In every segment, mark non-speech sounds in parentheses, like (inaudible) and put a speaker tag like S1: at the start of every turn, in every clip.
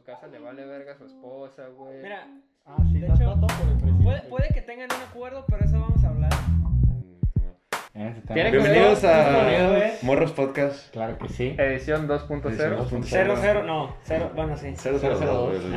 S1: casa, le vale verga a su esposa, güey.
S2: Mira,
S3: Ah, sí,
S2: De
S3: está-
S2: hecho,
S3: está todo por el presidente.
S2: puede, puede que tengan un acuerdo, pero eso vamos a hablar.
S3: Eh, se está-
S1: ¿Quieren
S4: Bienvenidos
S3: Bienvenido,
S4: a
S3: eh.
S4: Morros Podcast.
S3: Claro que sí.
S4: Eh,
S1: Edición 2.0.
S2: 0, 0, no, 0, bueno, sí.
S4: 002.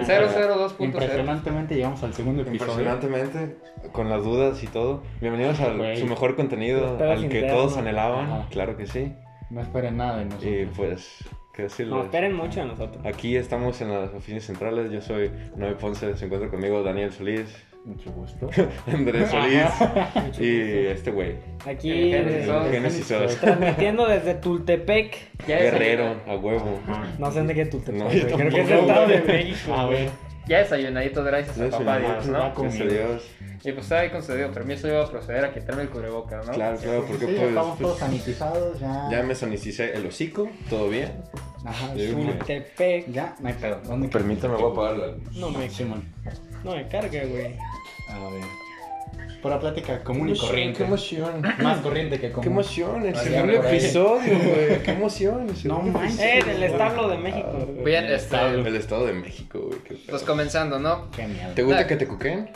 S1: 002.0.
S3: Impresionantemente llegamos al segundo episodio.
S4: Impresionantemente, con las dudas y todo. Bienvenidos a
S3: Güey.
S4: su mejor contenido,
S3: Los pedos
S4: al que
S3: internos.
S4: todos anhelaban,
S3: Ajá.
S4: claro que sí.
S3: No esperen nada de nosotros.
S4: Y pues, qué decirles.
S2: No esperen mucho de nosotros.
S4: Aquí estamos en las oficinas centrales. Yo soy Noé Ponce, se encuentra conmigo Daniel Solís, (laughs)
S3: Mucho gusto.
S4: Andrés Solís y este güey,
S2: Aquí
S1: El Génesis
S2: desde-
S1: Dos.
S4: Génesis Dos.
S2: transmitiendo desde Tultepec.
S1: Ya
S4: Guerrero, a huevo.
S2: No sé de qué es
S4: No,
S2: Tultepec,
S4: yo
S2: güey, creo que es el
S4: tampoco,
S2: Estado de
S3: güey.
S2: México.
S3: A ver,
S1: Ya desayunadito gracias a papá Dios, ¿no?
S3: Desayunado.
S4: Gracias a Dios.
S1: Y pues ahí concedido permiso yo a proceder a quitarme el cubreboca, ¿no?
S4: Claro, claro, porque
S3: sí, ya estamos todos
S4: pues,
S3: sanitizados, ya.
S4: ya me saniticé el hocico, todo bien.
S3: Ajá,
S4: Yo digo que-
S2: Tultepec.
S3: Ya, no hay pedo. ¿Dónde
S4: Permítame, voy a apagar la luz.
S2: No me,
S3: Simón.
S2: no me carga, güey.
S3: A ver. Pura plática común y corriente.
S4: Qué emoción.
S3: Más corriente que común.
S4: Qué emoción, el
S3: Vaya,
S4: segundo
S3: por ahí.
S4: episodio, güey. Qué emoción. el
S3: Ah, No
S4: segundo
S3: manches.
S2: Eh, del Establo de México.
S1: Bien, este,
S4: episodio. El Estado de México, güey. qué pedo.
S1: pues comenzando, ¿no?
S3: Qué miedo.
S4: ¿Te gusta
S1: Ah.
S4: que te cuquen?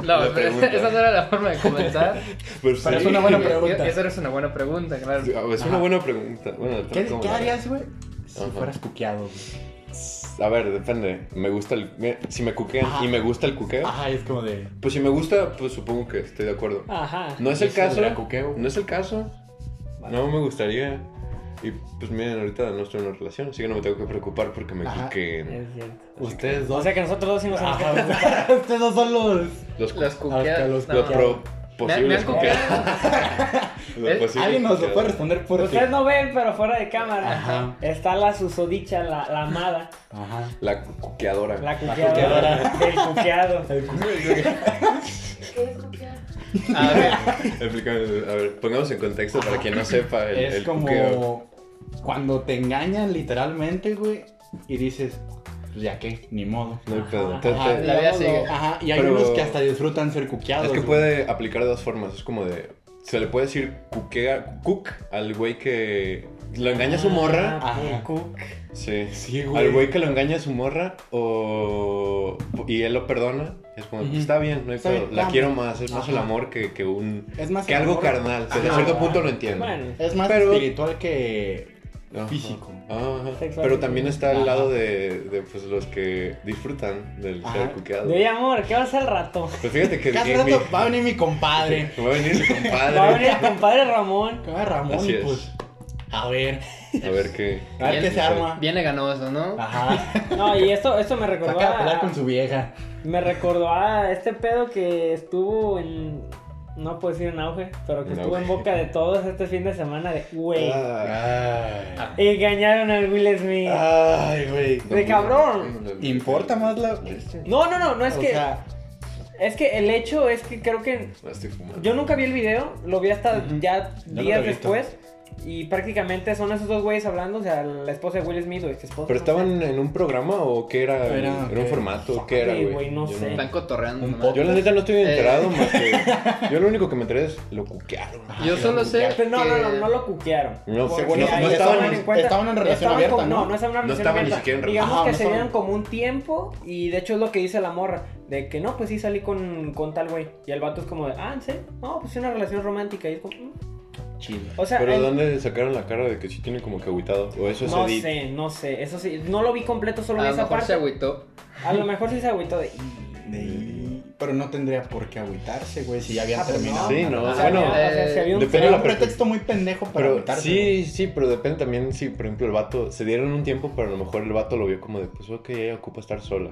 S1: No, pero
S4: La pregunta.
S1: esa no era la forma de comenzar.
S4: Pues
S3: Pero
S4: sí.
S3: es una buena pregunta.
S1: Esa es una buena pregunta, claro.
S4: Sí, ah, Es una
S3: Ajá.
S4: buena pregunta. Bueno, depende
S3: ¿Qué,
S4: cómo
S3: qué
S4: la veas.
S3: harías, güey? Si
S4: Ajá.
S3: fueras cuqueado, güey.
S4: A ver, depende. Me gusta el. me- Si me cuquean
S3: Ajá.
S4: y me gusta el cuqueo.
S3: Ajá, es como de.
S4: Pues si me gusta, pues supongo que estoy de acuerdo.
S2: Ajá.
S4: No es el
S3: Yo soy
S4: caso.
S3: de cuqueo.
S4: No es el caso.
S2: Vale.
S4: No me gustaría. Y pues miren, ahorita no estoy en una relación, así que no me tengo que preocupar porque me
S3: Ajá.
S4: cuquen.
S2: Es cierto.
S3: Ustedes
S2: O
S3: dos.
S2: sea que nosotros dos sí nos
S3: Ajá,
S2: encargamos.
S3: güey. (laughs) Ustedes dos son los.
S4: Los, cu-
S1: Las cuqueas.
S3: Hasta los
S1: no.
S4: los
S3: ya.
S4: pro-
S1: Me, me
S4: posibles
S1: han
S4: cuqueos.
S1: cuqueado.
S4: Los
S1: Eh,
S4: posibles
S3: Alguien nos lo
S4: cuqueos.
S3: puede responder por ti.
S2: Ustedes no ven, pero fuera de cámara
S3: Ajá.
S2: está la susodicha, la, la amada,
S3: Ajá.
S4: La cu- cuqueadora.
S2: la cuqueadora,
S3: cuqueadora.
S2: el cuqueado.
S3: El cu-
S5: ¿Qué es copiar?
S1: A ver,
S4: Explícame, a ver, pongamos en contexto para quien no sepa el,
S3: es
S4: el
S3: como
S4: cuqueo.
S3: cuando te engañan literalmente, güey, y dices, pues ya qué, ni modo.
S4: No hay pedo.
S2: Ajá.
S4: Entonces,
S1: La vida
S3: digámoslo,
S1: sigue.
S3: Ajá, y hay
S4: Pero-
S3: unos que hasta disfrutan ser cuqueados.
S4: Es que
S3: güey.
S4: puede aplicar de dos formas. Es como de. Se le puede decir cuquea, cook al güey que lo engaña a su morra.
S3: Ajá.
S2: Cuc.
S4: Sí.
S3: Sí,
S4: Al güey que lo engaña a su morra o. Y él lo perdona. Es como,
S3: Ujú.
S4: está bien, no hay
S3: Está
S4: pedo.
S3: bien,
S4: La
S3: vamos.
S4: quiero más. Es más
S3: Ajá.
S4: el amor que, que un.
S3: Es más
S4: Que algo
S3: amor-
S4: carnal. Desde
S3: Ajá.
S4: cierto punto lo entiendo.
S2: Bueno,
S3: Es más
S4: Pero-
S3: espiritual que
S4: Ajá.
S3: físico.
S4: Ajá.
S2: Sexual.
S4: Pero también está al
S3: Ajá.
S4: lado de, de, pues, los que disfrutan del ser
S3: Ajá.
S4: cuqueado.
S2: de amor, ¿qué va a hacer al rato?
S4: Pues fíjate que.
S3: Casi
S4: que
S3: rato
S4: mi-
S3: va a venir mi compadre.
S4: Va a venir mi compadre.
S2: Va a venir el compadre Ramón.
S3: Que va Ramón
S4: Así
S3: y
S4: es.
S3: pues, a ver,
S4: A ver qué.
S3: a ver
S1: Bien,
S3: qué se
S1: sí.
S3: arma.
S1: viene ganoso, ¿no?
S3: Ah. Ajá.
S2: No, y esto, esto me recordó
S3: Saca a pelear
S2: a,
S3: con su vieja.
S2: me recordó a este pedo que estuvo en no puedo decir en auge, pero que
S4: En
S2: estuvo en
S4: auge.
S2: boca de todos este fin de semana de güey.
S4: Ah,
S2: Eh,
S3: Ay,
S2: Engañaron al Will Smith.
S3: Ay, güey.
S4: no,
S2: de
S4: no,
S2: cabrón.
S4: no, no, no.
S3: Importa más la.
S2: No, no, no, no es
S3: o
S2: que
S3: sea,
S2: es que el hecho es que creo que
S4: No, estoy fumando.
S2: Yo nunca vi el video, lo vi hasta
S3: Ujú.
S2: ya
S3: Yo no
S2: días
S3: lo he visto.
S2: después. Y prácticamente son esos dos güeyes hablando, o sea, la esposa de Will Smith o este esposo.
S4: ¿Pero estaban en un programa o qué era?
S3: Era-
S4: ¿Era,
S3: ¿qué?
S4: un formato? ¿Qué era,
S2: Sí,
S4: güey?
S2: güey, no
S4: Yo
S2: sé.
S1: Están cotorreando.
S3: Un
S1: nomás.
S3: poco.
S4: Yo la neta no estoy enterado
S1: Eh.
S4: más que... Yo lo único que me enteré es lo cuquearon.
S1: Yo solo sé
S2: Pero no,
S1: que-
S2: no, no, no lo cuquearon.
S4: No,
S2: Porque
S3: según
S4: no,
S3: ellos
S2: ahí
S4: no
S2: se
S4: estaban...
S2: toman
S3: en- estaban en relación
S2: estaban
S3: abierta,
S2: con-
S3: ¿no?
S2: No, no estaban en
S4: No
S2: relación
S4: estaban ni
S2: abierta.
S4: siquiera en
S2: Digamos
S3: relación.
S2: que
S3: Ajá,
S2: se
S3: no
S2: dieron
S3: estaban.
S2: como un tiempo y de hecho es lo que dice la morra. De que no, pues sí salí con, con tal güey. Y el vato es como de, ah, ¿sí? No, pues sí, una relación romántica. Y es como, mm.
S3: chido.
S2: O sea,
S4: Pero
S2: el-
S4: ¿dónde sacaron la cara de que sí tiene como que agüitado? O eso es
S2: no
S4: edit.
S2: sé, no sé. Eso sí, no lo vi completo, solo
S1: A
S2: vi
S1: lo
S2: esa
S1: mejor se
S2: parte.
S1: agüitó.
S2: A lo mejor sí se agüitó de.
S3: De- Pero no tendría por qué agüitarse, güey, si ya habían
S2: Ah, pues
S3: terminado.
S4: Sí, no,
S2: O sea,
S4: bueno,
S2: había- o sea, si había un
S4: depende
S3: Era
S4: de
S3: un
S4: la
S3: pretexto muy pendejo para
S4: Pero
S3: agüitarse, güey.
S4: sí, sí, pero depende también si, por ejemplo, el vato... Se dieron un tiempo, pero a lo mejor el vato lo vio como de... Pues ok, ella ocupa estar sola.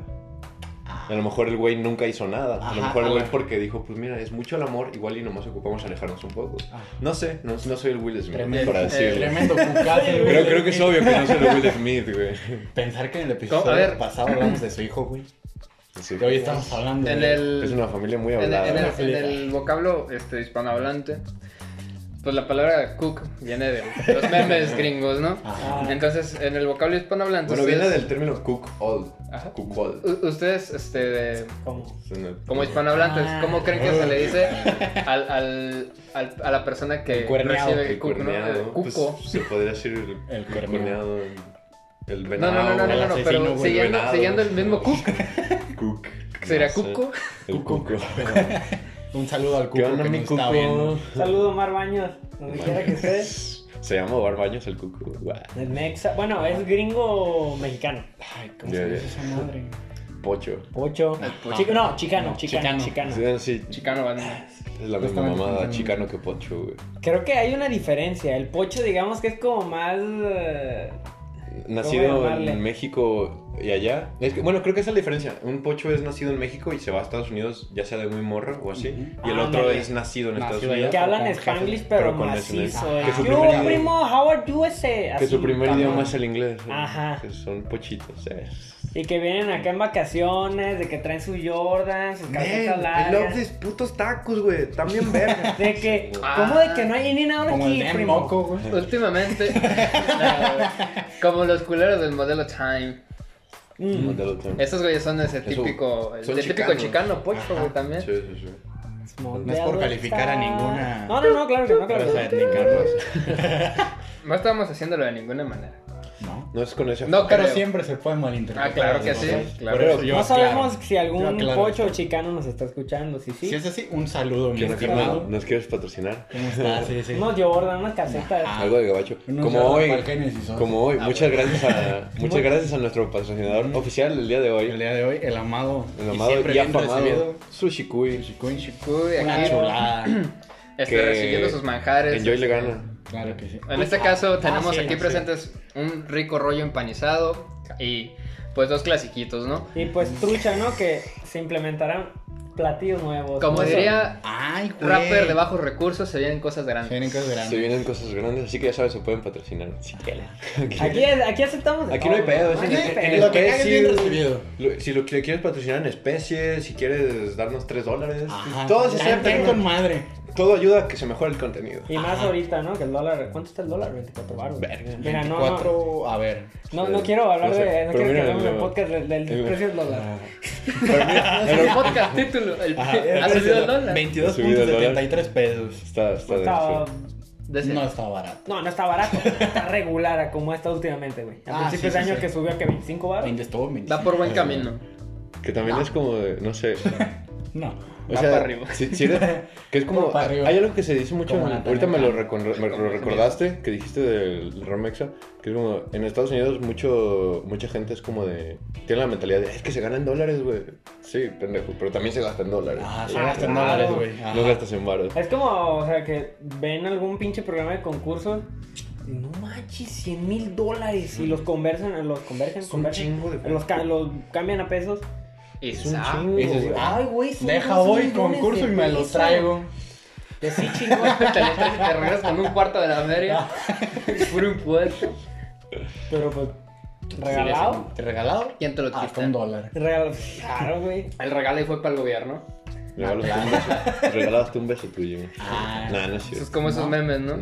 S4: A lo mejor el güey nunca hizo nada. a lo
S3: Ajá,
S4: mejor el güey
S3: ajá.
S4: porque dijo, pues mira, es mucho el amor, igual y nomás ocupamos alejarnos un poco.
S3: Ah.
S4: No sé, no, no soy el Will Smith.
S3: Tremendo,
S4: para decirlo.
S1: eh,
S3: tremendo cucazo, güey.
S4: Creo, creo que es obvio que no soy el Will Smith, güey.
S3: Pensar que en el
S1: A ver.
S3: episodio pasado hablamos de su hijo, güey.
S4: Sí.
S3: Que hoy estamos hablando
S1: En
S3: de
S1: el.
S4: Es una familia muy
S1: en,
S4: hablada.
S1: el, en el-
S3: familia.
S1: en el vocablo este, hispanohablante, pues la palabra cook viene de los memes gringos, ¿no?
S3: Ajá.
S2: Ah,
S1: Entonces, en el vocablo hispanohablante.
S4: Bueno, viene
S1: ustedes-
S4: del término cook all.
S1: Ajá.
S4: Cook all.
S1: U- Ustedes, este, de-
S2: Como.
S4: Es en el-
S1: como hispanohablantes,
S2: Ah.
S1: ¿cómo creen que se le dice al, al- al- a la persona que
S3: El cuerneado,
S1: recibe
S4: El
S1: cook, ¿no?
S4: cuerneado.
S1: El cuco?
S4: pues, se podría decir el,
S3: El
S4: cuerneado. en- El
S1: No, no,
S4: venado.
S1: no, no,
S4: el
S1: no, no,
S4: asesino,
S1: pero
S4: güey,
S1: siguiendo,
S4: venado.
S1: siguiendo el mismo Cook,
S4: (laughs) Cook.
S1: ¿sería
S4: No sé.
S1: Cuco?
S4: El
S3: Cuco.
S4: Cuco.
S3: Un saludo al
S4: ¿Qué
S3: cuco
S4: onda,
S3: que
S4: mi
S3: nos
S4: Cuco?
S3: está viendo.
S2: Saludo, Mar Baños, donde quiera que esté.
S4: (laughs) Se llama Bar Baños el Cuco. Guau.
S2: El Mexa. Bueno, es gringo mexicano.
S3: Ay, ¿cómo
S4: Ya,
S3: se
S4: ya.
S3: dice esa madre?
S4: Pocho.
S2: Ocho.
S1: Pocho.
S2: Chico- no, chicano, chicano,
S3: No, chicano.
S2: chicano.
S4: Sí, sí,
S1: Chicano banda.
S4: es la misma
S3: Justamente
S4: mamada,
S3: pensando.
S4: chicano que pocho, güey.
S2: Creo que hay una diferencia. El pocho, digamos que es como más. eh,
S4: Nacido
S2: llamarle?
S4: en México y allá. Es que, bueno, creo que esa es la diferencia. Un pocho es nacido en México y se va a Estados Unidos, ya sea de muy morro o así.
S3: Ujú.
S4: Y el
S2: Ah,
S4: otro
S2: ándale.
S4: es nacido en
S3: Nacido
S4: Estados
S3: allá.
S4: Unidos.
S2: que hablan
S3: con
S2: spanglish,
S3: jefe,
S2: pero
S4: pero con
S2: macizo.
S4: nacional.
S2: eh.
S3: Que su
S2: Yo,
S4: primer
S2: primo, how are you ese?
S4: Que su
S2: Así,
S4: primer
S2: cabrón.
S4: idioma es el inglés. güey.
S2: Ajá.
S4: Que son pochitos. eh.
S2: Y que vienen acá en vacaciones, de que traen su Jordan, sus calcetas
S4: Man, I love
S2: largas.
S4: these putos tacos,
S2: (laughs)
S4: güey. También verga.
S2: De que,
S1: Ah.
S2: ¿cómo de que no hay ni nada
S3: Como el
S2: aquí,
S3: de
S2: primo?
S3: moco, güey.
S1: Últimamente, (laughs) la- como los culeros del modelo Time.
S2: Mm.
S4: Mándalo también.
S1: Esos güeyes son ese típico, el
S4: son
S1: de típico
S4: chicanos.
S1: chicano, pocho, güey, también.
S4: Sí, sí, sí.
S3: No es por calificar a ninguna
S2: No, no, no, claro que no, claro
S3: raza
S2: que no.
S3: étnica, raza.
S1: No estábamos haciéndolo de ninguna manera.
S3: ¿no?
S4: No es con ese.
S1: No,
S3: Pero
S1: creo.
S3: siempre se puede malinterpretar.
S1: Ah, claro que sí,
S3: Entonces,
S1: claro.
S3: por eso yo
S2: No
S3: aclaro.
S2: sabemos si
S3: Yo
S2: algún
S3: aclaro
S2: pocho o
S3: esto.
S2: chicano nos está escuchando, si sí.
S3: Si es así, un saludo, mi
S4: Que no- que no-
S3: estimado.
S4: ¿Nos quieres patrocinar?
S3: ¿Cómo estás? Sí, sí.
S2: Unos Jordan, unas calcetas.
S3: Ah.
S4: Algo de gabacho.
S3: Unos
S4: Como
S3: Jordan
S4: hoy.
S3: para Genesis, ¿no? Ah,
S4: Como hoy. Muchas
S2: (laughs)
S4: gracias a muchas gracias a nuestro
S2: Mm.
S4: patrocinador oficial el día de
S3: El
S4: hoy.
S3: día de hoy, el amado.
S4: El
S3: y
S4: amado
S3: siempre
S4: y
S3: bien recibido.
S4: afamado Sushi Kui.
S3: Chicuin,
S1: Uy,
S3: Una
S1: aquí,
S3: chulada.
S1: este,
S4: que-
S1: recibiendo sus manjares. este,
S4: Enjoy le gana.
S3: (clears throat) Claro que sí.
S1: En este caso tenemos
S3: Ah, sí,
S1: aquí
S3: sí.
S1: presentes un rico rollo empanizado y pues dos clasiquitos, ¿no?
S2: Y pues trucha, ¿no? Que se implementarán platillos nuevos.
S1: Como
S2: ¿no?
S1: diría
S3: Ay, Pues, güey.
S1: rapper de bajos recursos, se vienen cosas
S3: Se
S1: grandes.
S3: vienen cosas
S4: Se
S3: grandes.
S4: vienen cosas grandes, así que ya sabes, se pueden patrocinar. Si quieren.
S2: Aquí, es- aquí aceptamos. de
S4: Aquí no hay
S2: todo,
S4: pedo,
S2: ¿no?
S4: es
S2: Aquí
S4: en-
S2: hay
S4: en
S2: pedo.
S4: el
S3: Lo que
S4: Especies.
S3: hagas bien recibido.
S4: Lo- Si lo que le quieres patrocinar en especies, si quieres darnos 3 dólares,
S3: Ajá.
S4: todo se
S3: Ya,
S4: acepta,
S3: ya
S4: ¿no?
S3: con madre.
S4: Todo ayuda a que se mejore el contenido.
S2: Y más ahorita, ¿no? Que el dólar. ¿Cuánto está el dólar? 24 baros. Mira, no, no.
S3: 24, a ver.
S2: No, no quiero hablar
S4: No sé,
S2: de. No
S4: pero
S2: quiero que
S4: mira,
S2: hablemos del
S4: mira.
S2: podcast del, del
S4: Mira.
S2: precio del
S4: Ah,
S2: dólar.
S1: El podcast título, el, (laughs) ha subido el dólar.
S3: 22.73 pesos.
S4: Está, está
S2: Estaba-
S4: denso.
S1: De ese-
S3: No está barato.
S2: No, no está barato. Está regular a como está últimamente, güey. A
S3: Ah,
S2: principios
S3: sí,
S2: de
S3: sí,
S2: año
S3: sí.
S2: que subió que 25 baros.
S3: 20 estuvo 25.
S1: Va por buen camino.
S4: Que también es como de,
S3: (laughs)
S4: no sé.
S3: No.
S4: O
S1: Va
S4: sea,
S1: para arriba.
S4: si-
S3: (laughs)
S4: si eres- que es como.
S3: Para arriba.
S4: Hay algo que se dice mucho.
S3: Como
S4: en-
S3: la
S4: ahorita me lo,
S3: tarjeta.
S4: recon- me lo recordaste, que dijiste del Romexa. Que es como. En Estados Unidos, mucho, mucha gente es como de. Tiene la mentalidad de. Es que se gana en dólares, güey. Sí, pendejo. Pero también se gasta en dólares.
S3: Ah, se
S4: Sí,
S3: gasta en
S4: claro.
S3: dólares, güey. Ajá.
S4: No gastas en baros.
S2: Es como, o sea, que ven algún pinche programa de concursos. y No manches, 100 mil dólares. Y los conversan, los convergen,
S4: Es un
S2: convergen,
S4: chingo de-
S2: Los, ca- los cambian a pesos.
S4: Es un
S1: Esa-
S4: chingo,
S3: Y dices,
S4: güey.
S3: ah,
S2: Uh. güey, son
S3: Deja
S2: dos
S3: voy
S2: millones
S3: concurso y
S2: de
S3: me los
S2: pesos.
S3: traigo.
S2: Que pues sí, chingón.
S1: (laughs) Te lo traes y te regresas con un cuarto de la
S3: (laughs)
S1: feria. Puro impuesto.
S2: Pero pues, regalado.
S3: ¿Te regalado?
S1: ¿Quién te lo
S3: Hasta
S1: quita?
S3: un dólar.
S2: Regalado. Claro, güey.
S1: El regalo ahí fue para el gobierno.
S4: Regalaste un
S3: (laughs)
S4: beso, regalaste un beso tuyo.
S3: Ah.
S4: No, no es
S1: Eso es
S4: cierto.
S1: como esos memes, ¿no?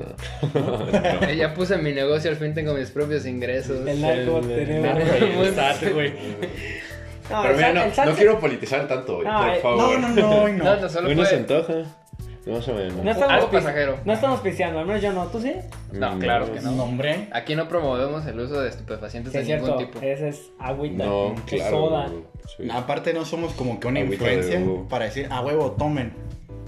S4: (laughs)
S1: Eh, Ya puse mi negocio, al fin tengo mis propios ingresos.
S2: El narco tenemos. No,
S4: Pero
S2: el
S4: mira,
S2: sal-
S4: no,
S2: el sal-
S4: no quiero politizar tanto, güey,
S2: No, eh,
S4: por
S3: No,
S4: favor.
S3: no, no, hoy no.
S1: No, no, solo
S4: Hoy no se
S1: fue.
S4: antoja. Más o menos.
S2: No estamos,
S1: Algo
S2: pi-
S1: pasajero.
S2: no estamos pisteando, al menos yo no. ¿Tú sí?
S4: Mm.
S1: No, claro que no.
S3: Nombre.
S1: Aquí no promovemos el uso de estupefacientes
S2: Sí,
S1: de
S2: es cierto.
S1: ningún tipo.
S2: Ese es agüita.
S4: No,
S2: que
S4: claro.
S2: soda.
S4: güey, sí.
S3: Aparte no somos como que una
S4: Agüita de
S3: influencia
S4: huevo.
S3: para decir, a huevo, tomen.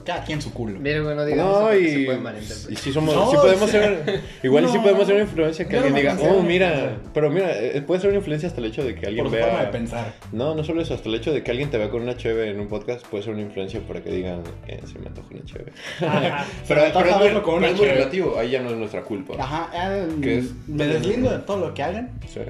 S3: Cada quien su culo.
S1: Mira, güey, no digas eso
S4: No,
S1: porque se
S4: y,
S1: puede
S4: y
S1: malinterpretar.
S4: sí somos,
S3: No,
S4: sí
S3: sí.
S4: podemos ser, igual y sí
S3: No.
S4: podemos ser una influencia que
S3: No,
S4: alguien
S3: no,
S4: diga,
S3: no,
S4: oh,
S3: no,
S4: mira,
S3: no.
S4: pero mira, eh, puede ser una influencia hasta el hecho de que alguien
S3: Por su forma de
S4: vea,
S3: pensar.
S4: no, no solo eso, hasta el hecho de que alguien te vea con una cheve en un podcast puede ser una influencia para que digan, eh, se me antoja una cheve. (laughs)
S2: Ajá.
S4: Pero,
S3: me antoja
S4: pero es muy-
S3: verlo con una
S4: pero es muy
S3: cheve.
S4: relativo, ahí ya no es nuestra culpa.
S3: Ajá, eh,
S4: Que es-
S3: me deslindo de todo lo que hagan.
S4: Sí.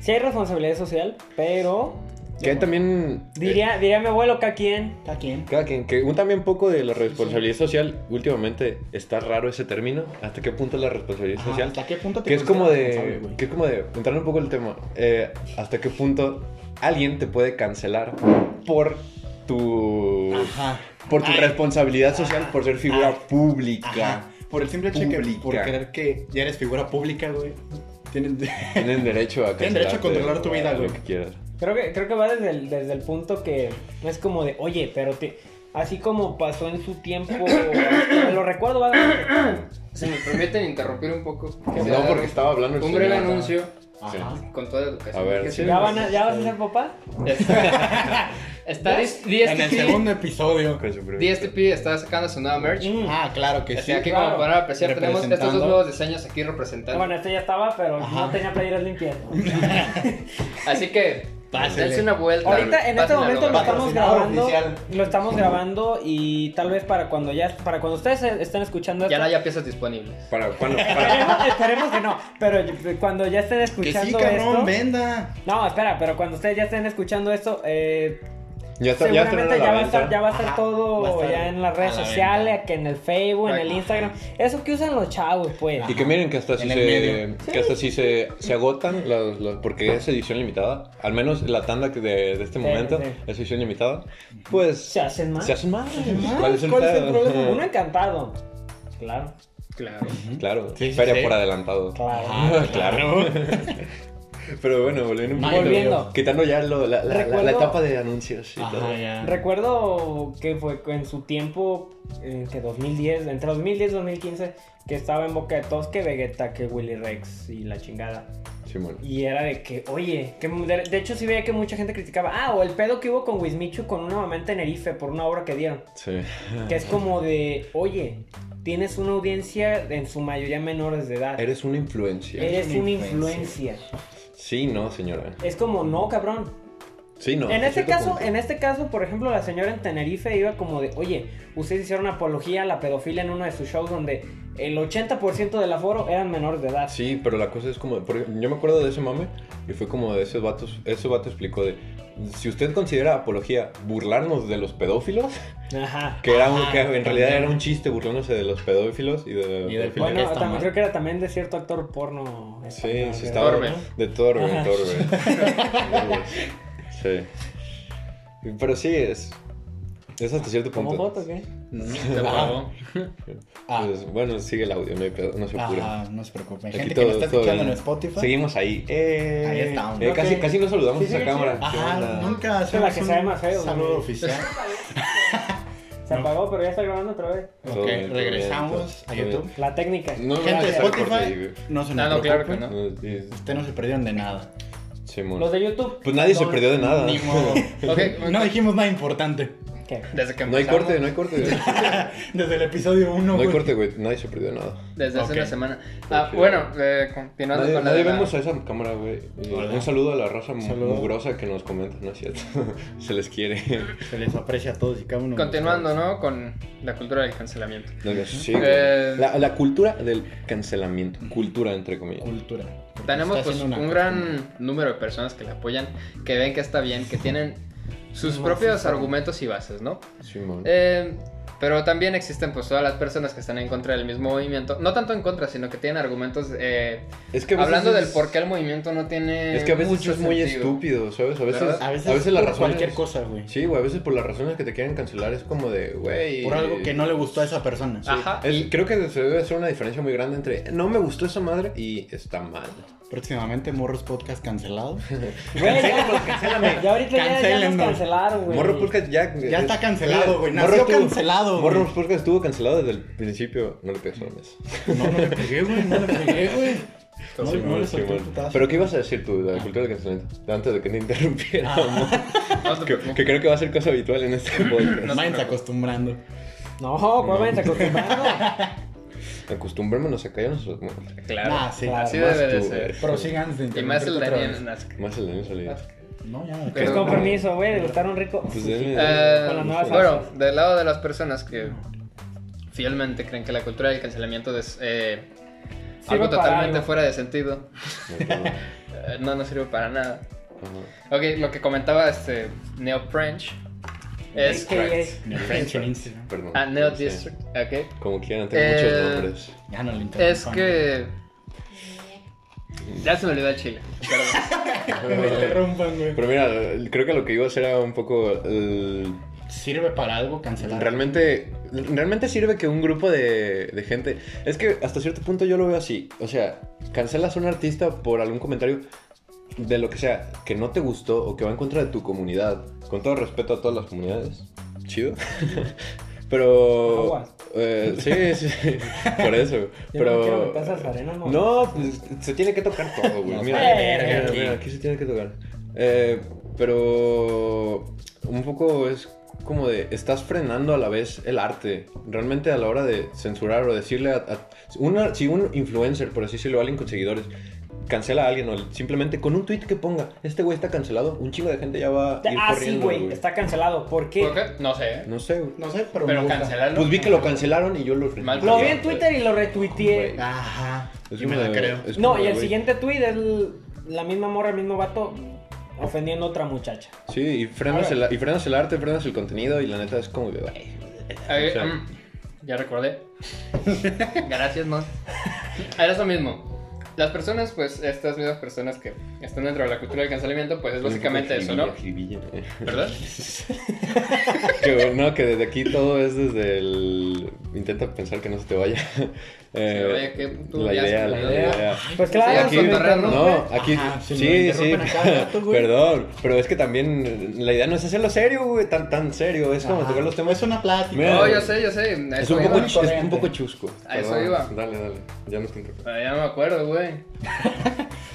S2: Sí hay responsabilidad social, pero
S4: Que hay también... eh,
S2: diría, diría mi abuelo cada quien.
S3: Cada quien.
S4: Cada quien, que un también poco de la responsabilidad social, últimamente está raro ese término, ¿hasta qué punto es la responsabilidad
S3: Ajá,
S4: social?
S3: ¿Hasta qué punto te
S4: Que es como
S3: consideras responsable,
S4: de,
S3: güey?
S4: que es como de, entrando un poco el tema, eh, ¿hasta qué punto alguien te puede cancelar por tu,
S3: Ajá.
S4: por tu
S3: Ay.
S4: responsabilidad social, por ser figura
S3: Ajá.
S4: pública?
S3: Ajá. Por el simple hecho de que
S4: Pública.
S3: por creer que ya eres figura pública, güey. Tienes.
S4: (laughs) Tienen derecho a
S3: Tienen derecho a
S4: cancelarte,
S3: controlar tu vida,
S4: lo
S3: güey.
S4: que quieras.
S2: Creo que, creo que va desde el, desde el punto que no es como de, oye, pero te. Así como pasó en su tiempo. lo recuerdo vagamente.
S1: Si me permiten interrumpir un poco.
S4: No, porque estaba hablando el
S1: Un breve
S4: señor.
S1: anuncio.
S6: Ajá.
S1: Con toda educación.
S4: A ver,
S1: ¿Qué
S4: sí.
S1: te
S2: ¿Ya,
S1: digo?
S2: van a- ¿Ya vas a ser papá?
S1: Está- Está dis-
S6: En el
S1: DSTP
S6: segundo episodio.
S4: Con su primer-
S1: DSTP está sacando su nueva merch.
S2: Mm.
S6: Ah, claro que
S1: Así
S6: sí.
S1: aquí,
S2: claro.
S1: como podrán apreciar, tenemos estos dos
S6: Representando.
S1: nuevos diseños aquí representando.
S2: Bueno, este ya estaba, pero
S6: Ajá.
S2: no tenía playeras limpias.
S1: Así que,
S6: Pásele.
S1: dense una vuelta.
S2: Ahorita, en este
S1: pásenla,
S2: momento, lo
S1: logra.
S2: estamos
S6: Patrocinador
S2: grabando.
S6: oficial.
S2: Lo estamos grabando y tal vez para cuando ya, para cuando ustedes estén escuchando esto.
S1: Ya no haya piezas disponibles.
S4: Para, cuando-
S2: (laughs) Esperemos,
S4: para-
S2: (laughs) esperemos que no, pero cuando ya estén
S6: Que
S2: escuchando
S6: sí, cabrón,
S2: esto.
S6: venda.
S2: No, espera, pero cuando ustedes ya estén escuchando esto, eh,
S4: ya está, ya está en la
S2: seguramente ya va, a
S4: venta.
S2: estar, ya va a estar
S6: Ajá,
S2: todo
S6: va a estar
S2: ya en las redes
S6: a la
S2: sociales,
S6: venta.
S2: que en el Facebook, en el
S1: Ajá.
S2: Instagram. Eso que usan los chavos, pues.
S4: Y que miren que hasta si
S6: En
S4: se,
S6: el medio.
S4: que hasta si se, se agotan las, las- porque es edición limitada, al menos la tanda que de, de este
S2: Sí,
S4: momento
S2: sí.
S4: es edición limitada, pues
S2: Se hacen más.
S4: se hacen más.
S6: más.
S4: ¿Cuál es el, pedo?
S2: Uno encantado. Claro,
S1: Claro.
S4: Claro,
S6: Sí, sí,
S4: feria
S6: sí.
S4: por adelantado.
S2: claro.
S4: (laughs) (laughs) claro. Pero bueno, volviendo un
S6: No,
S4: poquito,
S2: volviendo.
S4: quitando ya lo- la, la- la-
S2: Recuerdo-
S4: la etapa de anuncios y todo.
S6: Ajá, ya.
S2: Recuerdo que fue en su tiempo, eh, que 2010, entre 2010 y 2015, que estaba en boca de todos que Vegeta, que Willy Rex y la chingada.
S4: Simón.
S2: Y era de que, oye, que de, de hecho sí veía que mucha gente criticaba, ah, o el pedo que hubo con Wismichu con una mamá en Tenerife por una obra que dieron.
S4: Sí.
S2: Que es como de, oye, tienes una audiencia en su mayoría menores de edad. Eres,
S4: Eres una influencia.
S2: una
S6: una
S2: influencia.
S4: Sí, no, señora.
S2: Es como, no, cabrón.
S4: Sí, no.
S2: en
S4: hasta
S2: este
S4: cierto
S2: caso,
S4: punto.
S2: en este caso, por ejemplo, la señora en Tenerife iba como de, oye, ustedes hicieron apología a la pedofilia en uno de sus shows donde el 80% del aforo eran menores de edad.
S4: Sí, pero la cosa es como, por ejemplo, yo me acuerdo de ese mame y fue como de ese vato, ese vato explicó de, si usted considera apología burlarnos de los pedófilos, (laughs)
S2: Ajá.
S4: que, era un-
S6: Ajá,
S4: que en realidad
S6: también.
S4: era un chiste burlándose de los pedófilos y de...
S6: Y del
S4: pedofilia.
S2: Bueno,
S6: está
S2: también
S6: mal.
S2: creo que era también de cierto actor porno.
S4: Sí,
S2: español, ¿verdad?
S4: sí, estaba
S1: Torbe.
S4: de Torbe,
S6: (laughs)
S2: Ajá.
S4: Torbe. sí. Pero sí, es... Es hasta cierto punto.
S2: ¿Como foto
S6: ¿eh?
S2: qué?
S1: Se pagó.
S6: Ah.
S4: Pues, bueno, sigue el audio, no, hay pedo, no se apure.
S6: Ajá, no se preocupen.
S4: Aquí
S6: Gente
S4: todo-
S6: que nos está
S4: todo
S6: escuchando en
S4: bien.
S6: Spotify.
S4: Seguimos ahí. Eh,
S6: Ahí estamos.
S4: eh, casi,
S2: Ok.
S4: casi nos saludamos
S2: Sí,
S4: en
S2: sí,
S4: esa cámara.
S2: sí.
S4: ¿Qué
S6: Ajá,
S4: onda?
S6: nunca
S2: Esa es la
S6: hacemos
S2: que
S6: un
S2: sabe más feo,
S6: saludo
S2: güey.
S6: oficial.
S2: Se apagó, pero ya está grabando otra vez.
S4: Todo
S6: ok,
S4: bien, todo
S6: regresamos
S4: bien,
S6: a
S4: todo bien.
S6: YouTube.
S2: La técnica.
S4: No,
S6: Gente de
S4: gracias por
S6: Spotify,
S4: seguir.
S6: no se nos
S1: Ah, no, claro que
S6: preocupen.
S1: no.
S4: No, sí,
S6: Ustedes no se perdieron de nada.
S4: Simón.
S2: Los de YouTube.
S4: Pues nadie se
S2: doble-
S4: perdió de nada.
S6: Ni modo.
S1: Ok,
S6: (laughs) No dijimos nada importante.
S2: ¿Qué?
S1: desde que
S4: No hay
S1: empezamos,
S4: corte, no hay corte. güey.
S6: Desde el episodio 1.
S4: No hay corte, güey. Nadie se perdió de nada.
S1: Desde hace
S6: Ok.
S1: una semana. Ah,
S4: Ok.
S1: bueno, eh, continuando
S4: Nadie,
S1: con la
S4: nadie
S1: de la-
S4: vemos a esa cámara, güey. Y
S6: Hola.
S4: Un saludo a la raza mu-
S6: Saludo.
S4: mugrosa que nos comenta, ¿no es cierto? (laughs) se
S6: (laughs)
S4: les quiere.
S6: Se les aprecia a todos y cada uno. de
S1: Continuando, ¿no? Con la cultura del cancelamiento.
S4: Sí, güey.
S1: Eh.
S4: la, la cultura del cancelamiento. Cultura, entre
S6: ustedes.
S4: comillas.
S6: Cultura. Porque
S1: Tenemos
S6: está
S1: pues
S6: haciendo una
S1: un gran número de personas que la apoyan, que ven que está bien, que tienen sus
S2: No, sí,
S1: propios
S2: sí.
S1: argumentos y bases, ¿no?
S4: Simón.
S1: Eh, pero también existen pues todas las personas que están en contra del mismo movimiento. No tanto en contra, sino que tienen argumentos. eh,
S4: es que a veces
S1: hablando del
S4: es-
S1: por qué el movimiento no tiene.
S4: Es que a veces
S1: mucho
S4: es muy
S1: sentido.
S4: estúpido, ¿sabes? A veces,
S1: ¿Verdad?
S6: A veces,
S4: la
S6: por
S4: razón
S6: cualquier
S4: es-
S6: cosa, güey.
S4: Sí, güey, a veces por las razones que te quieren cancelar es como de, güey.
S6: Por algo que no le gustó a esa persona.
S1: Ajá.
S4: Es-
S1: y-
S4: creo que se debe hacer una diferencia muy grande entre no me gustó esa madre y está mal.
S6: Próximamente Morros Podcast cancelado.
S2: Güey, ya, ya ahorita ya, ya nos
S6: Cancélennos.
S2: cancelaron, güey.
S4: Morro Podcast ya.
S6: Ya está cancelado, güey.
S4: Morro
S6: Nació
S4: estuvo-
S6: cancelado, güey.
S4: Morro Podcast estuvo cancelado desde el principio. No le pegues a mes.
S6: No, no le pegué, güey. No le pegué, güey. No,
S4: Sí,
S6: no
S4: bueno,
S6: le
S4: sí,
S6: solté un
S4: bueno.
S6: putazo.
S4: Pero ¿qué ibas a decir tú de la cultura del cancelamiento? Antes de que te interrumpiera.
S6: Ah.
S4: (laughs)
S1: no te
S4: Que,
S1: preocupes.
S4: que creo que va a ser cosa habitual en este podcast.
S6: Váyanse acostumbrando.
S2: No, pues, ¿cuál se acostumbraron?
S4: Acostumbrémonos a callarnos los muertos.
S1: (laughs) Claro.
S6: Nah, sí.
S1: Así
S4: Más
S1: debe de
S4: tú,
S1: ser.
S4: güey.
S6: Prosigan de
S1: Y más el
S6: interrumpirte otra
S1: Daniel
S6: vez.
S1: Nazca.
S4: Más el Daniel Salinas.
S6: No, ya.
S1: Pero-
S2: Con permiso, güey, de gustar un rico.
S4: Pues denle-
S1: Eh,
S2: Con las nuevas
S1: bueno, del lado de las personas que fielmente creen que la cultura del cancelamiento es eh,
S2: Sirve
S1: algo
S2: para
S1: totalmente
S2: algo.
S1: fuera de sentido, eh, no nos sirve para nada. Ok, lo que comentaba este Neo French es
S2: Es que, eh,
S6: En el French en Instagram.
S4: Perdón.
S1: ah, Neo
S4: no sé.
S1: District, ok,
S4: Como quieran, tengo
S1: Eh,
S4: muchos nombres.
S6: Ya no le interesa.
S1: es que ya se me olvidó el chile. perdón.
S6: Me interrumpan, güey.
S4: Pero mira, creo que lo que iba a hacer era un poco. eh,
S6: Sirve para algo cancelar.
S4: realmente. Realmente sirve que un grupo de, de gente. Es que hasta cierto punto yo lo veo así. O sea, cancelas a un artista por algún comentario de lo que sea que no te gustó o que va en contra de tu comunidad. Con todo respeto a todas las comunidades. Chido. (laughs) Pero.
S2: Aguas.
S4: Eh, sí, sí, (laughs) por eso.
S2: Yo no quiero
S4: pero.
S2: meter esas arenas, ¿no?
S4: No, pues se tiene que tocar todo, güey.
S1: Nos
S4: Mira,
S1: vale
S4: mira,
S1: verga,
S4: mira,
S1: aquí.
S4: aquí se tiene que tocar. Eh, pero un poco es como de estás frenando a la vez el arte. Realmente a la hora de censurar o decirle a, a- una, si un influencer, por así decirlo, alguien con seguidores cancela a alguien o simplemente con un tweet que ponga, este güey está cancelado, un chingo de gente ya va a ir
S2: Ah, sí,
S4: corriendo,
S2: güey. Está cancelado. ¿Por qué?
S1: ¿Por qué? No sé.
S4: No sé, güey.
S3: No sé, pero. me
S1: Pero
S3: gusta.
S1: cancelarlo.
S4: Pues vi que lo cancelaron y yo lo
S1: Mal
S2: Lo vi
S1: Güey.
S2: en Twitter y lo retuiteé.
S4: Güey.
S3: Ajá.
S4: Es
S3: y me
S4: como
S3: la
S4: de-
S3: creo.
S4: es
S2: No,
S4: como
S2: y
S4: de,
S2: el
S4: güey.
S2: siguiente tweet es l- la misma morra, el mismo vato ofendiendo a otra muchacha.
S4: Sí, y frenas,
S1: A
S4: el, y frenas el arte, frenas el contenido y la neta es como que, güey.
S1: Ay,
S4: O sea.
S1: mm, ya
S4: (laughs)
S1: recordé. Gracias, no. Ahora eso mismo. Las personas, pues, estas mismas personas que están dentro de la cultura del cancelamiento, pues es básicamente eso, ¿no?
S4: jiribilla, jiribilla.
S1: ¿Verdad?
S4: (laughs) Que bueno, que desde aquí todo es desde el... Intenta pensar que no se te vaya. (laughs) Eh,
S1: vaya, qué puto
S4: la idea,
S1: asco,
S4: la
S1: ¿no?
S4: idea.
S2: Pues claro,
S1: aquí-
S2: si me
S1: Pantarrano.
S2: interrumpe-
S4: No, aquí
S3: Ajá, si lo
S4: sí, sí.
S3: interrumpen a cada
S4: (laughs)
S3: rato, güey.
S4: Perdón, pero es que también la idea no es hacerlo serio, güey, tan tan serio, es como
S3: Ajá.
S4: tocar los temas
S3: Es una plática.
S4: Mira,
S1: No, yo Oh, sé, yo sé. a
S4: es
S1: eso
S4: un,
S1: iba.
S4: poco,
S2: iba.
S4: ch- es un poco chusco.
S1: A eso
S4: Perdón.
S1: iba.
S4: Dale, dale. Ya no te interrumpo.
S1: Ah, Ya no me acuerdo,
S4: (clears throat)
S1: güey.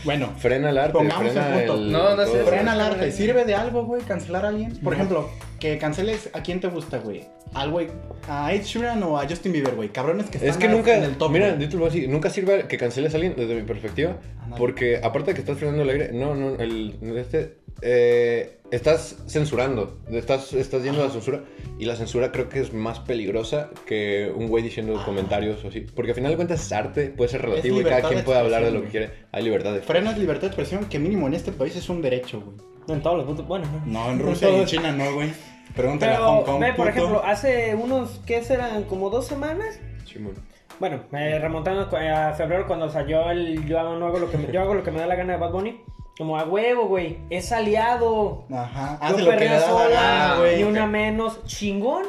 S3: Bueno,
S4: Frena el arte.
S3: Pongamos
S4: frena
S3: el punto.
S4: el-
S1: No, no sé,
S4: todo.
S3: frena el arte. ¿Sirve de algo, güey, cancelar a alguien? Por ejemplo, que canceles a quién te gusta, güey. Al güey, a Ed Sheeran o a Justin Bieber, güey. Cabrones que están
S4: Es que
S3: a-
S4: nunca,
S3: en el top.
S4: mira,
S3: güey.
S4: yo te lo voy a decir, nunca sirve que canceles a alguien desde mi perspectiva,
S3: Ándale.
S4: porque aparte de que estás frenando el aire, no, no, el, este, eh, estás censurando, estás, estás yendo a la censura, y la censura creo que es más peligrosa que un güey diciendo
S3: Ah.
S4: comentarios o así, porque al final de cuentas es arte, puede ser relativo y
S3: libertad
S4: cada quien
S3: de
S4: puede hablar de lo que
S3: expresión,
S4: quiere, hay libertad de
S3: Frenas libertad de expresión, que mínimo en este país es un derecho, güey.
S2: No, en todos los puntos. Bueno, no.
S4: (laughs)
S3: No, en Rusia y en China no, güey. Pregúntale a Hong
S2: Pero,
S3: Kong.
S2: ve, por
S3: puto.
S2: ejemplo, hace unos, ¿qué serán? ¿Como dos semanas?
S4: Simón.
S2: Bueno, eh, remontando cu- a febrero cuando salió el yo hago, no hago lo que me, yo hago lo que me da la gana de Bad Bunny. Como a huevo, güey. Es aliado.
S3: Ajá.
S2: Yo
S3: Hace lo que le
S2: perreo
S3: da la
S2: sola,
S3: gana, güey.
S2: ni una menos. Chingón.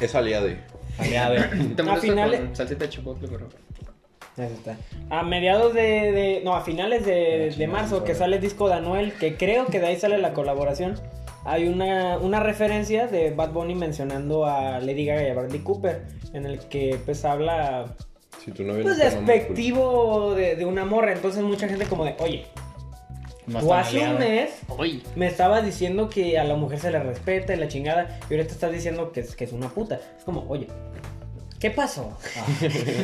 S4: Es aliado. y-
S1: Te
S2: A
S1: molesto
S2: finales-
S1: con salsita de chipotle, por favor.
S2: Ahí está. A mediados de, de- No, a finales de, de marzo que sale el disco de Anuel, que creo que de ahí sale la colaboración. Hay una, una referencia de Bad Bunny mencionando a Lady Gaga y a Bradley Cooper, en el que pues habla
S4: Si tu novia no
S2: pues
S4: te ama,
S2: despectivo de, de una morra. Entonces mucha gente como de, oye,
S3: No
S2: tú
S3: está
S2: hace un
S3: maleado.
S2: mes
S1: Uy.
S2: me estabas diciendo que a la mujer se le respeta y la chingada, y ahorita estás diciendo que es, que es una puta. Es como, oye, ¿qué pasó?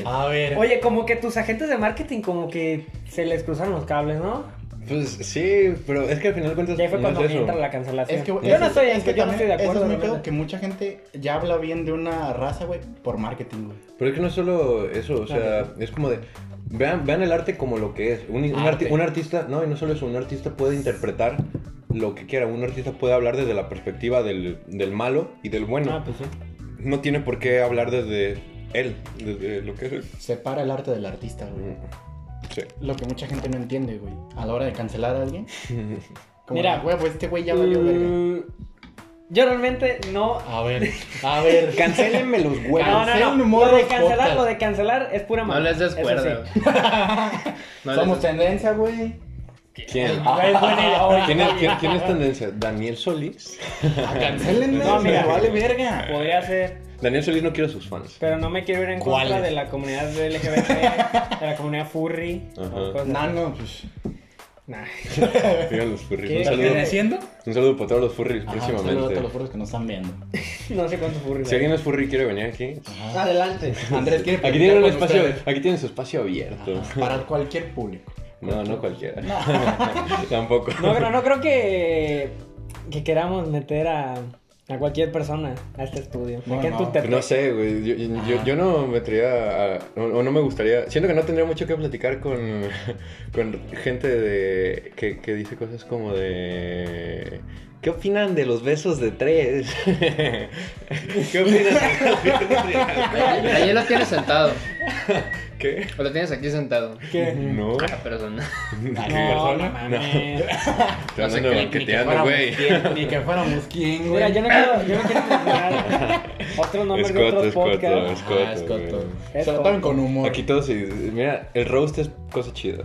S3: Ah, A ver.
S2: Oye, como que tus agentes de marketing como que se les cruzaron los cables, ¿no?
S4: Pues sí, pero es que al final de cuentas
S2: Ya fue
S4: no
S2: cuando
S4: es
S2: me
S4: eso.
S2: entra la cancelación.
S3: Es que,
S2: yo no estoy,
S3: es que
S2: yo no estoy
S3: también
S2: de
S3: eso
S2: acuerdo.
S3: es muy
S2: la
S3: feo
S2: verdad.
S3: que mucha gente ya habla bien de una raza, güey, por marketing, güey.
S4: Pero es que no es solo eso, o sea, es como de. Vean, vean el arte como lo que es. Un, un
S3: Arte.
S4: arti- un artista, no, y no solo eso, un artista puede interpretar lo que quiera. Un artista puede hablar desde la perspectiva del, del malo y del bueno.
S2: Ah, pues sí.
S4: No tiene por qué hablar desde él, desde lo que es él.
S3: Separa el arte del artista, güey.
S4: Sí.
S3: Lo que mucha gente no entiende, güey. A la hora de cancelar a alguien. Como,
S2: Mira.
S3: Mira, güey, pues este güey ya valió verga.
S2: Mm, Yo realmente no...
S3: A ver, a ver.
S4: Cancélenme los huevos.
S2: No, no,
S3: cancelen
S2: no. Lo de
S3: morros
S2: cancelar,
S3: podcast.
S2: lo de cancelar es pura
S1: No
S2: mamada,
S1: les des
S2: eso sí. (laughs)
S1: cuerda, güey. No les
S3: (laughs) Somos
S1: des-
S3: tendencia, güey. (laughs)
S4: ¿Quién?
S3: Güey,
S4: (laughs)
S3: buena idea, güey.
S4: ¿Quién, es, quién- quién es tendencia? Daniel Solís.
S3: Cancelenme,
S2: No,
S3: no,
S2: mira.
S3: Ah, vale verga.
S2: Podría ser,
S4: Daniel Solís no quiere a sus fans.
S2: pero no me quiero ir en
S3: ¿Cuál
S2: contra
S3: es?
S2: de la comunidad LGBT, de la comunidad furry. o
S4: Ajá.
S2: cosas.
S3: No, no, pues.
S2: Nah. (laughs)
S4: Digan los furries.
S2: ¿Qué?
S4: Un saludo,
S3: ¿Perteneciendo?
S4: un saludo para todos los furries
S3: Ajá, un saludo a
S4: próximamente.
S3: todos los foros que nos están viendo.
S2: No sé cuántos furries.
S4: Si
S2: hay.
S4: alguien es furry y quiere venir aquí,
S3: Ajá.
S2: Adelante.
S3: Andrés quiere
S4: Aquí tienen
S3: platicar
S4: un
S3: con
S4: espacio,
S3: ustedes.
S4: aquí tienen su espacio abierto.
S3: Ajá, Para cualquier público.
S4: No, no cualquiera. (laughs) Tampoco.
S2: No, pero no creo que, que queramos meter a, a cualquier persona a este estudio.
S3: No,
S2: Aquí en
S3: no.
S2: Tultepec.
S4: No sé, güey. Yo, yo- yo- yo no me traía a, o, o no me gustaría. Siento que no tendría mucho que platicar con, (laughs) con gente de, que, que dice cosas como de. ¿Qué opinan de los besos de tres? (laughs) ¿Qué opinan de los besos de tres?
S1: (laughs) Ahí ahí lo tienes sentado.
S4: ¿Qué?
S1: O lo tienes aquí sentado.
S2: ¿Qué?
S4: No.
S1: Ah, persona.
S4: ¿Qué
S2: No, no
S4: persona?
S2: mames.
S4: Te
S1: No sé
S4: andan
S1: qué, ni
S4: banqueteando, güey.
S3: Ni que fuéramos quién,
S2: Mira,
S3: güey.
S2: yo no quiero, yo no quiero mencionar (laughs) otros nombres de
S4: Escoto,
S2: otros
S4: escoto,
S2: podcasts.
S4: escoto,
S1: Ah, escoto.
S4: güey.
S2: Es
S3: Se
S2: todo.
S3: tratan con humor.
S4: Aquí todo se... Mira, el roast es cosa chida.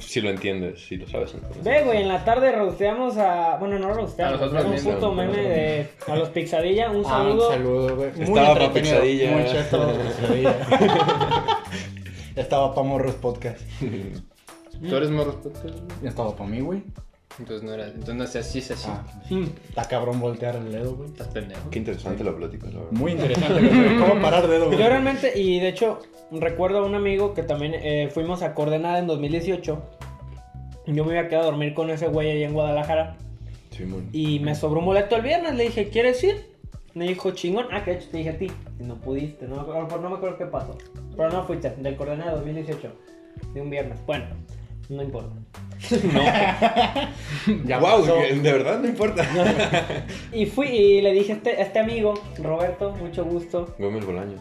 S4: Si lo entiendes, si lo sabes. entonces.
S2: Ve, güey, en la tarde rosteamos a. Bueno, no
S1: A
S2: rosteamos.
S1: nosotros
S2: era un
S1: mismos,
S2: puto
S4: ¿no?
S2: meme de. A los Pixadilla, un
S3: Ah, un
S2: saludo.
S3: saludo, güey. Muy
S4: Estaba pa'
S3: entretenido,
S4: Pixadilla.
S3: Muy chido, estaba pa' Pixadilla. Estaba pa' Morros Podcast.
S2: Mm.
S1: ¿Tú eres morro podcast?
S3: Estaba pa' mí, güey.
S1: Entonces no era. Entonces no sé, así es así.
S3: Ah,
S2: Mm.
S3: está cabrón voltear el dedo, güey.
S1: Estás pendejo.
S4: Qué interesante la plática, la verdad.
S3: Muy interesante, güey. ¿Cómo parar dedo, güey?
S2: Yo realmente, y de hecho, recuerdo a un amigo que también eh, fuimos a Coordenada en 2018. Yo me había quedado a dormir con ese güey allá en Guadalajara.
S4: Simón.
S2: Y me sobró un boleto el viernes. Le dije, ¿quieres ir? Me dijo, chingón. Ah, que de hecho te dije a ti. Y No pudiste. No, me acuerdo- no me acuerdo qué pasó. Pero no fuiste. Del Coordenada 2018. De un viernes. Bueno, no importa.
S3: Ya
S4: wow,
S3: pasó.
S4: de verdad no importa.
S2: Y fui y le dije a este, a este amigo, Roberto, mucho gusto.
S4: Gómez Bolaños.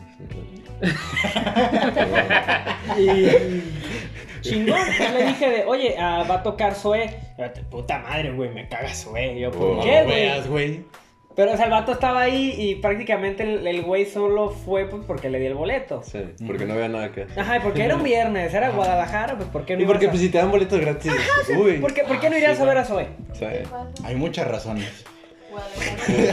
S2: Y chingón, yo le dije de, oye, ah, va a tocar Zoe. Puta madre, güey, me caga Zoe. Y Yo, ¿por
S4: Oh,
S2: qué,
S3: No
S2: güey?
S3: veas, güey.
S2: Pero, o sea, el vato estaba ahí y prácticamente el el güey solo fue pues, porque le di el boleto.
S4: Sí, porque no veo nada que hacer.
S2: Ajá, y porque era un viernes, era Guadalajara, pues ¿por qué no
S4: Y porque
S2: ibas
S4: pues,
S2: a...
S4: si te dan boletos gratis, uy.
S2: ¿Por qué, por qué no irías a ver a Zoe?
S4: Sí. (laughs)
S7: pasa?
S3: Hay muchas razones.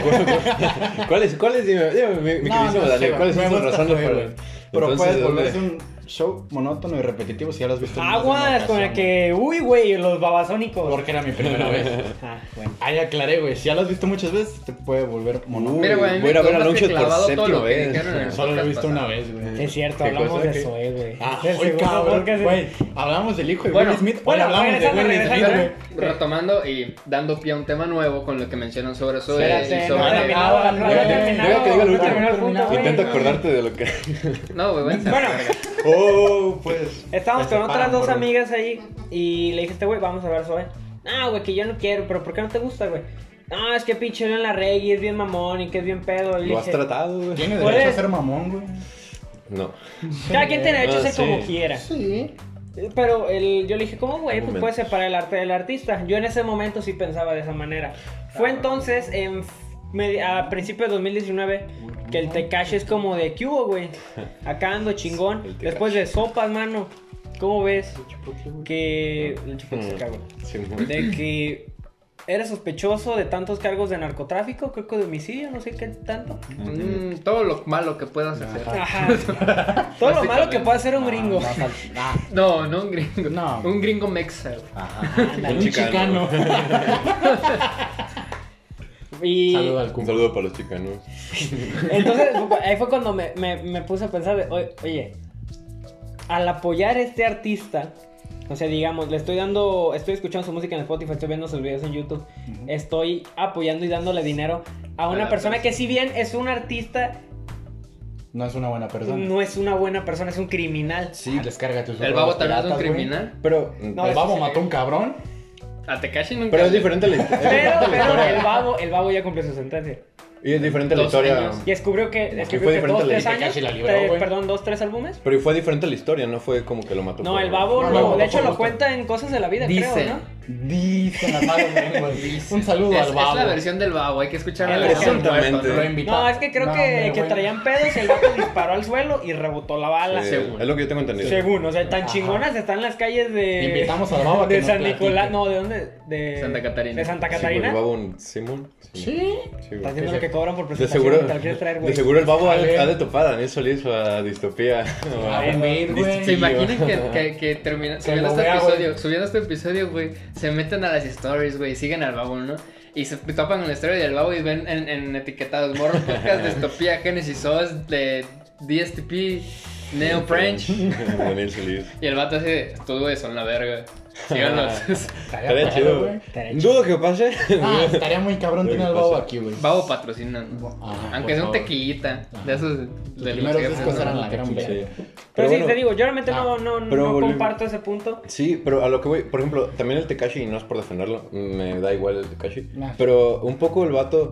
S7: Guadalajara.
S4: ¿Cuáles? ¿Cuáles? Dime, dime, mi, mi queridísimo Daniel, ¿cuáles son
S3: tus
S4: tus razones para...?
S3: Pero
S4: Entonces,
S3: puedes
S4: ¿dónde?
S3: volverse un show monótono y repetitivo si ya lo has visto. en más de una
S2: Aguas con el
S3: ocasión,
S2: que, uy, güey, los
S3: güey.
S2: babasónicos.
S3: Porque era mi primera vez.
S2: (laughs) Ah, bueno.
S3: Ahí aclaré, güey. Si ya lo has visto muchas veces, te puede volver monótono.
S4: Uy,
S1: Mira, güey, a mí
S4: voy
S1: me
S4: a ver
S1: quedó
S4: a
S1: más que
S4: Lonchos por
S1: clavado todo
S4: séptima
S1: lo que
S4: vez.
S1: dijeron en el
S3: Solo lo he
S1: podcast
S3: visto
S1: pasado.
S3: una vez, güey.
S2: Es cierto,
S4: ¿Qué
S2: hablamos
S4: cosa?
S2: de
S4: ¿Qué?
S2: Zoe, güey.
S3: Ah,
S2: Del
S3: hoy
S2: segundo
S3: cabrón,
S2: podcast.
S3: güey. Hablamos del hijo de
S1: Bueno,
S3: Will Smith. Hoy
S2: bueno,
S3: hablamos de
S2: regresando,
S3: Will Smith,
S2: regresando.
S3: güey.
S1: Retomando y dando pie a un tema nuevo con lo que mencionan sobre Zoe
S2: Espérate,
S1: y
S2: no
S1: sobre.
S2: ha terminado,
S3: Ah,
S2: no ha
S4: deja que-
S2: terminado,
S4: deja que diga el
S2: no ha
S4: último.
S2: terminado el punto, güey.
S4: Intenta acordarte de lo que...
S1: No, güey, vente.
S2: Bueno.
S4: Oh, pues...
S2: Estábamos
S3: Se
S2: con otras
S3: separan,
S2: dos
S3: este morro.
S2: amigas ahí y le dije a este güey, vamos a ver Zoe. Ah, güey, que yo no quiero, pero ¿por qué no te gusta, güey? No, es que pinche en la reggae es bien mamón y que es bien pedo. Le
S4: ¿Lo has
S2: dije,
S4: tratado, güey?
S3: Tiene
S2: ¿Cuál
S3: derecho a
S2: es?
S3: ser mamón, güey.
S4: No.
S2: Cada quien tiene derecho a
S4: Ah,
S2: ser
S4: sí.
S2: como quiera.
S1: Sí.
S2: Pero el, yo le dije, ¿cómo, güey? Pues
S4: Argumentos.
S2: puedes separar el arte del artista. Yo en ese momento sí pensaba de esa manera. Fue entonces, en f- medi- a principios de 2019, que el Tekashi es como de ¿qué hubo,
S4: (laughs)
S2: güey. Acá ando
S4: El
S2: chingón.
S4: Tekashi.
S2: Después de sopas, mano. ¿Cómo ves? Que. El chipotle
S4: Hmm.
S2: se cagó.
S4: Simón.
S2: De que eres sospechoso de tantos cargos de narcotráfico, creo que de homicidio, no sé qué tanto.
S1: Mm, todo lo malo que puedas hacer.
S2: Ajá. (laughs) Todo lo malo que puede hacer un gringo.
S3: Ah, no, sal- ah, (laughs)
S1: No, no un gringo.
S3: No.
S1: Un gringo mexa. güey.
S4: Ah, Un
S3: Un chicano.
S2: Y
S3: Saluda al
S4: Un
S3: cumple.
S4: saludo para los chicanos.
S2: entonces fue cu- ahí fue cuando me, me- me puse a pensar, de, "Oye, oye, al apoyar a este artista, o sea, digamos, le estoy dando, estoy escuchando su música en Spotify, estoy viendo sus videos en YouTube, estoy apoyando y dándole dinero a una
S1: la
S2: persona que si bien es un artista,
S3: No es una buena persona.
S2: no es una buena persona, es un criminal.
S3: Sí, descarga tus
S1: El babo también es un criminal.
S4: Pero...
S2: No,
S3: El
S2: eso
S3: babo
S2: sí.
S3: mató a un cabrón.
S1: A Tekashi nunca.
S4: Pero es diferente la (laughs) historia.
S2: Pero, pero el babo, el babo ya cumplió su sentencia.
S4: Y es diferente la
S1: Dos
S4: historia.
S1: años.
S2: Y descubrió que, descubrió
S4: fue
S2: que
S4: diferente
S2: dos,
S4: la
S2: tres
S3: que
S4: ley
S2: años,
S3: casi la libró,
S2: tres-
S3: güey.
S2: perdón, dos, tres álbumes.
S4: Pero fue diferente la historia, no fue Pues como que lo mató.
S2: No,
S4: por-
S2: el babo,
S3: No,
S2: lo-
S3: no,
S2: de hecho
S3: por
S2: lo
S3: gusto.
S2: cuentan en cosas de la vida,
S1: Dicen.
S2: creo, ¿no?
S3: Dicen las malas
S1: (laughs)
S3: lenguas.
S1: Dicen.
S3: Un saludo
S1: es,
S3: al babo.
S1: Es la versión del babo, hay que escuchar la
S2: Ah,
S1: versión del
S4: exactamente.
S1: muerto,
S3: Lo
S1: ¿no?
S3: invitaron.
S2: No, es que creo
S3: No,
S2: que,
S3: hombre,
S2: que
S3: güey.
S2: traían pedos y el gato disparó al suelo y rebotó la
S4: Sí,
S2: bala.
S1: según.
S4: Es lo que yo tengo entendido.
S2: Según, o sea, tan
S3: Ajá.
S2: chingonas están las calles de.
S3: Invitamos al babo a que
S2: De
S3: nos
S2: San
S3: platique.
S2: Nicolás, no, ¿de dónde? De
S1: Santa Catarina.
S2: De Santa
S4: Sí, pues,
S2: Catarina.
S4: el babo, Simón.
S3: Sí.
S4: Sí,
S2: Estás
S4: güey.
S2: haciendo lo que cobran por
S4: De
S2: presentación.
S4: seguro,
S2: te la quieres traer, güey.
S4: de seguro el babo ha,
S3: A ver.
S4: ha de topar a Daniel Solís o a Distopía. (laughs) o a-
S3: A ver, güey.
S1: ¿Se imaginan que, que, que
S3: (laughs)
S1: termina-
S3: Se
S1: subiendo,
S3: lo
S1: este
S3: vea, güey.
S1: episodio, subiendo este episodio, güey, se meten a las stories, güey, y siguen al babo, ¿no? Y se topan con la historia del babo y ven en, en etiquetados morro podcast,
S3: (laughs)
S1: distopía, Genesis OS, de DSTP, Neo French.
S4: (laughs) Daniel Solís.
S1: Y el vato así de, estos güeyes son la
S3: (laughs)
S1: verga. Síganos.
S4: Estaría chido, güey.
S2: Estaría chido.
S4: Dudo que pase.
S3: Ah, estaría muy cabrón tener al babo aquí, güey.
S1: (laughs) Babo patrocinando.
S3: Ah,
S1: Pues, Aunque sea un
S3: por favor. Ah.
S1: tequillita. De esos
S3: Los
S1: de
S3: primeros discos eran la gran
S4: Sí.
S3: verga.
S2: Pero, sí,
S4: bueno,
S2: te digo, yo realmente no,
S3: Ah,
S2: no, no
S4: pero volvimos.
S2: comparto ese punto.
S4: Sí, pero a lo que voy, por ejemplo, también el Tekashi, y no es por defenderlo, me da igual el Tekashi,
S3: Nah.
S4: pero un poco el vato,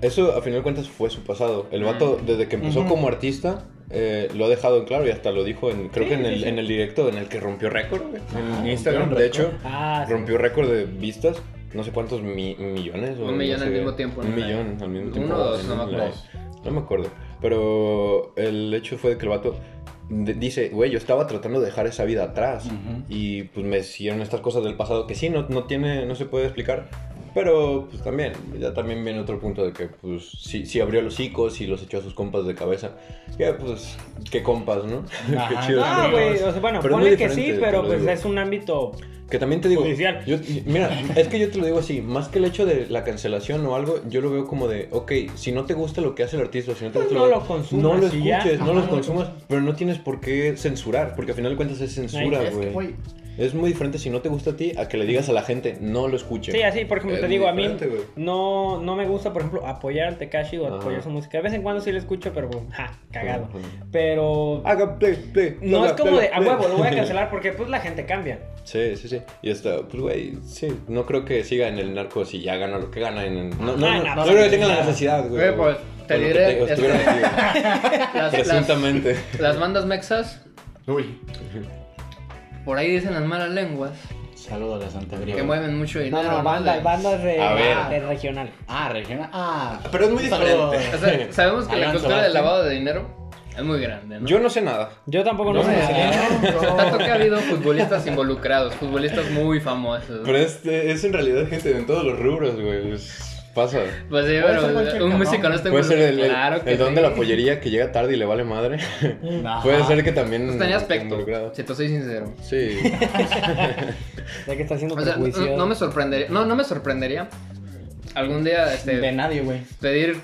S4: eso a final de cuentas fue su pasado. El vato, desde que empezó
S3: Ujú.
S4: como artista, eh, lo ha dejado en claro y hasta lo dijo en, creo
S2: Sí,
S4: que en
S2: sí,
S4: el,
S2: sí.
S4: en el directo en el que rompió récord güey, en
S1: Ah,
S6: rompió
S4: Instagram,
S6: un
S4: de
S6: récord.
S4: hecho,
S2: Ah, sí.
S4: rompió récord de vistas, no sé cuántos mi- millones. o
S1: Un millón
S4: no
S1: al
S4: sé,
S1: mismo tiempo, ¿no?
S4: Un millón al mismo
S1: Uno
S4: tiempo.
S1: o dos, no me
S4: en
S1: acuerdo.
S4: live. No me acuerdo, pero el hecho fue de que el vato de- dice, güey, yo estaba tratando de dejar esa vida atrás
S6: Ujú.
S4: y pues me hicieron estas cosas del pasado que sí, no, no tiene, no se puede explicar. Pero pues también, ya también viene otro punto de que pues sí, sí abrió los hocicos y los echó a sus compas de cabeza. Ya pues, qué compas, ¿no? (laughs) qué
S6: Ajá.
S4: chido.
S2: No, güey, o sea, bueno,
S4: Pero es
S2: ponle
S4: muy
S2: que sí,
S4: diferente, te
S2: pero
S4: lo
S2: pues
S4: digo.
S2: es un ámbito.
S4: Que también te digo,
S2: Judicial.
S4: yo- mira, es que yo te lo digo así, más que el hecho de la cancelación o algo, yo lo veo como de, ok, si no te gusta lo que hace el artista, si no te
S2: Pues
S4: gusta
S2: no
S4: que-
S2: lo consumas
S4: no lo
S2: y ya.
S4: escuches, no
S6: Ajá,
S4: los
S6: no lo
S4: consumas, pero no tienes por qué censurar, porque al final de cuentas es censura,
S6: Es que,
S4: güey.
S6: güey,
S4: Es muy diferente si no te gusta a ti a que le digas a la gente, no lo escuche.
S2: Sí, así, por ejemplo,
S4: Es
S2: te
S4: muy
S2: digo, a mí
S4: diferente, güey.
S2: no, no me gusta, por ejemplo, apoyar al Tekashi o
S4: Ajá.
S2: apoyar su música. De vez en cuando sí lo escucho, pero pues, ja, cagado.
S4: Ajá.
S2: Pero
S4: Haga play, play,
S2: no
S4: haga
S2: es como
S4: play,
S2: de, a
S4: play".
S2: huevo, lo
S4: (laughs)
S2: voy a cancelar porque pues la gente cambia.
S4: Sí, sí, sí. Y hasta, pues, güey, sí, no creo que siga en el narco si ya gana lo que gana. En, no, no, no,
S2: Ah,
S4: no,
S2: no,
S4: creo que
S2: sí,
S4: tenga la
S2: nada.
S4: necesidad, güey.
S1: Güey, pues, te
S4: Con lo que
S1: diré,
S4: o estuvieran
S1: este-
S4: aquí, güey.
S1: Las, las,
S4: Presuntamente.
S1: las bandas mexas,
S6: Uy,
S1: por ahí dicen las malas lenguas,
S6: saludo a la Santa
S1: que
S6: Griega.
S1: mueven mucho dinero.
S2: No, no,
S1: ¿no?
S2: banda,
S1: De-
S2: bandas de,
S4: A ver.
S2: de regional.
S6: Ah, Regina. Ah,
S4: Pero es muy
S6: saludo.
S4: diferente.
S1: O sea,
S4: (laughs)
S1: sabemos que la
S6: Alonso
S1: cultura del
S6: Martín.
S1: lavado de dinero es muy grande, ¿no?
S4: Yo no sé nada.
S2: Yo tampoco
S4: No,
S2: no, sé.
S4: no,
S1: Tanto que ha habido futbolistas involucrados, futbolistas muy famosos.
S4: Pero este es en realidad gente en todos los rubros, güey. pues, pasa.
S1: Pues sí,
S6: Puede ser cualquier
S1: pero un
S6: cabrón.
S1: músico no está
S4: Puede ser el, el,
S1: Claro que
S4: el don
S1: sí.
S4: de la pollería que llega tarde y le vale madre. (laughs)
S6: Ajá.
S4: Puede ser que también.
S1: Pues tenía
S4: esté
S1: aspecto,
S4: involucrado.
S1: si te soy sincero. (laughs)
S4: Sí.
S2: Ya que está haciendo
S1: O sea, no,
S2: prejuicio.
S1: no me sorprendería, no, no me sorprendería algún día este,
S6: De nadie, güey.
S1: pedir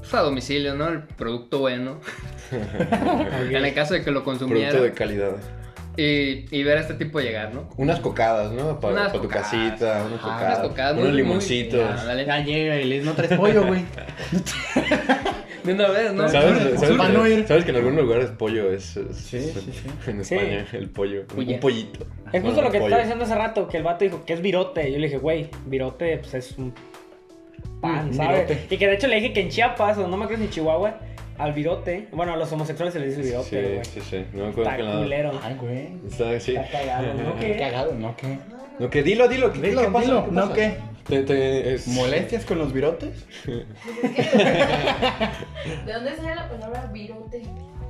S1: pues, a domicilio, ¿no? El producto
S2: (laughs)
S1: bueno, en el caso de que lo consumiera
S4: Producto de calidad.
S1: y, y ver a este tipo llegar, ¿no?
S4: Unas cocadas, ¿no? Para,
S1: Unas
S4: para tu
S1: cocadas.
S4: casita, unas
S6: Ajá.
S4: cocadas.
S1: Unas cocadas, muy-
S4: unos
S1: muy-
S4: limoncitos.
S1: Ah, dale.
S6: Ya llega y les no traes pollo, güey.
S1: De una vez, ¿no?
S4: ¿Sabes, sabes
S6: Para no
S4: que,
S6: ir.
S4: sabes que en algunos lugares pollo es, es-
S6: Sí, sí, sí.
S4: en
S2: Sí.
S4: España el pollo, un-
S1: Puya.
S4: un pollito.
S2: Es justo
S4: Bueno,
S2: lo que
S4: pollo.
S2: estaba diciendo hace rato, que el vato dijo que es virote. Yo le dije, güey, virote, pues es un pan,
S6: Mm,
S2: ¿sabes?
S6: virote.
S2: Y que de hecho le dije que en Chiapas, o no me acuerdo si en Chihuahua, al virote, bueno, a los homosexuales se les dice virote, güey.
S4: Sí, sí, sí. No me acuerdo
S2: Está
S4: que nada.
S2: culero.
S6: Ay, güey.
S4: Está, sí.
S2: Está cagado, ¿no?
S6: Qué
S2: ¿Qué?
S6: cagado, ¿no? ¿Qué?
S4: No, que dilo, dilo, que
S6: Dilo,
S4: ¿qué pasa?
S6: dilo,
S4: ¿Qué
S6: ¿no
S4: pasa?
S6: qué?
S4: Te, te, es...
S6: ¿Molestias con los virotes?
S7: ¿De dónde sale la palabra virote?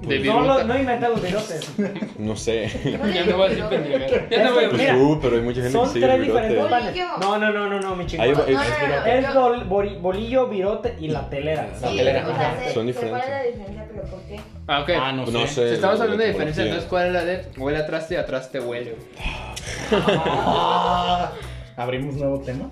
S1: De
S2: No,
S1: viruta.
S2: lo- no inventan los
S4: (laughs)
S2: virotes.
S4: No
S2: (laughs)
S4: sé.
S1: Ya Pues, no voy a decir pendejadas. Ya no voy a
S2: Mira,
S4: Pues, uh, pero hay mucha gente que
S2: Son
S4: sigue
S2: tres
S4: el virote.
S2: diferentes panes.
S7: Bolillo.
S2: No, no, no, no, no, mi chico.
S4: Ahí va-
S7: No, no, no,
S2: Es
S7: no,
S2: bol- boli- bolillo, virote y la telera.
S7: Sí,
S6: telera,
S7: o
S6: ajá.
S7: sea, sé-
S4: Son
S7: sé cuál es la
S4: diferentes.
S7: diferencia, pero ¿por qué?
S1: Ah, ok.
S6: Ah, no,
S4: No
S6: sé.
S4: sé.
S1: si estamos
S4: la-
S1: hablando
S4: la
S1: de diferencia,
S4: etimología.
S1: entonces ¿cuál es la de huele atrás y atrás te huele? güey?
S6: Ah, Abrimos nuevo tema.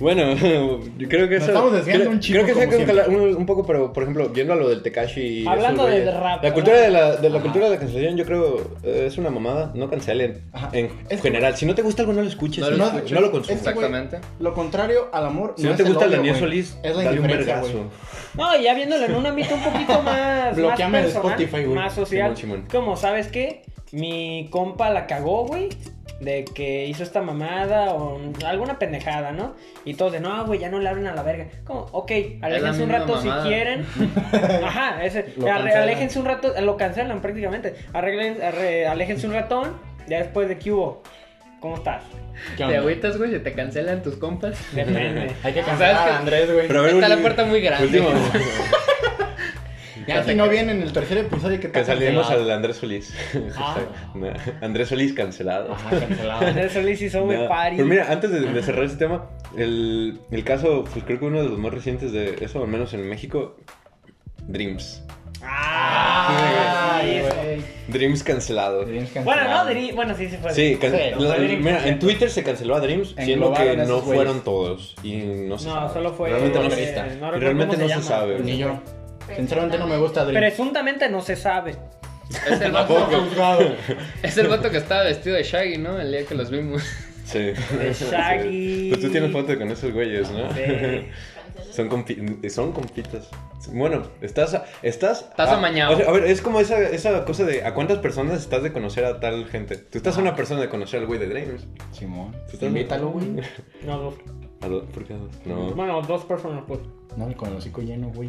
S4: Bueno, (laughs) yo creo que
S6: Nos
S4: eso.
S6: estamos desviando
S4: creo,
S6: un chingo,
S4: Creo que sea
S6: como
S4: como que la-
S6: siempre.
S4: un, un poco, pero por ejemplo, viendo a lo del Tekashi. y
S2: Hablando
S4: esos
S2: de
S4: güeyes,
S2: rap,
S4: La cultura de la, de la
S6: Ajá.
S4: cultura de la cancelación, yo creo, eh, es una mamada. No cancelen.
S6: Ajá.
S4: En
S6: Es que-
S4: general, si no te gusta algo, no lo escuches.
S1: No lo
S4: no,
S1: escuches.
S4: no lo consumas.
S6: Es que, güey,
S1: Exactamente.
S6: Lo contrario al amor.
S4: Si no,
S6: es
S4: te gusta el
S6: odio,
S4: Daniel
S6: güey.
S4: Solís,
S6: es la
S4: dale un
S6: indiferencia, güey.
S4: vergazo.
S2: No, ya viéndolo en un ámbito un poquito más.
S6: Bloqueame
S2: más
S6: de Spotify, güey.
S2: Más social.
S4: Simón, Simón.
S2: Como, ¿sabes qué? Mi compa la cagó, güey. De que hizo esta mamada o alguna pendejada, ¿no? Y todos de, no, güey, ya no le hablen a la verga. Como, ok, aléjense un
S1: misma
S2: rato
S1: mamada.
S2: si quieren. Ajá, ese.
S6: Lo
S2: arre-
S6: cancelan.
S2: aléjense un rato, lo cancelan prácticamente. Arreglen, arre- aléjense un ratón, ya después de que hubo. ¿Cómo estás?
S6: ¿Qué
S1: ¿Te
S6: onda?
S1: agüitas, güey? ¿Se te cancelan tus compas?
S2: Depende.
S6: Hay que
S1: ¿Sabes
S6: cancelar
S1: qué?
S6: a Andrés, güey.
S4: Pero a ver,
S1: Está la
S4: ul-
S1: puerta muy grande.
S4: Último.
S6: Ya si no viene en el tercer episodio que está
S4: Cancelemos
S6: cancelado.
S4: al Andrés Solís. (laughs)
S6: Ah.
S4: No, Andrés Solís cancelado.
S6: Ajá, cancelado.
S4: (laughs)
S2: Andrés Solís hizo
S4: Nada.
S2: un party.
S4: Pero Pues mira, antes de, de cerrar este tema, el, el caso, pues creo que uno de los más recientes de eso, al menos en México, Dreams.
S2: Ah, sí, eso.
S4: Dreams cancelado.
S2: Bueno, no, dirí- bueno, sí, sí fue.
S4: Sí, can-
S6: Sí,
S4: la-
S6: fue
S2: Dreams.
S4: mira, en Twitter se canceló a Dreams, siendo
S6: Englobaron
S4: que
S6: a esos
S4: no
S6: güeyes.
S4: fueron todos. Y no se
S2: No,
S4: sabe.
S2: solo fue- este,
S4: Realmente no,
S6: eh,
S4: se-
S2: no
S4: y
S2: recuerdo
S4: realmente
S2: cómo
S4: no
S2: se
S4: se
S2: llama.
S4: sabe.
S6: Ni yo. Sinceramente no me gusta Dreams.
S2: Presuntamente no se sabe.
S1: Es el vato,
S6: juzgado.
S1: es el vato que estaba vestido de Shaggy, ¿no? El día que los vimos.
S4: Sí. (laughs)
S2: Shaggy.
S4: Pues tú tienes foto con esos güeyes, ¿no?
S2: Sí.
S4: Son, compi- son compitas. Bueno, estás. Estás,
S1: Estás
S4: a-
S1: amañado.
S4: o sea, a ver, es como esa, esa cosa de a cuántas personas estás de conocer a tal gente. Tú estás a una persona de conocer al güey de Dreams.
S6: Simón.
S4: Tú estás-
S6: Invítalo, güey.
S2: (laughs) No, no.
S4: ¿A dos? ¿Por qué a dos? No.
S2: Bueno, dos personas, pues.
S6: No, y con el hocico lleno, güey.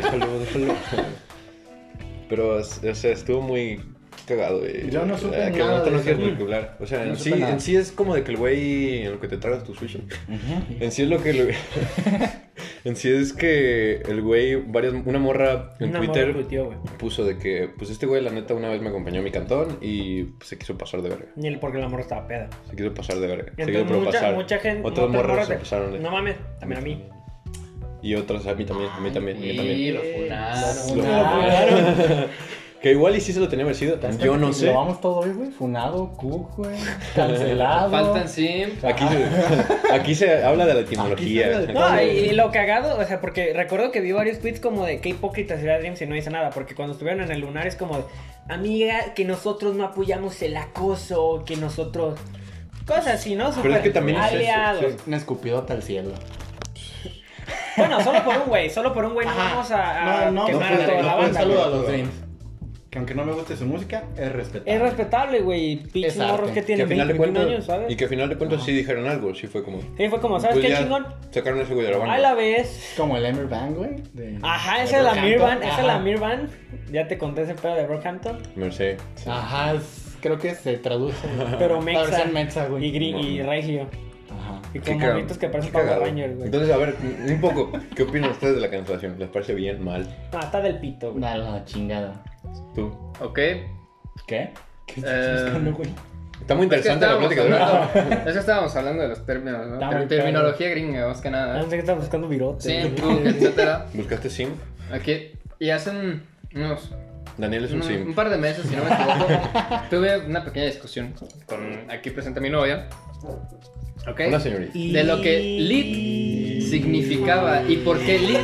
S4: Déjalo, déjalo. (laughs) Pero, o sea, estuvo muy cagado, güey.
S6: Yo no supe
S4: Ah, que
S6: nada
S4: neta
S6: de
S4: no
S6: eso.
S4: quiero especular. O sea,
S6: No
S4: en,
S6: supe
S4: sí,
S6: nada.
S4: en sí es como de que el güey, en lo que te tragas tu sushi.
S6: Ujú.
S4: En sí es lo que... le- (laughs) en sí es que el güey, varias, una morra en
S2: Una morra
S4: Twitter
S2: tuiteó, güey.
S4: puso de que, pues este güey, la neta, una vez me acompañó a mi cantón y pues, se quiso pasar de verga.
S2: Ni el porque el amor estaba peda.
S4: Se quiso pasar de verga. se
S2: Entonces,
S4: quiso
S2: mucha,
S4: propasar.
S2: mucha gente. otras
S4: Otros morros
S2: morras
S4: se
S2: de-
S4: pasaron de-
S2: No mames, también a
S4: (laughs)
S2: mí.
S4: Y otros a mí también, a mí también, a mí
S1: Y
S4: también.
S1: lo
S6: Lo
S1: funaron.
S2: Ah,
S6: funaron.
S4: (laughs) Que igual y sí se lo tenía merecido. Yo no sé.
S6: Lo vamos todo hoy, güey. Funado, cuc, güey. Cancelado.
S1: Faltan sim.
S4: Aquí se, aquí se habla de la
S6: Aquí se
S4: etimología.
S6: habla de-
S2: No, y, y lo cagado, o sea, porque recuerdo que vi varios tweets como de qué hipócrita será Dream si no dice nada, porque cuando estuvieron en el lunar es como de, amiga, que nosotros no apoyamos el acoso, que nosotros... Cosas así, ¿no?
S4: Pero es que también es eso,
S2: aliados.
S4: sí.
S6: Una escupidota al cielo.
S2: Bueno, solo por un güey, solo por un güey no
S6: Ajá.
S2: vamos a, a
S6: No, no,
S2: quemar
S4: no,
S2: a toda
S4: no,
S2: la
S4: no,
S6: Un
S2: banda.
S6: saludo
S2: güey.
S6: a los Dreams. Que aunque no me guste su música, es respetable.
S2: Es respetable, güey, pinches
S6: Es arte.
S2: morros que
S4: Que
S2: tienen
S4: al final
S2: 20,
S4: de
S2: 21
S4: cuentas,
S2: años, ¿sabes?
S4: y que al final de cuentas sí dijeron algo, sí fue como.
S2: Sí, fue como, ¿sabes
S4: pues
S2: qué
S4: ya
S2: chingón?
S4: Sacaron ese güey de la
S2: A la
S4: banda.
S2: vez.
S6: Como el Emer Van, güey. de-
S2: Ajá,
S6: de
S2: esa es la
S6: Brockhampton.
S2: Mirvan, esa
S6: Ajá.
S2: es la Mirvan. Ya te conté ese pedo de Brockhampton.
S4: No sé.
S2: Ah,
S6: Ajá, es- creo que se traduce.
S2: Pero
S6: La
S2: Mexa
S6: versión mexa,
S2: y,
S6: güey.
S2: Gri- y Regio.
S6: Ajá.
S2: Y
S4: Qué
S2: con
S4: cagado,
S2: momentos que parecen
S4: qué
S2: Power
S4: cagado.
S2: Rangers, güey.
S4: Entonces, a ver, un poco, ¿qué opinan ustedes de la cancelación? ¿Les parece bien, mal?
S2: Ah, está del pito, güey.
S6: Da la chingada.
S4: Tú.
S1: Ok.
S6: ¿Qué? ¿Qué
S1: Eh,
S6: estás buscando, güey?
S4: Está muy
S1: Es que,
S4: interesante la
S1: estábamos
S4: plática, de verdad.
S1: (laughs) hablando, es que estábamos hablando de los términos, ¿no?
S6: Está muy
S1: Ter- terminología gringa, más que
S2: Ah,
S1: nada.
S2: no sé qué estás buscando virote.
S1: Sim,
S2: güey.
S1: punk, etcétera.
S4: ¿Buscaste sim?
S1: Aquí. Y hacen unos
S4: Daniel es un
S1: un, un
S4: sim.
S1: par de meses, si no me
S4: (laughs)
S1: equivoco, tuve una pequeña discusión con aquí presente mi novia. ¿Ok?
S4: Una señorita.
S1: De lo que lit significaba y por qué lit.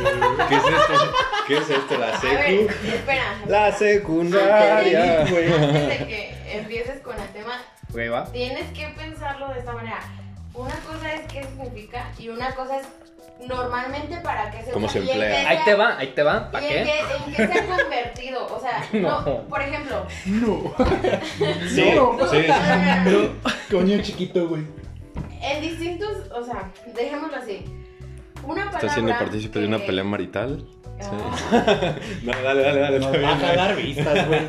S4: ¿Qué es esto? ¿Qué es esto? La
S7: A ver,
S4: secu.
S7: espera.
S4: La secundaria.
S7: Antes de que empieces con el tema,
S1: Ok, va.
S7: tienes que pensarlo de esta manera. Una cosa es qué significa y una cosa es normalmente para qué se
S4: ¿Cómo
S7: usa
S4: se
S7: y en
S4: emplea?
S7: qué
S1: Ahí
S7: se
S1: te
S7: ha-
S1: va, ahí te va.
S7: Y
S1: ¿Para
S7: en
S1: qué?
S7: qué, en qué se ha convertido. O sea, no, por ejemplo,
S6: No.
S4: Sí,
S7: no,
S4: sí.
S7: no, no, no, no.
S6: Coño chiquito, güey.
S7: en distintos, o sea, dejémoslo así. Una palabra.
S4: ¿Estás siendo partícipe de una
S7: que-
S4: pelea marital?
S7: Ah,
S4: No, dale, dale, dale.
S6: Nos vas a dar vistas, güey.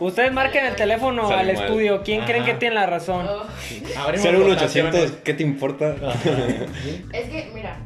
S2: Ustedes marquen el teléfono
S4: Sale
S2: al
S4: mal.
S2: estudio. ¿Quién
S6: Ajá.
S2: creen que tiene la razón?
S7: oh.
S6: Abrimos
S4: Ser un
S6: votaciones.
S4: 800, ¿qué te importa?
S7: Es que, mira,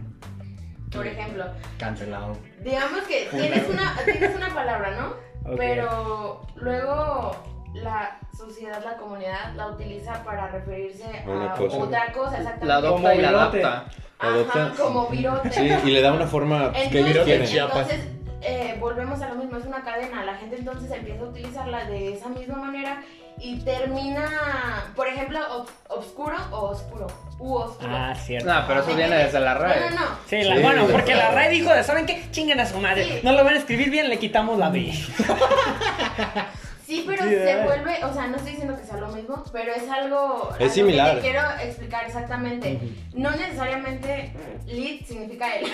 S7: por ejemplo,
S6: Cancelado.
S7: digamos que tienes una, tienes una palabra, ¿no?
S2: Ok.
S7: Pero luego la sociedad, la comunidad la utiliza para referirse a
S4: Una cosa.
S7: otra cosa, exactamente.
S1: La adopta y la
S2: Como
S1: adapta.
S7: Ajá,
S4: adopta.
S7: como virote.
S4: Sí, y le da una forma que ellos
S7: Entonces,
S4: quieren.
S6: Chiapas.
S7: entonces eh, volvemos a lo mismo, es una cadena. La gente entonces empieza a utilizarla de esa misma manera y termina, por ejemplo, ob- obscuro o oscuro. U oscuro.
S2: Ah, cierto.
S1: No, pero eso viene desde la
S7: no,
S1: RAE.
S7: no, no.
S2: Sí, la,
S4: Sí,
S2: bueno,
S4: güey.
S2: porque la red dijo de, ¿saben qué? Chingan a su madre.
S7: Sí.
S2: No lo van a escribir bien, le quitamos la B.
S7: Sí, pero
S2: Sí,
S7: se
S2: ¿verdad?
S7: vuelve, o sea, no estoy diciendo que sea lo mismo, pero es algo... algo
S4: similar.
S7: Que te quiero explicar exactamente. No necesariamente lit significa él.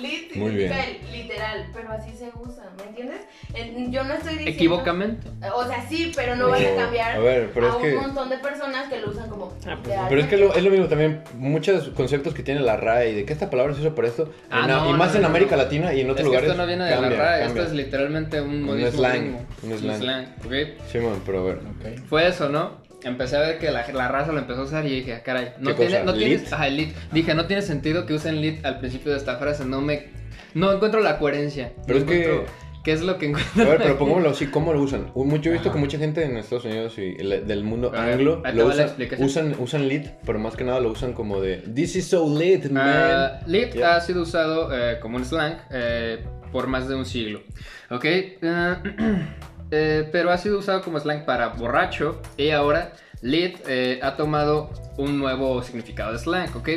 S7: lit
S4: Muy bien.
S7: significa el literal, pero así se usa, ¿me entiendes? En- Yo no estoy diciendo...
S1: Equivocamente.
S7: O sea, sí, pero no vas a cambiar
S4: A ver, pero
S7: a
S4: es
S7: un
S4: que-
S7: montón de personas que lo usan como...
S2: Ah, pues,
S7: literal.
S4: Pero es que
S7: (laughs)
S4: lo- es lo mismo también, muchos conceptos que tiene la RAE, de que esta palabra se usa para esto,
S1: Ah,
S4: en-
S1: no,
S4: y más
S1: no,
S4: en
S1: no,
S4: América
S1: no.
S4: Latina y en
S1: Es que
S4: otros lugaes.
S1: esto no viene de
S4: cambia,
S1: la RAE,
S4: cambia.
S1: esto es literalmente un
S4: Un
S1: modismo
S4: slang,
S1: gringo.
S4: un slang.
S1: ¿ok?
S4: Sí, man, pero a ver.
S6: Ok.
S1: Fue eso, ¿no? Empecé a ver que la, la raza lo empezó a usar y dije, "Ah, caray, no
S4: ¿Qué
S1: tiene,
S4: cosa?
S1: no
S4: ¿Lit?
S1: tienes, ajá, el lit. Dije, no tiene sentido que usen lit al principio de esta frase, no me, no encuentro la coherencia.
S4: Pero
S1: No
S4: es que-
S1: encuentro ¿qué es lo que encuentro?
S4: A ver, pero pongámoslo así, ¿cómo lo usan? Un- Mucho he visto
S6: Ajá.
S4: que mucha gente en Estados Unidos y el- del mundo
S1: A ver,
S4: anglo
S1: ahí te
S4: lo
S1: va la
S4: usan,
S1: explicación.
S4: usan, usan lit, pero más que nada lo usan como de This is so lit,
S1: Ah,
S4: man.
S1: lit
S4: Yeah.
S1: ha sido usado eh, como un slang eh, por más de un siglo, ¿ok? Ah, (clears throat) eh, pero ha sido usado como slang para borracho y ahora lit eh, ha tomado un nuevo significado de slang, ¿ok?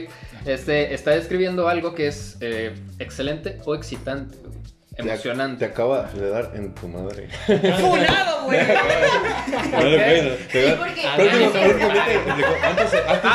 S1: Este está describiendo algo que es eh, excelente o excitante. güey. Emocionante.
S4: Te acaba de dar en tu madre.
S7: ¡Funado, güey!
S4: No le puedes- te
S7: Sí,
S4: da-
S7: porque-
S4: práctico-
S7: Ah,
S4: prácticamente, antes, antes-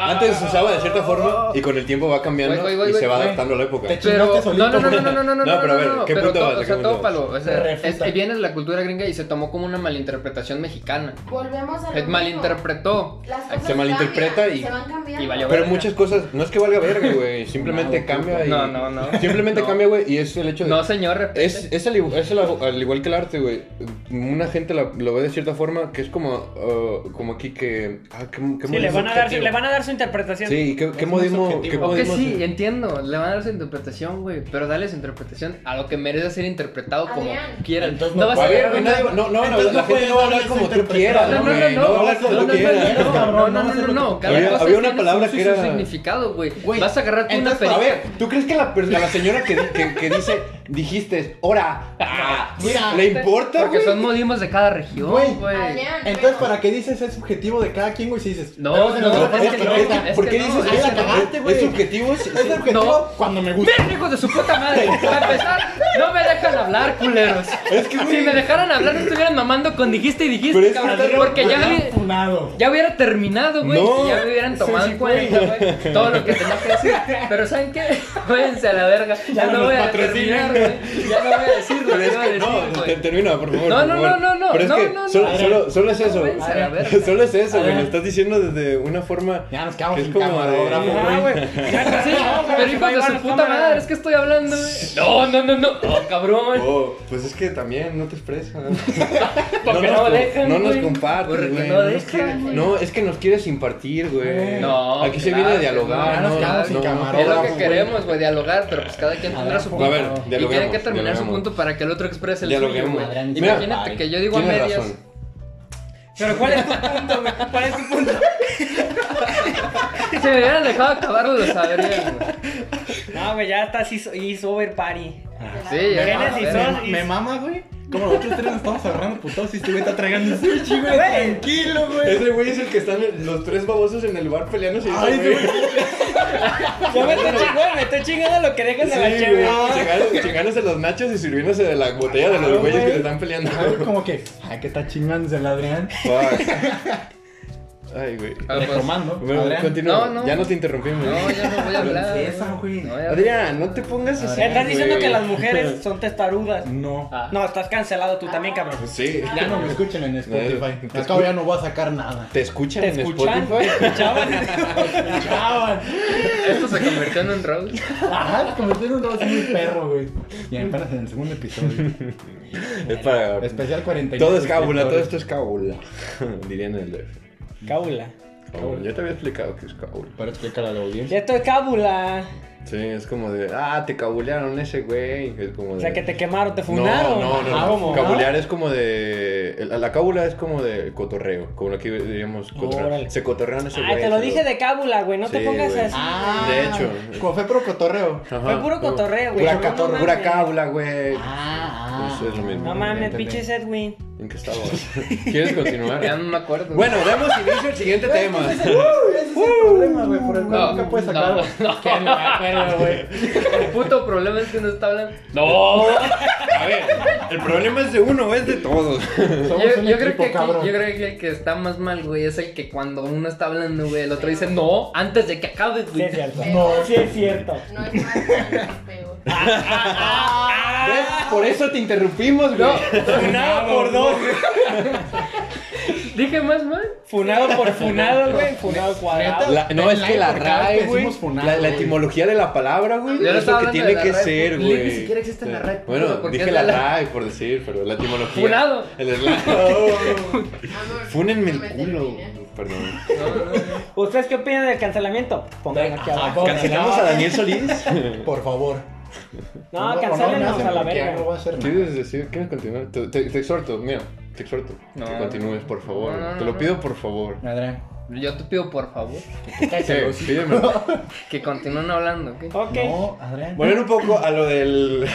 S4: antes se usaba de cierta forma y con el tiempo va cambiando
S1: Güey, güey, güey,
S4: y se va
S1: güey.
S4: adaptando a la época.
S6: Te ch-
S1: Pero,
S6: Chingaste
S1: no, no,
S6: solito,
S1: no, no,
S6: güey.
S1: no, no, no, no,
S4: (laughs) No, pero a ver,
S1: no,
S4: ¿qué
S1: pero
S4: punto
S1: to-
S4: vas? ¿A
S1: o
S4: qué
S1: sea,
S4: punto vas?
S1: tópalo, o sea,
S6: Te
S1: es-
S6: refuta.
S1: viene la cultura gringa y se tomó como una malinterpretación mexicana.
S7: Volvemos a
S1: Se
S7: lo mismo.
S1: malinterpretó.
S7: Las cosas
S4: Se malinterpreta
S7: cambian,
S4: y-
S7: se van cambiando.
S1: y valió
S4: Pero muchas cosas, no es que valga
S1: (laughs)
S4: verga, güey. Simplemente cambia y.
S1: No, no, no.
S4: Simplemente
S1: No.
S4: cambia, güey, y es el hecho de.
S1: No, señor, repite.
S4: Es, es al, igu- es al- al igual que el arte, güey. Una gente la- lo ve de cierta forma que es como, uh, como aquí que... Ah, qué, qué
S2: Sí, le
S4: modismo
S2: van, a dar,
S4: objetivo.
S2: le van a dar su interpretación.
S4: Sí, ¿qué, qué
S6: Es más
S4: modismo?
S6: objetivo.
S4: ¿Qué
S1: Ok,
S4: modismo?
S1: sí, entiendo, le van a dar su interpretación, güey, pero dale su interpretación a lo que merece ser interpretado como
S7: Adrián.
S1: quieran.
S6: Entonces
S1: no
S6: no
S1: vas a
S4: Va a
S1: ver,
S4: haber-
S1: güey,
S4: nadie- no, no, no,
S6: Entonces
S4: la
S6: no
S4: gente
S6: puedes
S4: no va a hablar
S6: darles
S4: como tú
S6: interpretación.
S4: quieras,
S1: No, no,
S4: güey,
S1: no,
S4: no va a
S1: no,
S4: hablar como
S1: no,
S4: tú
S1: no,
S4: quieras.
S1: no, no,
S6: cabrón, no
S1: no, no,
S6: vas a
S1: no,
S6: hacer lo
S1: no,
S6: que-
S1: cada
S4: Había-
S1: cosa
S4: había una
S1: tiene
S4: palabra
S1: su-
S4: que
S1: su
S4: era-
S1: significado, güey.
S6: Güey,
S1: Vas a agarrar tú una
S6: entonces,
S1: perita.
S4: A ver, ¿tú crees que la, per- a la señora que, di- que, que dice, dijiste,
S1: (laughs)
S4: hora, ah,
S6: Mira.
S4: le importa,
S1: Porque
S4: güey?
S1: son modismos de cada región,
S6: Güey.
S1: güey.
S7: Adrián,
S6: Entonces,
S7: pero-
S6: ¿para qué dices es subjetivo de cada quien, güey? Si dices,
S1: No,
S6: vemos en
S1: no,
S6: la otra
S1: es
S6: forma
S1: que
S6: que
S1: no,
S6: me gusta.
S1: es que
S6: es,
S4: ¿Por qué
S1: no,
S4: dices
S1: es
S4: que
S1: que
S4: es-
S6: la cagaste, güey.
S4: es subjetivo? Sí, sí.
S6: objetivo
S1: No.
S6: cuando me gusta.
S1: ¡Miren, hijos de su puta madre! Para empezar, no me dejan hablar, culeros.
S4: Es que,
S1: Si
S4: güey,
S1: me dejaran hablar, no estuvieran mamando con dijiste y
S4: Pero
S1: dijiste,
S4: es que
S1: cabrón.
S4: está
S1: Porque ya,
S6: Güey,
S1: vi-
S6: funado.
S1: ya hubiera terminado, güey.
S4: No.
S1: y ya me hubieran tomado
S6: Sí, sí,
S1: en
S6: güey.
S1: cuenta, güey. Todo lo que tenía que decir. Pero ¿saben qué? (laughs) Váyanse a la verga. Ya,
S6: Ya
S1: no
S6: nos
S1: voy a terminar,
S6: patrocinan.
S1: güey. Ya no voy a decir lo
S4: Pero
S1: que
S4: es
S1: iba a
S4: que
S1: decir,
S4: no, te-
S1: güey.
S4: termina, por favor.
S1: No,
S4: por
S1: no,
S4: favor.
S1: no, no, no,
S4: Pero es
S1: no,
S4: que
S1: no, no.
S4: solo, solo, solo es eso.
S1: Váyanse a la verga.
S4: (laughs) Solo es eso, güey.
S6: Ajá.
S4: Lo estás diciendo desde una forma.
S6: Ya nos quedamos
S4: que es
S6: sin
S4: como
S6: camarógrafo,
S4: de-
S6: güey.
S2: Ah, güey. Ya,
S1: Sí,
S2: no, güey,
S1: pero
S2: se va
S1: hijos
S2: a
S1: de
S2: llevar
S1: su
S2: la
S1: puta
S2: cámara.
S1: madre, es que estoy hablando, güey. No, no, no, no. Oh, cabrón.
S4: Oh, pues es que también no te expresa.
S1: Porque
S4: nos
S1: no
S4: com-
S1: dejan,
S4: Oh, No nos
S1: güey.
S4: compartes,
S1: Porque
S4: güey.
S1: no
S4: nos
S1: dejan,
S4: quiere-
S1: güey.
S4: No, es que nos quieres impartir, güey.
S1: No,
S4: Aquí se
S1: claro,
S4: viene
S1: claro,
S4: a dialogar. No,
S6: claro,
S4: no,
S6: sin
S4: no.
S1: Es lo
S6: camarógrafo.
S1: que
S6: güey.
S1: queremos, güey, dialogar, pero pues cada quien tendrá su punto.
S4: A ver,
S1: y tienen
S4: dialoguemos,
S1: que terminar su
S4: dialoguemos.
S1: punto para que el otro exprese el suyo,
S4: Dialoguemos.
S1: güey.
S4: Mira,
S1: Imagínate
S6: ay,
S1: que yo digo a
S4: tienes
S1: medias.
S4: razón.
S2: Pero ¿cuál es tu punto, güey? ¿Cuál es tu punto?
S1: (laughs) Si me hubieran dejado acabarlo, lo sabrían, güey.
S2: No, güey, ya está así, is over party.
S1: Sí, ya.
S2: Vienes
S1: a
S2: y
S1: ver.
S2: son-
S6: Me mama, güey. Como nosotros tres nos estamos agarrando putados y este güey está tragando el sushi, güey. Tranquilo, güey.
S4: Ese güey es el que están los tres babosos en el bar peleándose.
S6: Ay,
S4: güey.
S6: güey.
S2: Yo me estoy chingando, me estoy chingando lo que dejas de
S4: Sí,
S2: la
S4: güey.
S2: cheve.
S4: Chingándose- Chingándose los nachos y sirviéndose de la botella de los
S6: Claro,
S4: güeyes que
S6: güey.
S4: le están peleando.
S6: Ay, Como que, ay, que está chingándose el Adrián.
S4: Fuck. Ay, güey.
S1: Ah, pues,
S6: Recomando.
S4: Bueno,
S6: Adrián.
S4: continúa.
S1: No, no.
S4: Ya no te interrumpimos.
S1: No, yo no voy a hablar.
S6: Princesa, güey.
S1: No voy a hablar.
S4: Adrián, no te pongas así.
S2: Estás diciendo
S4: güey.
S2: que las mujeres son testarudas.
S6: No.
S1: Ah.
S2: No, estás cancelado tú también, cabrón.
S4: Pues Sí.
S6: Ya no me escuchen en Spotify.
S4: Te
S6: Acabo ya no voy a sacar nada.
S4: ¿Te escuchan
S2: ¿Te
S4: en
S2: escuchan? (laughs)
S4: Spotify?
S6: Chaval.
S1: Esto se convirtió en un road.
S6: Ajá, convertir un rostro en un perro, güey. Y apenas en el segundo episodio.
S4: (laughs) es para.
S6: Especial 49.
S4: Todo es cábula, todo
S6: suscriptores.
S4: esto es cábula. (laughs) Dirían en el DF.
S2: Cábula.
S4: Cábula. Yo te había explicado que es cábula.
S6: Para explicar a la audiencia.
S2: Ya estoy cábula.
S4: Sí, es como de. Ah, te cabulearon ese güey. Es como de.
S2: O sea, que te quemaron, te
S4: No,
S2: fundaron.
S4: no, no.
S2: Ah,
S4: no.
S2: ¿cómo?
S4: Cabulear es como de. el- La cábula es como de cotorreo. Como lo que diríamos cotorreo.
S2: Órale.
S4: Se cotorrearon ese güey.
S2: Ay, Ah, te lo
S4: se
S2: dije de cábula, güey. No te
S4: Sí,
S2: pongas
S4: güey.
S2: así.
S6: Ah,
S4: De hecho.
S6: Como fue pro cotorreo.
S4: Ajá,
S2: Fue puro
S4: como-
S2: cotorreo, güey.
S4: Pura,
S2: No
S4: cator-
S2: mames.
S4: pura cábula, güey.
S6: Ah,
S4: Eso es lo mismo.
S2: No mames, pinches Edwin.
S4: ¿En qué
S2: (laughs)
S4: estaba? ¿Quieres continuar?
S1: Ya no me acuerdo.
S4: Bueno, damos inicio al siguiente tema.
S6: Ese es el problema, güey, por el cual
S1: No,
S6: nunca puedes sacarlo.
S1: no,
S6: (laughs) Que me acuerdo, güey.
S1: el puto problema es que no está hablando.
S4: No. A ver, el problema es de uno, es de todos.
S6: Somos
S1: Yo,
S6: un
S1: yo creo
S6: equipo,
S1: que aquí-
S6: cabrón.
S1: yo creo que el que está más mal, güey, es el que cuando uno está hablando, güey, el otro dice no antes de que acabe,
S2: Sí
S1: güey.
S2: es cierto.
S7: No.
S2: sí es cierto.
S7: No es más, es peor.
S4: ¿Ves? Por eso te interrumpimos, güey.
S1: (laughs) No,
S2: Ah, Funado por dos.
S1: dije más mal.
S2: Funado por funado, güey. Funado cuadrado.
S4: La- no, es que la
S6: Por cada vez
S4: RAE,
S6: que
S4: güey.
S6: decimos funado,
S4: La, la
S6: güey.
S4: etimología de la palabra, güey.
S1: Yo no
S4: Es lo
S1: estaba
S4: que
S1: hablando
S4: tiene
S1: de la
S4: que
S1: RAE,
S4: ser,
S1: ni- ni
S4: güey.
S1: siquiera existe la RAE, puto,
S4: Bueno,
S1: porque
S4: dije
S1: es la-
S4: la RAE por decir, pero la etimología.
S1: Funado. (laughs)
S4: El esla-
S7: Amor,
S4: (laughs) Fúnenme
S7: no me
S4: el culo.
S7: termines.
S4: Perdón.
S2: ¿Ustedes qué opinan del cancelamiento? Pongan aquí
S6: Ajá,
S2: abajo.
S4: ¿Cancelamos a Daniel Solís?
S6: Por favor.
S2: No,
S6: me
S2: cancelenos
S6: hacen
S2: a la
S6: bloquear,
S2: verga.
S6: No voy a hacer nada.
S4: ¿Quieres decir? ¿Quieres continuar? Te, te- te exhorto, mira, te exhorto.
S1: No.
S4: que continúes, por favor.
S1: No, no,
S4: te
S1: no.
S4: lo pido, por favor.
S6: Adrián.
S1: Yo te pido por favor
S4: Sí,
S1: (laughs)
S4: pídemelo.
S1: que continúen hablando, ¿ok?
S2: Ok.
S6: No, Adrián.
S1: (laughs)
S4: Volver un poco a lo del.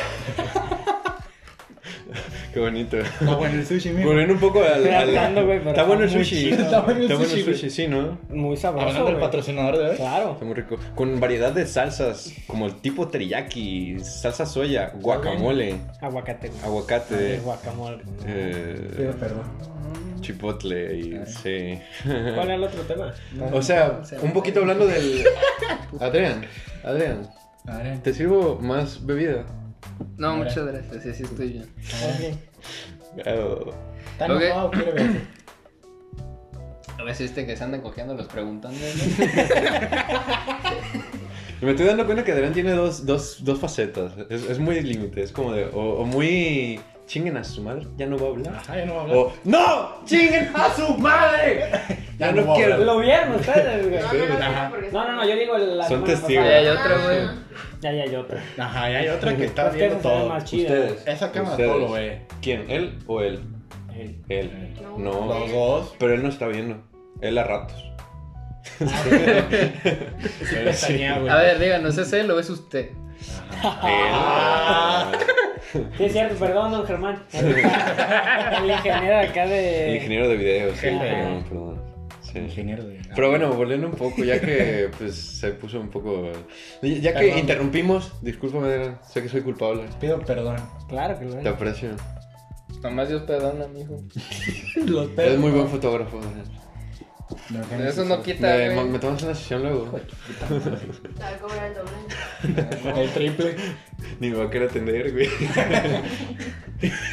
S4: Qué bonito.
S6: Está bueno el sushi, mijo.
S4: Volviendo un poco al.
S2: Estoy
S4: al-
S2: hartando, güey, pero
S4: está bueno el
S2: está muy
S4: sushi.
S2: chido,
S4: Está
S6: güey.
S4: bueno el
S6: güey.
S4: sushi, sí, ¿no?
S2: Muy sabroso.
S3: Hablando del
S2: güey.
S3: patrocinador de hoy.
S2: Claro.
S4: Está muy rico. Con variedad de salsas, como el tipo teriyaki, salsa soya, guacamole,
S2: Aguacate. güey.
S4: aguacate,
S2: El guacamole. güey.
S4: eh,
S6: Pido perdón.
S4: chipotle y sí.
S2: ¿Cuál era el otro tema?
S4: O sea, un poquito hablando (laughs) del... Adrián, Adrián,
S3: Madre.
S4: te sirvo más bebida.
S1: No, muchas gracias. Sí, sí, estoy bien.
S4: Oh.
S6: ¿Está
S1: Ok.
S6: enojado o quiere ver?
S1: A veces viste que se andan cogiendo los preguntando.
S4: Y Me estoy dando cuenta que Adrián tiene dos, dos, dos facetas. Es, es muy límite, es como de... O, o muy... Chinguen a su madre, ya no va a hablar.
S3: Ajá, ya no voy a hablar.
S4: O... ¡No! ¡Chinguen Oh. a
S3: (laughs)
S4: su madre! Ya
S6: Ya no
S4: no
S6: va a
S4: quiero...
S6: hablar.
S2: Lo vieron ustedes, (laughs)
S7: No,
S2: güey.
S7: no, no, no, porque- Ah,
S2: No, no, no, yo digo la
S4: Son
S2: semana
S4: testigos.
S1: Ya,
S2: pasada.
S1: ya, otro, güey.
S2: Ya, ya, yo. otra.
S3: Ajá, y hay otra que está
S2: Es que
S3: viendo
S2: esa se ve
S3: todo.
S2: más chida.
S4: Ustedes.
S6: Esa cámara
S4: Ustedes.
S6: todo lo ve.
S4: ¿Quién? ¿Él o él?
S2: Él.
S4: Él. No.
S3: Los dos.
S4: Pero él no está viendo. Él a ratos.
S3: Sí, pestañea,
S1: (laughs)
S3: güey.
S1: A ver, díganos, ¿es él o es usted?
S6: Ah.
S4: Él.
S2: Sí, es cierto, perdón, don Germán. (laughs) El ingeniero acá
S4: El
S2: de.
S4: ingeniero de video, sí.
S2: Ajá.
S4: Perdón, perdón. Sí.
S6: Ingeniero de.
S4: Pero bueno, volviendo un poco, ya que pues, se puso un poco... Ya que
S6: Perdón.
S4: interrumpimos, discúlpame, Adrián, sé que soy culpable.
S6: Pido perdón.
S2: Claro que lo
S4: Te
S2: es.
S4: aprecio.
S1: Nomás Dios perdona, mijo.
S6: Los
S4: Eres
S6: pedos.
S4: muy buen fotógrafo. Adrián.
S6: No, que no
S1: Pero eso
S6: se
S1: no quita,
S6: eh?
S4: Me,
S1: güey.
S4: me tomas una sesión luego.
S7: Estaba cobrando, güey.
S6: sabe. El triple.
S4: Ni me va a querer
S6: (laughs)
S4: atender, güey.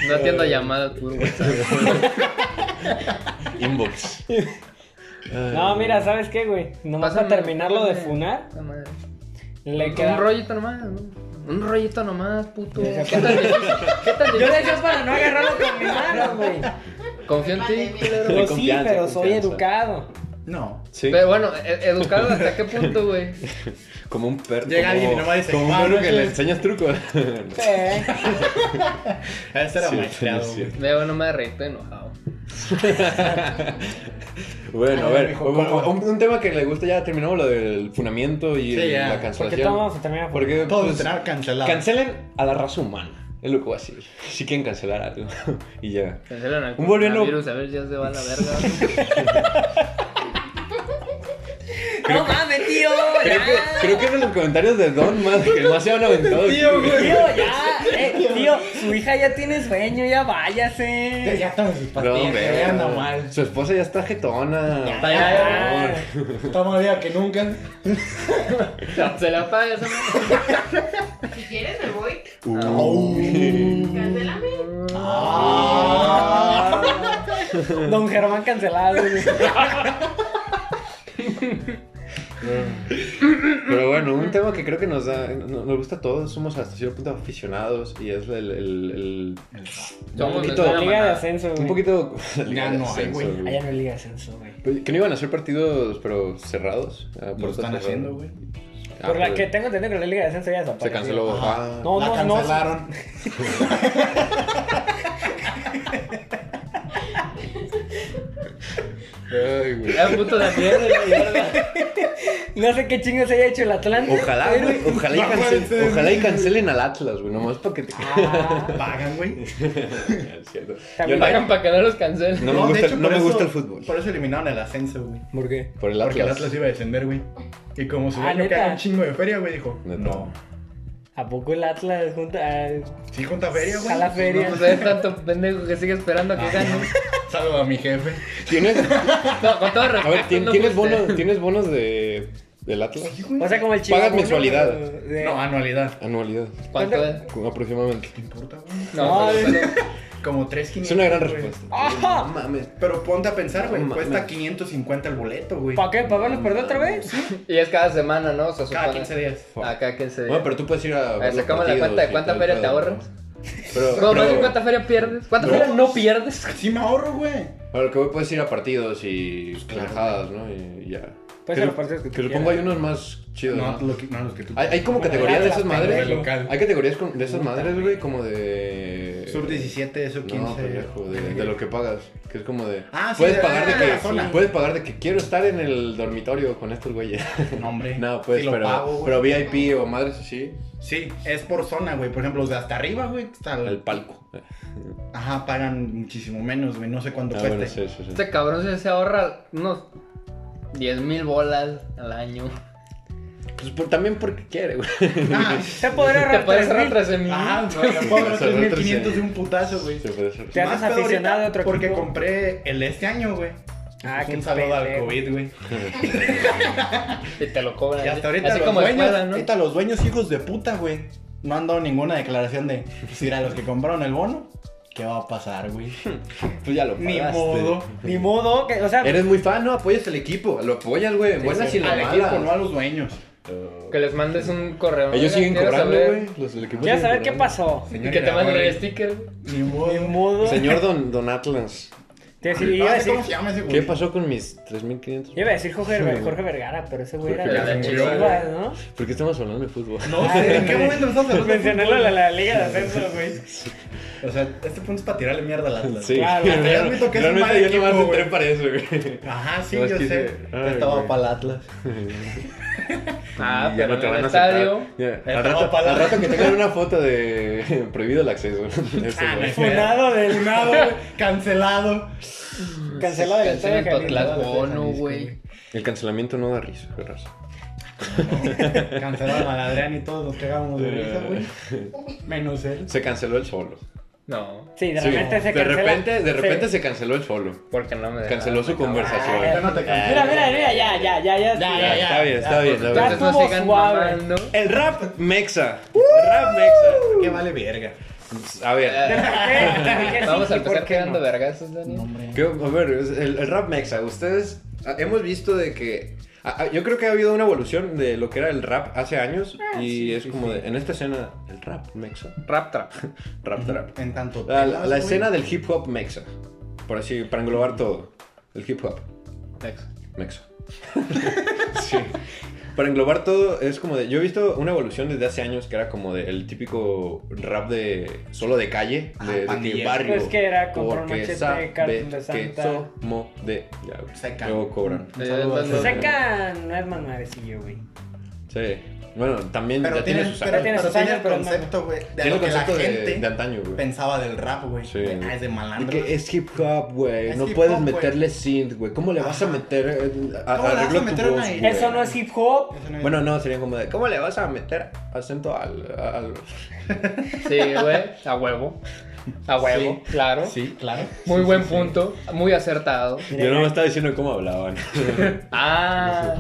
S1: No atiendo llamadas por (laughs) WhatsApp.
S4: Inbox.
S2: No, mira, ¿sabes qué, güey? Nomás para
S1: Pásame-
S2: terminarlo de
S1: pásame.
S2: funar,
S1: Esta madre.
S2: le
S1: Un
S2: queda.
S1: rollito nomás, ¿no? Un rollito nomás, puto. ¿Qué tan difícil? ¿Qué tan
S2: Yo
S1: difícil?
S2: decía para no agarrarlo con mi mano, güey.
S1: Confío en ti, culero.
S2: Yo sí,
S4: confianza,
S2: pero soy
S4: confianza.
S2: educado.
S6: No.
S4: Sí.
S1: Pero bueno, e- educado hasta qué punto, güey.
S4: Como un perro.
S3: Llega
S4: como,
S3: alguien y nomás dice,
S4: Como un
S3: "Ah,
S4: perro
S3: no
S4: que le
S3: sé".
S4: enseñas trucos.
S2: Sí.
S3: Ese Este era
S4: Sí,
S3: maestreado,
S4: sí, sí.
S3: güey.
S1: Veo, no me reí, estoy enojado.
S4: Bueno, a
S6: Ay,
S4: ver,
S6: mijo,
S4: un,
S6: ¿cómo?
S4: un- un tema que le gusta ya terminamos lo del funamiento y
S3: Sí,
S4: el-
S3: ya.
S4: la
S2: ¿Por qué
S4: cancelación.
S2: estamos a terminar? por-
S4: Porque
S6: Todos
S4: pues,
S6: están cancelados.
S4: cancelen a la raza humana. Es lo que voy a decir. (laughs) Si quieren cancelar algo. (laughs) y ya.
S1: Cancelan al
S4: Un volviendo-
S1: coronavirus, a ver, ya se va a la
S4: (laughs)
S1: verga.
S2: ¡No mames, tío!
S4: Creo que, creo que eran los comentarios de Don más que más se han aventado.
S2: Tío, ya. eh, tío, su hija ya tiene sueño, ya
S6: Ya
S2: váyase.
S6: ya están en sus
S4: No,
S6: pastillas.
S4: hombre.
S6: Ya anda mal.
S4: Su esposa ya está jetona.
S1: Ay, ay,
S2: Ah,
S6: Está más viva que nunca.
S1: ay. Se la paga esa madre.
S7: Si quieres, me voy.
S6: Uh.
S7: Cancélame.
S6: Ah.
S2: Don Germán cancelado. güey.
S4: (laughs) Pero bueno, un tema que creo que nos da, no- nos gusta a todos, somos hasta cierto punto aficionados y es el, el- el-
S1: Somos
S4: Un poquito-
S1: nuestra
S2: La liga de
S1: manada.
S2: ascenso, güey.
S4: un poquito... (laughs)
S6: Ya no hay, güey.
S4: Ascenso,
S2: Allá no hay liga de ascenso, güey.
S4: Pues, Que no iban a ser partidos, pero cerrados. a
S6: Lo
S4: puertas
S6: están
S4: cerradas.
S6: haciendo, güey.
S4: Ah,
S2: Por la
S4: pero
S2: que tengo entendido que la liga de ascenso ya
S4: Se
S2: desapareció.
S4: canceló.
S6: Ajá.
S4: Ah.
S2: No,
S6: la
S2: no, no.
S6: cancelaron.
S4: Ay, güey.
S1: Era un punto de mierda, la verga.
S2: No sé qué chingos haya hecho el Atlante.
S4: Ojalá, güey. Ojalá, y
S6: No
S4: cancel-
S6: puede ser.
S4: ojalá y cancelen al Atlas, güey. Nomás para que te.
S2: Ah,
S6: Pagan, güey.
S4: (laughs) Es cierto. Yo
S2: También
S4: no,
S1: Pagan para que no los cancelen.
S4: no me gusta,
S3: de hecho,
S4: no
S3: por
S4: me
S3: eso-
S4: gusta el fútbol.
S3: Por eso eliminaron el ascenso, güey.
S2: ¿Por qué?
S4: Por el
S3: Porque el
S4: Atlas.
S3: Atlas iba a descender, güey. Y como su
S2: Ah,
S3: año que
S2: ¿neta?
S3: haga un chingo de feria, güey, dijo,
S4: Neta.
S3: no.
S2: ¿A poco el Atlas junta a,
S3: Sí junta feria, güey.
S2: a la feria?
S1: No, pues eres tanto pendejo que sigue esperando a que
S3: Ah, no.
S1: gane.
S3: Salvo a mi jefe.
S4: ¿Tienes,
S1: No, con todo respeto.
S4: a ver, ¿tien-
S1: no
S4: ¿tienes,
S1: fuiste.
S4: bonos, ¿tienes bonos de, del Atlas?
S1: eh,
S2: o sea, como el chico.
S4: Pagas mensualidad.
S3: No, anualidad.
S4: Anualidad.
S1: ¿Cuánto es?
S4: Aproximadamente.
S3: ¿Qué importa, güey?
S1: No, pues,
S2: Ay.
S1: pero-
S3: Como 3.500.
S4: Es una gran
S3: güey.
S4: respuesta.
S2: ¡Ajá!
S1: Ah,
S4: No mames.
S3: Pero ponte a pensar, güey.
S4: No
S3: Cuesta
S4: mames.
S3: 550 el boleto, güey.
S2: ¿Para qué? ¿Para vernos perder otra vez?
S1: Y es cada semana, ¿no? O sea,
S3: Cada
S1: supone-
S3: 15 días.
S1: Acá 15 días.
S4: Bueno, pero tú puedes ir a. ver los
S1: Eh, sacamos la
S4: partidos
S1: cuenta de
S4: y
S1: cuánta
S4: todo el
S1: feria te
S4: pedo,
S1: ahorras.
S4: ¿no? Pero.
S1: No, no,
S4: pero-
S1: ¿cuánta feria pierdes? ¿Cuánta
S4: No.
S1: feria no pierdes?
S6: Sí me ahorro, güey.
S4: A lo que voy puedes ir a partidos y
S1: Pues
S4: relajadas, ¿no? Y y ya.
S2: Puedes ir a los partidos que tú
S4: que le
S2: quieras.
S4: pongo hay unos más chidos.
S3: No,
S4: ¿no?
S3: lo que- no, los que tú.
S4: Hay, hay como
S2: Bueno,
S4: categorías de
S2: Atlas,
S4: esas madres.
S3: pendejo.
S4: Hay categorías con- de esas madres, güey, como de.
S3: Sur 17, eso 15.
S4: No, pendejo, de, de lo que pagas. Que es como de.
S3: Ah, sí,
S4: puedes
S3: de-
S4: pagar de,
S3: de
S4: que.
S3: la zona.
S4: Puedes pagar de que quiero estar en el dormitorio con estos güeyes.
S3: No, hombre.
S4: (laughs) No, pues,
S3: Sí lo
S4: pero,
S3: pago, güey.
S4: pero VIP o madres así.
S3: Sí, es por zona, güey. Por ejemplo, los de hasta arriba, güey, hasta el-
S4: El palco. Ah,
S3: Ajá, pagan muchísimo menos, güey. No sé cuánto cueste.
S4: bueno, sí, sí, sí.
S1: Este cabrón se, se ahorra unos 10 mil bolas al año.
S4: Pues, por- también porque quiere,
S3: (laughs)
S4: güey.
S3: (laughs) Ah,
S2: Se podría
S1: Te
S2: ahorrar
S1: puedes ahorrar
S2: 3000.
S1: 13 mil.
S3: ah, güey, lo puedo ahorrar
S4: Sí,
S3: 3.500 de un putazo, güey.
S4: Sí, puede ser.
S2: Te haces
S3: peor ahorita
S2: aficionado de otro
S3: Porque
S2: equipo.
S3: compré el de este año, güey.
S2: Ah,
S3: Pues
S2: qué
S3: un saludo al
S2: pendejo.
S3: COVID, güey.
S1: Y te lo cobran.
S3: Y hasta ahorita
S1: Así
S3: los
S1: como
S3: dueños,
S1: escuela, ¿no?
S3: ahorita
S6: Ahorita los dueños hijos de puta, güey. No han dado ninguna declaración de
S3: pues,
S6: si a los que compraron el bono, ¿qué va a pasar, güey?
S4: Tú pues, ya lo pagaste.
S3: Ni modo.
S2: Ni modo, que, o sea,
S4: Eres muy fan, ¿no? Apoyas al equipo. Lo apoyas, güey. En buenas y en
S3: Al
S4: las
S3: equipo, no a
S4: malas.
S3: los dueños.
S1: Que les mandes un correo.
S4: Ellos
S1: Oigan,
S4: siguen
S1: quiero
S4: cobrando,
S1: saber-
S4: güey. Los del equipo
S2: ya
S4: siguen
S2: sabes qué
S4: cobrando.
S2: pasó.
S1: Y que te manden el sticker.
S3: Ni modo.
S2: Ni modo.
S4: Señor Don, don Atlas,
S2: Te decía-
S3: No
S2: iba a
S3: sé
S2: decir,
S3: cómo se llama ese güey.
S4: ¿qué pasó con mis 3500?
S2: iba a decir Jorge, Ver- Jorge Vergara, pero ese güey era
S4: Jorge
S2: de
S1: Vergara,
S2: las
S1: sí.
S2: chivas, ¿no?
S4: ¿Por qué estamos hablando de
S3: (laughs)
S4: fútbol?
S3: No sé, ¿en qué momento estamos hablando de
S2: Mencionarlo a
S3: fútbol?
S2: la, la Liga de Ascenso, güey.
S3: O sea, este punto es para tirarle mierda al Atlas.
S4: Sí, (laughs)
S2: Claro,
S4: Yo-
S3: te admito que es un
S4: realmente
S3: mal
S4: yo nomás
S3: equipo,
S4: entré
S3: güey.
S4: para eso, güey.
S3: Ajá, sí,
S4: No, es
S3: yo
S4: que
S3: sé.
S4: sí.
S3: Yo
S4: Ay,
S3: estaba
S4: güey.
S3: para el Atlas.
S4: (laughs)
S1: Ah,
S4: Y
S1: pero en el
S4: aceptar.
S1: estadio.
S4: Ya, Al
S3: Estaba
S4: rato,
S3: para-
S4: al rato que tengan una foto de (laughs) prohibido el acceso. de esos,
S3: Ah, no
S4: güey.
S3: es
S2: Funado del
S3: Funado, güey, cancelado.
S2: cancelado
S1: Cancelan
S2: del estadio Jalisco.
S1: Totlac
S3: Jalisco,
S1: Bono,
S3: güey.
S1: güey.
S4: El cancelamiento no da risa, qué raza.
S3: Cancelaron a Adrián y todos nos cagábamos de risa, güey. Menos él.
S4: Se canceló el solo.
S1: No,
S2: Sí, de
S4: Sí,
S2: repente se
S4: de
S2: cancela.
S4: repente,
S2: se-
S4: de repente se canceló el solo.
S1: porque no me
S4: Canceló su
S1: dejaron acabar.
S4: conversación.
S3: Ya no te
S4: Ah,
S2: Mira, mira, mira, ya, ya, ya, ya.
S3: Ya,
S4: ya, está bien, está bien. está
S1: Entonces
S4: bien.
S1: no
S2: estuvo
S1: sigan
S2: suave.
S1: mamando.
S4: El rap mexa. El rap mexa.
S3: Que vale verga.
S4: A ver.
S2: ¿Qué?
S1: Vamos a
S2: ¿Por
S1: empezar
S2: qué
S1: quedando
S2: no?
S1: vergazos, Dani.
S3: No, hombre.
S4: ¿Qué- a ver, es el, el rap mexa, ustedes ah, hemos visto de que... ah, ah, Yo creo que ha habido una evolución de lo que era el rap hace años
S1: Ah,
S4: y es como de, en esta escena, el rap mexa,
S1: Rap trap.
S4: (laughs) rap trap.
S3: En tanto.
S4: La, la
S3: telas, güey.
S4: escena del hip hop mexa, por así, para englobar todo, el hip hop
S1: Next.
S4: mexa. (laughs) sí. Para englobar todo, es como de, yo he visto una evolución desde hace años que era como de el típico rap de, solo de calle,
S3: Ah,
S4: de, de que
S3: pandillero.
S4: barrio.
S2: Pues que era comprar un
S4: porque
S2: machete,
S4: sabe
S2: cartel de
S4: que
S2: Santa.
S4: somos de... Ya, güey.
S3: Seca.
S4: Luego cobran.
S3: Un saludo a
S1: Se
S3: César.
S2: Sacan, no es manuarecillo, güey.
S4: Sí. Bueno, también
S3: Pero
S4: ya
S3: tiene,
S4: tiene sus
S3: pero,
S2: tiene
S3: pero
S2: sus
S3: tiene
S2: años,
S3: el
S2: pero no.
S3: concepto, güey, de
S4: tiene
S3: lo
S4: el
S3: que la
S4: concepto de,
S3: gente
S4: de antaño, güey.
S3: pensaba del rap, güey.
S4: Sí.
S3: De, Ah, es de
S4: Y
S3: malandro.
S4: que es hip hop, güey.
S3: Es
S4: No
S3: hip
S4: puedes
S3: hop, güey.
S4: meterle synth, güey. ¿Cómo le vas a
S3: Ajá.
S4: meter eh, a-
S3: ¿Cómo le vas a
S4: arreglo tu
S3: meter una-
S4: voz, güey?
S2: Eso no es hip hop.
S4: eh, Bueno, no, serían como de. ¿Cómo le vas a meter acento al. al...
S1: Sí, güey, a huevo. A huevo, claro.
S4: Sí.
S3: claro.
S1: Muy buen punto, muy acertado.
S4: Yo no me estaba diciendo cómo hablaban.
S1: Ah.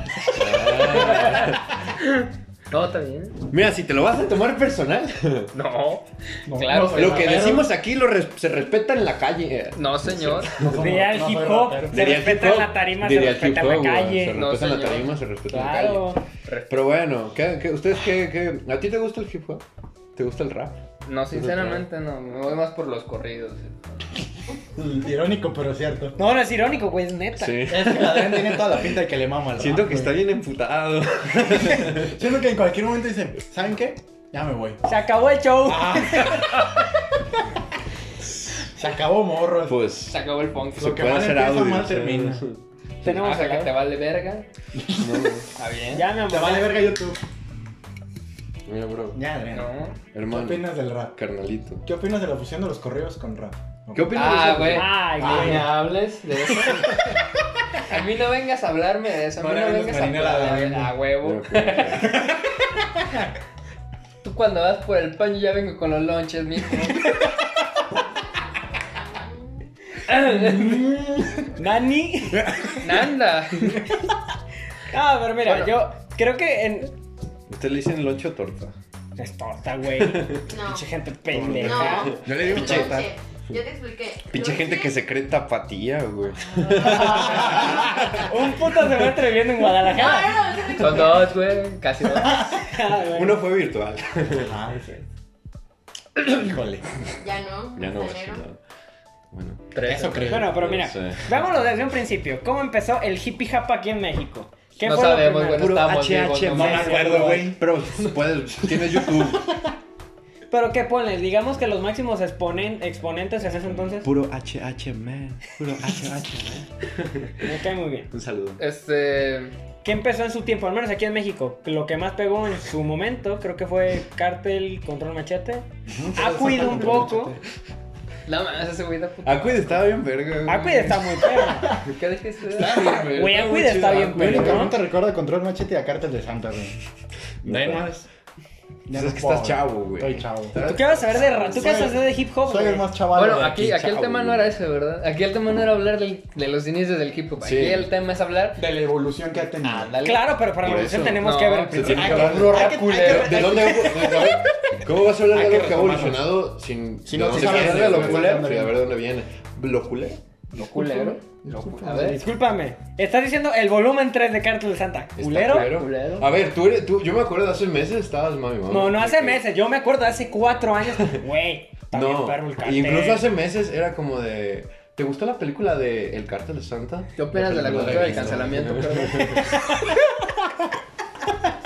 S1: No, está bien.
S4: Mira, si te lo vas a tomar personal.
S1: No.
S3: No,
S1: claro,
S3: no,
S1: pero-
S4: lo que decimos aquí lo res- se respeta en la calle.
S1: No, señor.
S2: Diría el
S3: No,
S2: hip
S3: no,
S2: hop,
S3: pero-
S2: se
S4: Diría el
S2: respeta
S4: hip
S2: en
S4: hop,
S2: la tarima, se
S4: diría el
S2: respeta
S4: hip
S2: en
S4: hop,
S2: la
S4: güey,
S2: calle.
S4: Se
S1: No,
S4: respeta en la
S1: señor.
S4: tarima, se respeta en la calle.
S2: Claro.
S4: Pero bueno, ¿qué, qué- ustedes qué, qué- ¿A ti te gusta el hip hop? ¿Te gusta el rap?
S1: No,
S2: Pues
S1: sinceramente no. Me voy más por los corridos.
S3: Irónico, pero cierto.
S2: No, no es irónico, güey, es neta.
S3: Es que Adrián tiene toda la pinta de que le mama al
S4: Siento
S3: rap,
S4: que
S3: güey. (laughs)
S4: está bien emputado.
S3: Siento que en cualquier momento dicen, ¿saben qué? Ya me voy.
S2: Se acabó el show.
S3: Ah,
S4: Ah.
S3: (laughs) Se acabó morro.
S4: Pues.
S1: Se acabó el punk.
S4: Se
S3: que
S4: puede
S3: mal
S4: hacer
S3: empieza,
S4: audio.
S3: mal
S4: sí.
S3: termina.
S2: Tenemos
S1: Hasta que te
S2: acá.
S1: vale verga.
S4: No,
S1: Está bien.
S2: Ya, mi amor.
S3: Te vale verga YouTube.
S4: mira, bro.
S3: Ya, Adrián.
S1: No.
S3: ¿Qué
S4: Hermano.
S3: opinas del rap?
S4: Carnalito.
S3: ¿Qué opinas de la fusión de los correos con rap?
S4: ¿Qué opinas de
S1: Ah,
S4: eso?
S1: güey.
S2: Ay,
S1: Ah,
S2: güey.
S1: me hables de eso. (laughs) A mí no vengas a hablarme de eso. A mí
S3: Ahora
S1: no
S3: menos
S1: vengas a
S3: Marinela
S1: hablarme
S3: Dávila.
S1: a huevo. Tú cuando vas por el pan, yo ya vengo con los lonches,
S3: (laughs)
S1: mijo.
S2: (laughs) Nani.
S1: Nanda.
S2: Ah, pero mira,
S1: Bueno.
S2: yo creo que en.
S4: Usted le dicen loncho torta.
S2: Es torta, güey.
S7: No.
S2: Pinche gente pendeja.
S7: No.
S3: Yo le digo
S7: Pinche-
S3: torta.
S7: Ya te expliqué.
S4: Pinche
S7: Yo
S4: gente
S7: sé-
S4: que se cree tapatía, güey.
S2: Un puto se va atreviendo en Guadalajara.
S7: No, no, no, no,
S1: Son dos, güey. Casi dos.
S2: Ah, güey.
S4: Uno fue virtual.
S3: Ah, Híjole.
S7: Ya no.
S4: Ya no voy a decir
S7: salieron.
S4: nada. Bueno.
S1: Tres.
S3: Eso creo.
S2: Bueno, pero mira,
S4: Sí.
S2: vámonos desde un principio. ¿Cómo empezó el hippie japa aquí en México? ¿Qué
S1: No
S2: fue lo
S1: sabemos,
S2: primero?
S1: güey. No
S4: Puro
S1: estamos
S4: HH,
S1: vivos, no
S4: mamá.
S3: No me acuerdo, güey.
S4: Pero puedes, tienes YouTube.
S2: Pero qué ponle, digamos que los máximos exponen, exponentes en ese entonces
S4: Puro HH, man. Puro HH, man.
S2: me cae muy bien.
S4: Un saludo.
S1: Este.
S2: ¿Qué empezó en su tiempo? Al menos aquí en México. Lo que más pegó en su momento, creo que fue Cártel, Control Machete. Acuido un poco.
S1: La más ese güey da puta.
S2: Ah.
S4: Aquid Ah, estaba bien verga, güey.
S2: Acuido Ah, está muy perro.
S1: ¿Qué dijiste? Ah,
S2: Güey, Acuid está bien
S6: Yo
S2: perro. ¿no?
S6: únicamente recuerdo Control Machete y a Cartas de Santa, güey.
S4: No hay más.
S6: Ya
S4: Pues
S6: no
S4: es que
S6: puedo,
S4: estás chavo, güey.
S6: Estoy chavo.
S2: ¿Tú qué vas a saber de ra- ¿Tú qué vas a
S6: Soy-
S2: saber de hip hop?
S6: Soy el
S2: güey?
S6: más chaval.
S1: Bueno,
S6: de
S1: aquí, aquí el
S4: chavo,
S1: tema no
S4: güey.
S1: era ese, ¿verdad? Aquí el tema no era hablar del- de los inicios del hip hop. Aquí
S4: Sí.
S1: el tema es hablar.
S3: De la evolución que ha tenido.
S1: Ándale.
S2: Claro, pero para la
S4: Por
S2: evolución
S4: eso.
S2: tenemos
S1: No,
S2: que ver el
S4: Se tiene
S2: principio.
S4: que hablar
S6: hay
S4: rap
S6: que- hay
S4: culero.
S6: que-
S4: ¿De dónde? de- de- ¿Cómo vas a hablar
S3: Hay
S4: de
S3: que
S4: algo que ha
S3: retomarlo.
S4: evolucionado sin
S3: Si
S4: de
S3: no,
S4: dónde
S3: si sabes
S4: viene,
S3: de lo
S4: güey?
S6: culero.
S4: Sí, a ver de dónde viene. ¿Lo culero?
S1: Lo culero. Lo culero. A ver.
S2: Discúlpame, estás diciendo el volumen 3 de Cártel de Santa.
S4: ¿Está
S2: ¿Culero?
S1: Culero.
S4: A ver, tú eres, tú, yo me acuerdo de hace meses estabas mami, mami.
S2: No, no hace
S4: Ok.
S2: meses, yo me acuerdo de hace cuatro años. (laughs) Güey, también
S4: No,
S2: perro el cartel.
S4: incluso hace meses era como de. ¿Te gustó la película de El Cártel de Santa?
S1: ¿Qué opinas de la
S4: película
S1: cultura del (laughs)
S4: Vista?
S1: cancelamiento? Pedro?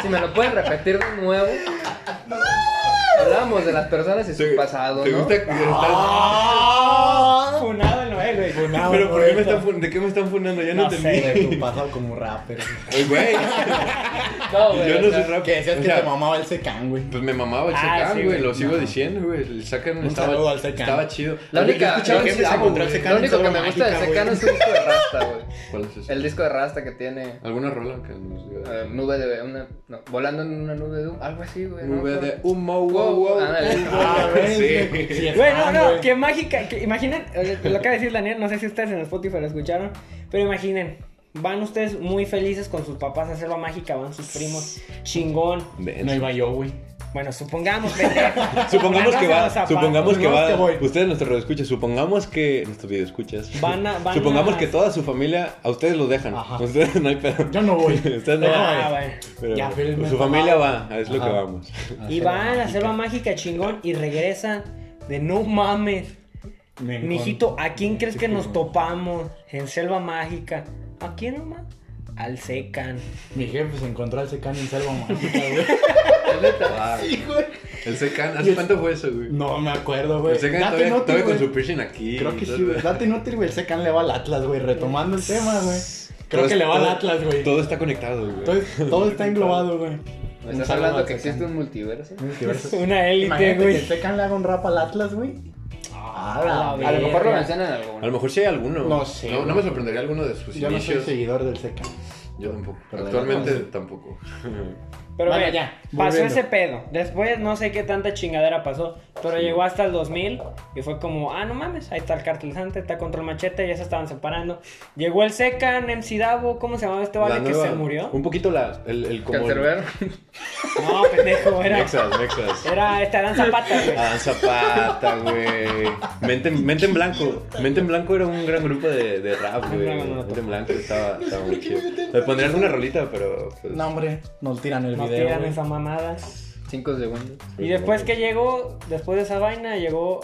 S1: si me lo puedes repetir de nuevo. Hablamos de las personas y su
S4: ¿Te-
S1: pasado,
S4: ¿Te
S1: ¿no?
S4: gusta que estás-
S1: Ah.
S2: Funado el Noel, güey.
S6: Funado,
S4: (laughs) Pero ¿por qué me
S6: esto.
S4: están fun- ¿de qué me están funando? Ya no,
S2: Ah, No
S4: entendí.
S2: sé.
S6: De tu pasado como rapper.
S4: Ay,
S2: (laughs)
S4: güey.
S1: No, güey,
S4: yo
S1: o
S4: no
S1: sea,
S4: soy rap.
S6: Que decías
S4: O
S6: que
S4: sea,
S6: te mamaba el secán, güey.
S4: Pues me mamaba el
S2: Ah,
S4: secán,
S2: sí,
S4: güey.
S2: güey.
S4: Lo sigo diciendo, güey. El Secan
S6: Un
S4: estaba,
S6: saludo al Secan.
S4: estaba chido.
S1: La única-
S4: Yo escuchaba
S1: lo que
S4: que se
S1: hago,
S4: encontró el
S6: güey.
S4: Secan.
S1: Lo único que me
S6: Mágica,
S1: gusta de
S6: güey.
S1: Secano es su disco de Rasta, güey.
S4: ¿Cuál es ese?
S1: El disco de Rasta que tiene
S4: ¿Alguna rola que nos
S1: eh, nube de una no, volando en una nube de humo, algo así, güey. ¿no?
S4: Nube de humo, wow,
S1: Wow, wow.
S4: wow.
S1: Ándale.
S6: Ah, ¿ves?
S4: (laughs) Sí.
S6: Sí, es
S2: Güey, no,
S6: fan,
S2: no,
S6: güey.
S2: que mágica. Que, imaginen, eh, lo que acaba de decir Daniel, no sé si ustedes en Spotify lo escucharon, pero imaginen, van ustedes muy felices con sus papás a selva mágica, van sus primos, chingón.
S6: No iba yo, güey.
S2: Bueno, supongamos, pendejo.
S4: (laughs) Supongamos
S2: Agárrate
S4: que
S2: los
S4: va,
S2: zapatos.
S4: supongamos que
S6: Supongamos que
S4: va,
S6: voy.
S4: ustedes nuestros radioescuchas, supongamos que nuestros videoescuchas,
S2: Van a- van
S4: supongamos
S2: a-
S4: que toda su familia a ustedes los dejan,
S6: Ajá.
S4: ustedes no hay pedo, (laughs)
S6: Yo no voy.
S4: ustedes no,
S2: Ah,
S4: van.
S2: bueno.
S4: Pero pues
S6: Ya, pero me
S4: su
S6: mamaba.
S4: familia va, es lo
S6: Ajá.
S4: que vamos.
S2: Y van a selva mágica, chingón, y regresan de no mames.
S6: Me encon-
S2: Mijito, ¿a
S6: este
S2: quién crees que nos
S6: Sí,
S2: topamos en Selva Mágica? ¿A quién nomás? Al Secan.
S6: Mi jefe se encontró al secán en selva mágica, güey.
S4: (laughs) (laughs) El Secan,
S6: Y
S4: ¿hace
S6: el-
S4: cuánto fue eso, güey?
S6: No me acuerdo, güey.
S4: El Secan
S6: Date
S4: todavía,
S6: noti,
S4: todavía con
S6: güey.
S4: su piercing aquí.
S6: Creo que sí,
S4: todo-
S6: güey. Date inútil, güey. El Secan le va al Atlas, güey. Retomando el tema, güey. Creo
S4: todo-
S6: que le va al
S4: todo-
S6: Atlas, güey.
S4: Todo está conectado, güey.
S6: Todo, todo está englobado, güey.
S1: Me
S6: Un
S1: estás
S6: saludo
S1: hablando
S6: al
S1: que
S6: Secan.
S1: existe un multiverso.
S2: (laughs) Una élite,
S6: Pues, Imagínate que el
S2: güey.
S6: Secan le haga un rap al Atlas, güey. Ah,
S2: la
S1: A lo mejor lo
S2: Verga.
S1: mencionan en
S4: A lo
S1: algún.
S4: mejor sí hay alguno.
S6: No sé,
S4: No, no
S6: güey.
S4: me sorprendería alguno de sus
S6: Yo no soy
S4: inicios.
S6: seguidor del Secan.
S4: Yo tampoco.
S6: Pero
S4: Actualmente
S6: de-
S4: (laughs) tampoco.
S2: Pero
S6: Bueno,
S2: ve,
S6: ya,
S2: pasó
S6: volviendo.
S2: ese pedo. Después no sé qué tanta chingadera pasó, pero llegó hasta el 2000 y fue como, ah, no mames, ahí está el cartel Santa, está Control Machete, ya se estaban separando. Llegó el Secan, MC Davo, ¿cómo se llamaba este
S4: La
S2: vale que
S4: nueva-
S2: se murió?
S4: Un poquito la, el, el como...
S1: Cancerbero. (laughs)
S2: No, pendejo,
S6: (laughs)
S2: era,
S4: Mexas, mexas.
S2: era este Adán Zapata,
S6: Ah,
S2: güey.
S4: Adán Ah, Zapata, güey. Mente, Mente en Blanco. Mente en Blanco era un gran grupo de, de rap, güey.
S2: No, no, no.
S4: Mente en Blanco estaba, estaba
S6: (laughs)
S4: muy chido. Le pondrías una rolita, pero. pues,
S6: No, hombre, nos tiran el
S2: Nos
S6: video.
S2: tiran
S6: güey.
S2: esa mamada.
S1: Cinco segundos.
S2: Y
S4: pues,
S2: después que llegó, después de esa vaina, llegó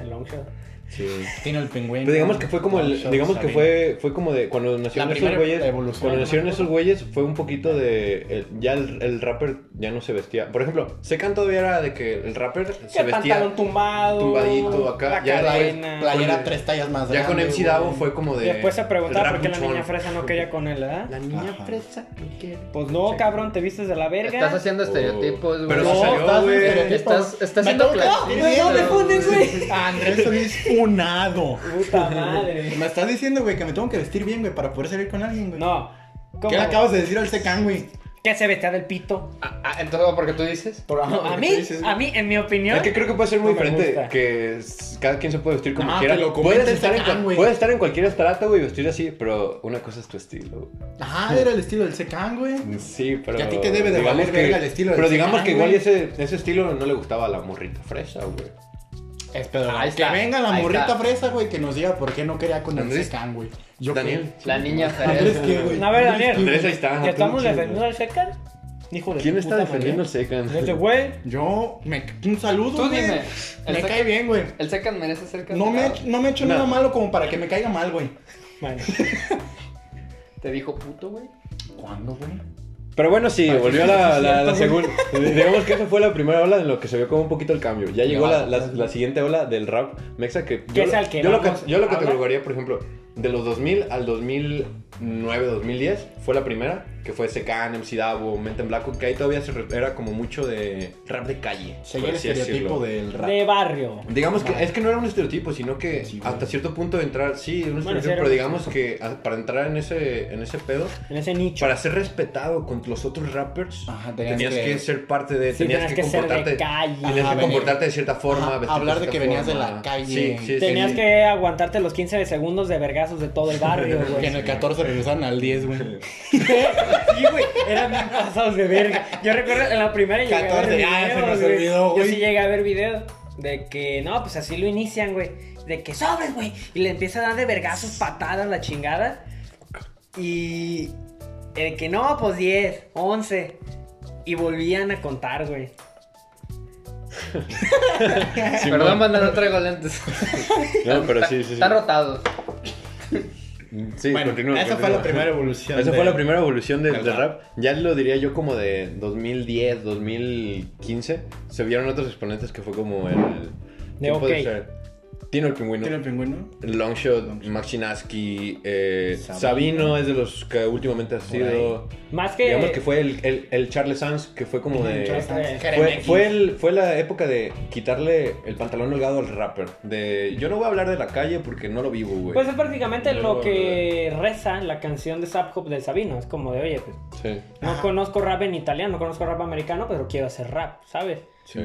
S2: el Longshot.
S4: Sí.
S6: Tiene el pingüino.
S4: Pero digamos que fue como
S6: Los
S4: el,
S6: shows
S4: digamos que
S6: ahí.
S4: fue, fue como de cuando nacieron
S6: La
S4: esos
S6: primera
S4: güeyes,
S6: evolución,
S4: cuando
S6: no
S4: nacieron
S6: me acuerdo.
S4: esos güeyes fue un poquito de el- ya el, el rapper ya no se vestía. Por ejemplo, Secan todavía era de que el rapper se
S2: Que
S4: vestía
S2: pantalón tumbado.
S4: tumbadito acá,
S2: La
S4: ya era
S2: cadena.
S6: Playera
S4: Con-
S6: tres tallas más
S4: ya con
S6: grande,
S4: MC
S6: güey.
S4: Davo fue como de
S2: Después se preguntaba
S4: el
S2: por qué la
S4: rap
S2: niña
S4: mucho-
S2: fresa no quería con él, ¿verdad?
S4: La niña
S6: Ajá.
S4: fresa no quiere.
S2: Pues no, cabrón, te vistes de la
S1: Estás
S2: verga.
S1: haciendo estereotipos, güey.
S4: Oh. Pero
S2: No,
S4: sí salió,
S6: estás
S4: güey.
S6: haciendo-
S1: Estás, estás
S6: Me
S1: siendo
S6: toca.
S1: clasista.
S2: Güey, no me pones, güey.
S6: Andrés es unado.
S2: Puta madre.
S3: Me estás diciendo, güey, que me tengo que vestir bien, güey, para poder salir con alguien, güey.
S2: No. ¿Cómo?
S3: ¿Qué le acabas de decir al secán, güey?
S2: Que se vestía del pito.
S1: Ah, ah, entonces, ¿por qué tú dices?
S2: No, a mí, a mí, en mi opinión.
S4: Es que creo que puede ser muy
S2: No me gusta.
S4: diferente. Que s- cada quien se puede vestir como
S6: No,
S4: quiera.
S6: que lo comente
S4: puedes,
S6: el
S4: estar en,
S6: Secan,
S4: cual-
S6: güey.
S4: puedes estar en cualquier estrato, güey, y vestir así, pero una cosa es tu estilo.
S3: Ah, era el estilo del secán, güey.
S4: Sí, pero.
S3: Que a ti te debe de
S4: digamos
S3: valer verga el estilo del
S4: Pero digamos
S3: Secan,
S4: que igual
S3: güey.
S4: ese, ese estilo no le gustaba a la morrita fresa, güey.
S6: Es pedo.
S1: Ahí
S6: que
S1: está,
S6: venga la
S1: ahí
S6: morrita
S1: está.
S6: fresa, güey, que nos diga por qué no quería con el
S4: Andrés.
S6: secán, güey. Yo
S4: Daniel.
S1: La niña
S6: qué. Andrés,
S1: Jerez.
S6: ¿qué, güey?
S2: A ver, Daniel.
S4: Andrés, ahí
S2: que
S4: está.
S2: estamos
S6: pinche-
S2: defendiendo al Secan. Hijo de
S4: ¿Quién
S2: su
S4: está
S2: puta
S4: defendiendo al
S2: madre.
S4: Secan?
S2: Este güey.
S6: Yo, me, un saludo,
S1: Tú
S6: güey.
S1: dime. El
S6: Me
S1: Secan-
S6: cae bien, güey.
S1: El Secan merece ser
S6: No me,
S1: cancelado.
S6: no me he hecho
S4: No.
S6: nada malo como para que me caiga mal, güey.
S4: (laughs)
S2: Bueno.
S1: Te dijo puto, güey.
S6: ¿Cuándo, güey?
S4: Pero bueno, sí,
S6: Ay,
S4: volvió
S6: sí,
S4: la,
S6: sí,
S4: la, la
S6: cierto,
S4: segunda. (laughs) Digamos que esa fue la primera ola en lo que se vio como un poquito el cambio. Ya llegó la,
S1: Abajo,
S4: la, la siguiente ola del rap mexa que.
S2: Que
S4: yo
S2: es
S4: lo-
S2: al que
S4: yo lo,
S2: vamos
S4: yo lo
S2: a hablar.
S4: categorizaría, por ejemplo, de los 2000 al 2009, 2010, fue la primera, que fue Secan, MC Davo, Mente en Blanco, que ahí todavía se re- era como mucho de rap de calle.
S3: Seguía
S4: por
S3: el
S4: así
S3: estereotipo
S4: decirlo.
S3: del rap.
S2: De barrio.
S4: Digamos que es que no era un estereotipo, sino que
S3: Sí, güey.
S4: hasta cierto punto de entrar, sí, era un
S2: Bueno,
S4: estereotipo,
S2: sí era
S4: pero
S2: un
S4: digamos que a- para entrar en ese, en ese pedo,
S2: En ese nicho.
S4: para ser respetado con los otros rappers,
S3: Ajá,
S4: tenías que, ser parte de,
S2: Sí,
S4: tenías
S2: tenías
S4: que,
S2: que ser
S4: comportarte,
S2: de calle.
S4: tenías
S3: Ajá,
S4: que
S3: venir.
S4: comportarte de cierta forma,
S3: Ajá,
S4: vestirte
S3: hablar de
S4: cierta
S3: que venías de
S4: forma.
S3: la calle.
S4: Sí, sí, sí,
S2: Tenías
S4: sí.
S2: que aguantarte los 15 segundos de vergazos de todo el barrio,
S3: Que en
S2: güey.
S3: el 14 regresaban al 10, güey.
S2: Sí, güey, eran bien pasados de verga. Yo recuerdo en la primera llegué
S3: 14,
S2: a
S3: ah,
S2: ver
S3: se
S2: videos,
S3: nos
S2: güey.
S3: olvidó, güey.
S2: Yo sí llegué a ver videos de que, no, pues así lo inician, güey. De que sobres, güey. Y le empieza a dar de vergazos, patadas, la chingada. Y el que no, pues 10, 11. Y volvían a contar, güey.
S1: Perdón, banda, no traigo lentes.
S4: No, pero sí, sí, sí.
S1: Está rotado.
S4: Sí,
S3: Bueno,
S4: continúa,
S3: esa fue
S4: continúa.
S3: la primera evolución.
S4: Esa
S3: de-
S4: fue la primera evolución del
S3: del
S4: del rap. Ya lo diría yo como de 2010, 2015. Se vieron otros exponentes que fue como el.
S2: De
S4: ¿quién
S2: OK.
S4: puede ser? Tino el pingüino.
S3: ¿Tiene el pingüino?
S4: Longshot,
S3: Longshot.
S4: Machinaski, eh,
S3: Sabino.
S4: Sabino es de los que últimamente ha sido.
S2: Más que.
S4: Digamos que fue el, el, el Charles Sanz, que fue como de.
S2: Charles Sanz.
S4: Fue, fue el- fue la época de quitarle el pantalón holgado al rapper. De yo no voy a hablar de la calle porque no lo vivo, güey.
S2: Pues es prácticamente
S4: No,
S2: lo que reza la canción de Sub Hop del Sabino. Es como de, oye, pues,
S4: Sí,
S2: no conozco rap en italiano, no conozco rap americano, pero quiero hacer rap, ¿sabes?
S4: sí.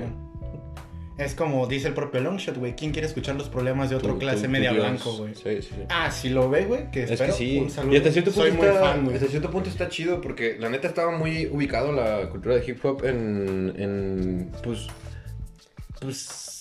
S3: Es como dice el propio Longshot, güey. ¿Quién quiere escuchar los problemas de otro
S4: Tú-
S3: clase
S4: tú- tú
S3: media
S4: Dios.
S3: blanco, güey?
S4: Sí, sí, sí.
S3: Ah, si lo ve, güey, que
S4: Es
S3: espero
S4: que sí.
S3: un saludo.
S4: Y hasta cierto punto
S3: Soy muy
S4: está, Pues,
S3: fan, güey.
S4: hasta cierto punto está chido porque la neta estaba muy ubicado la cultura de hip hop en, en pues pues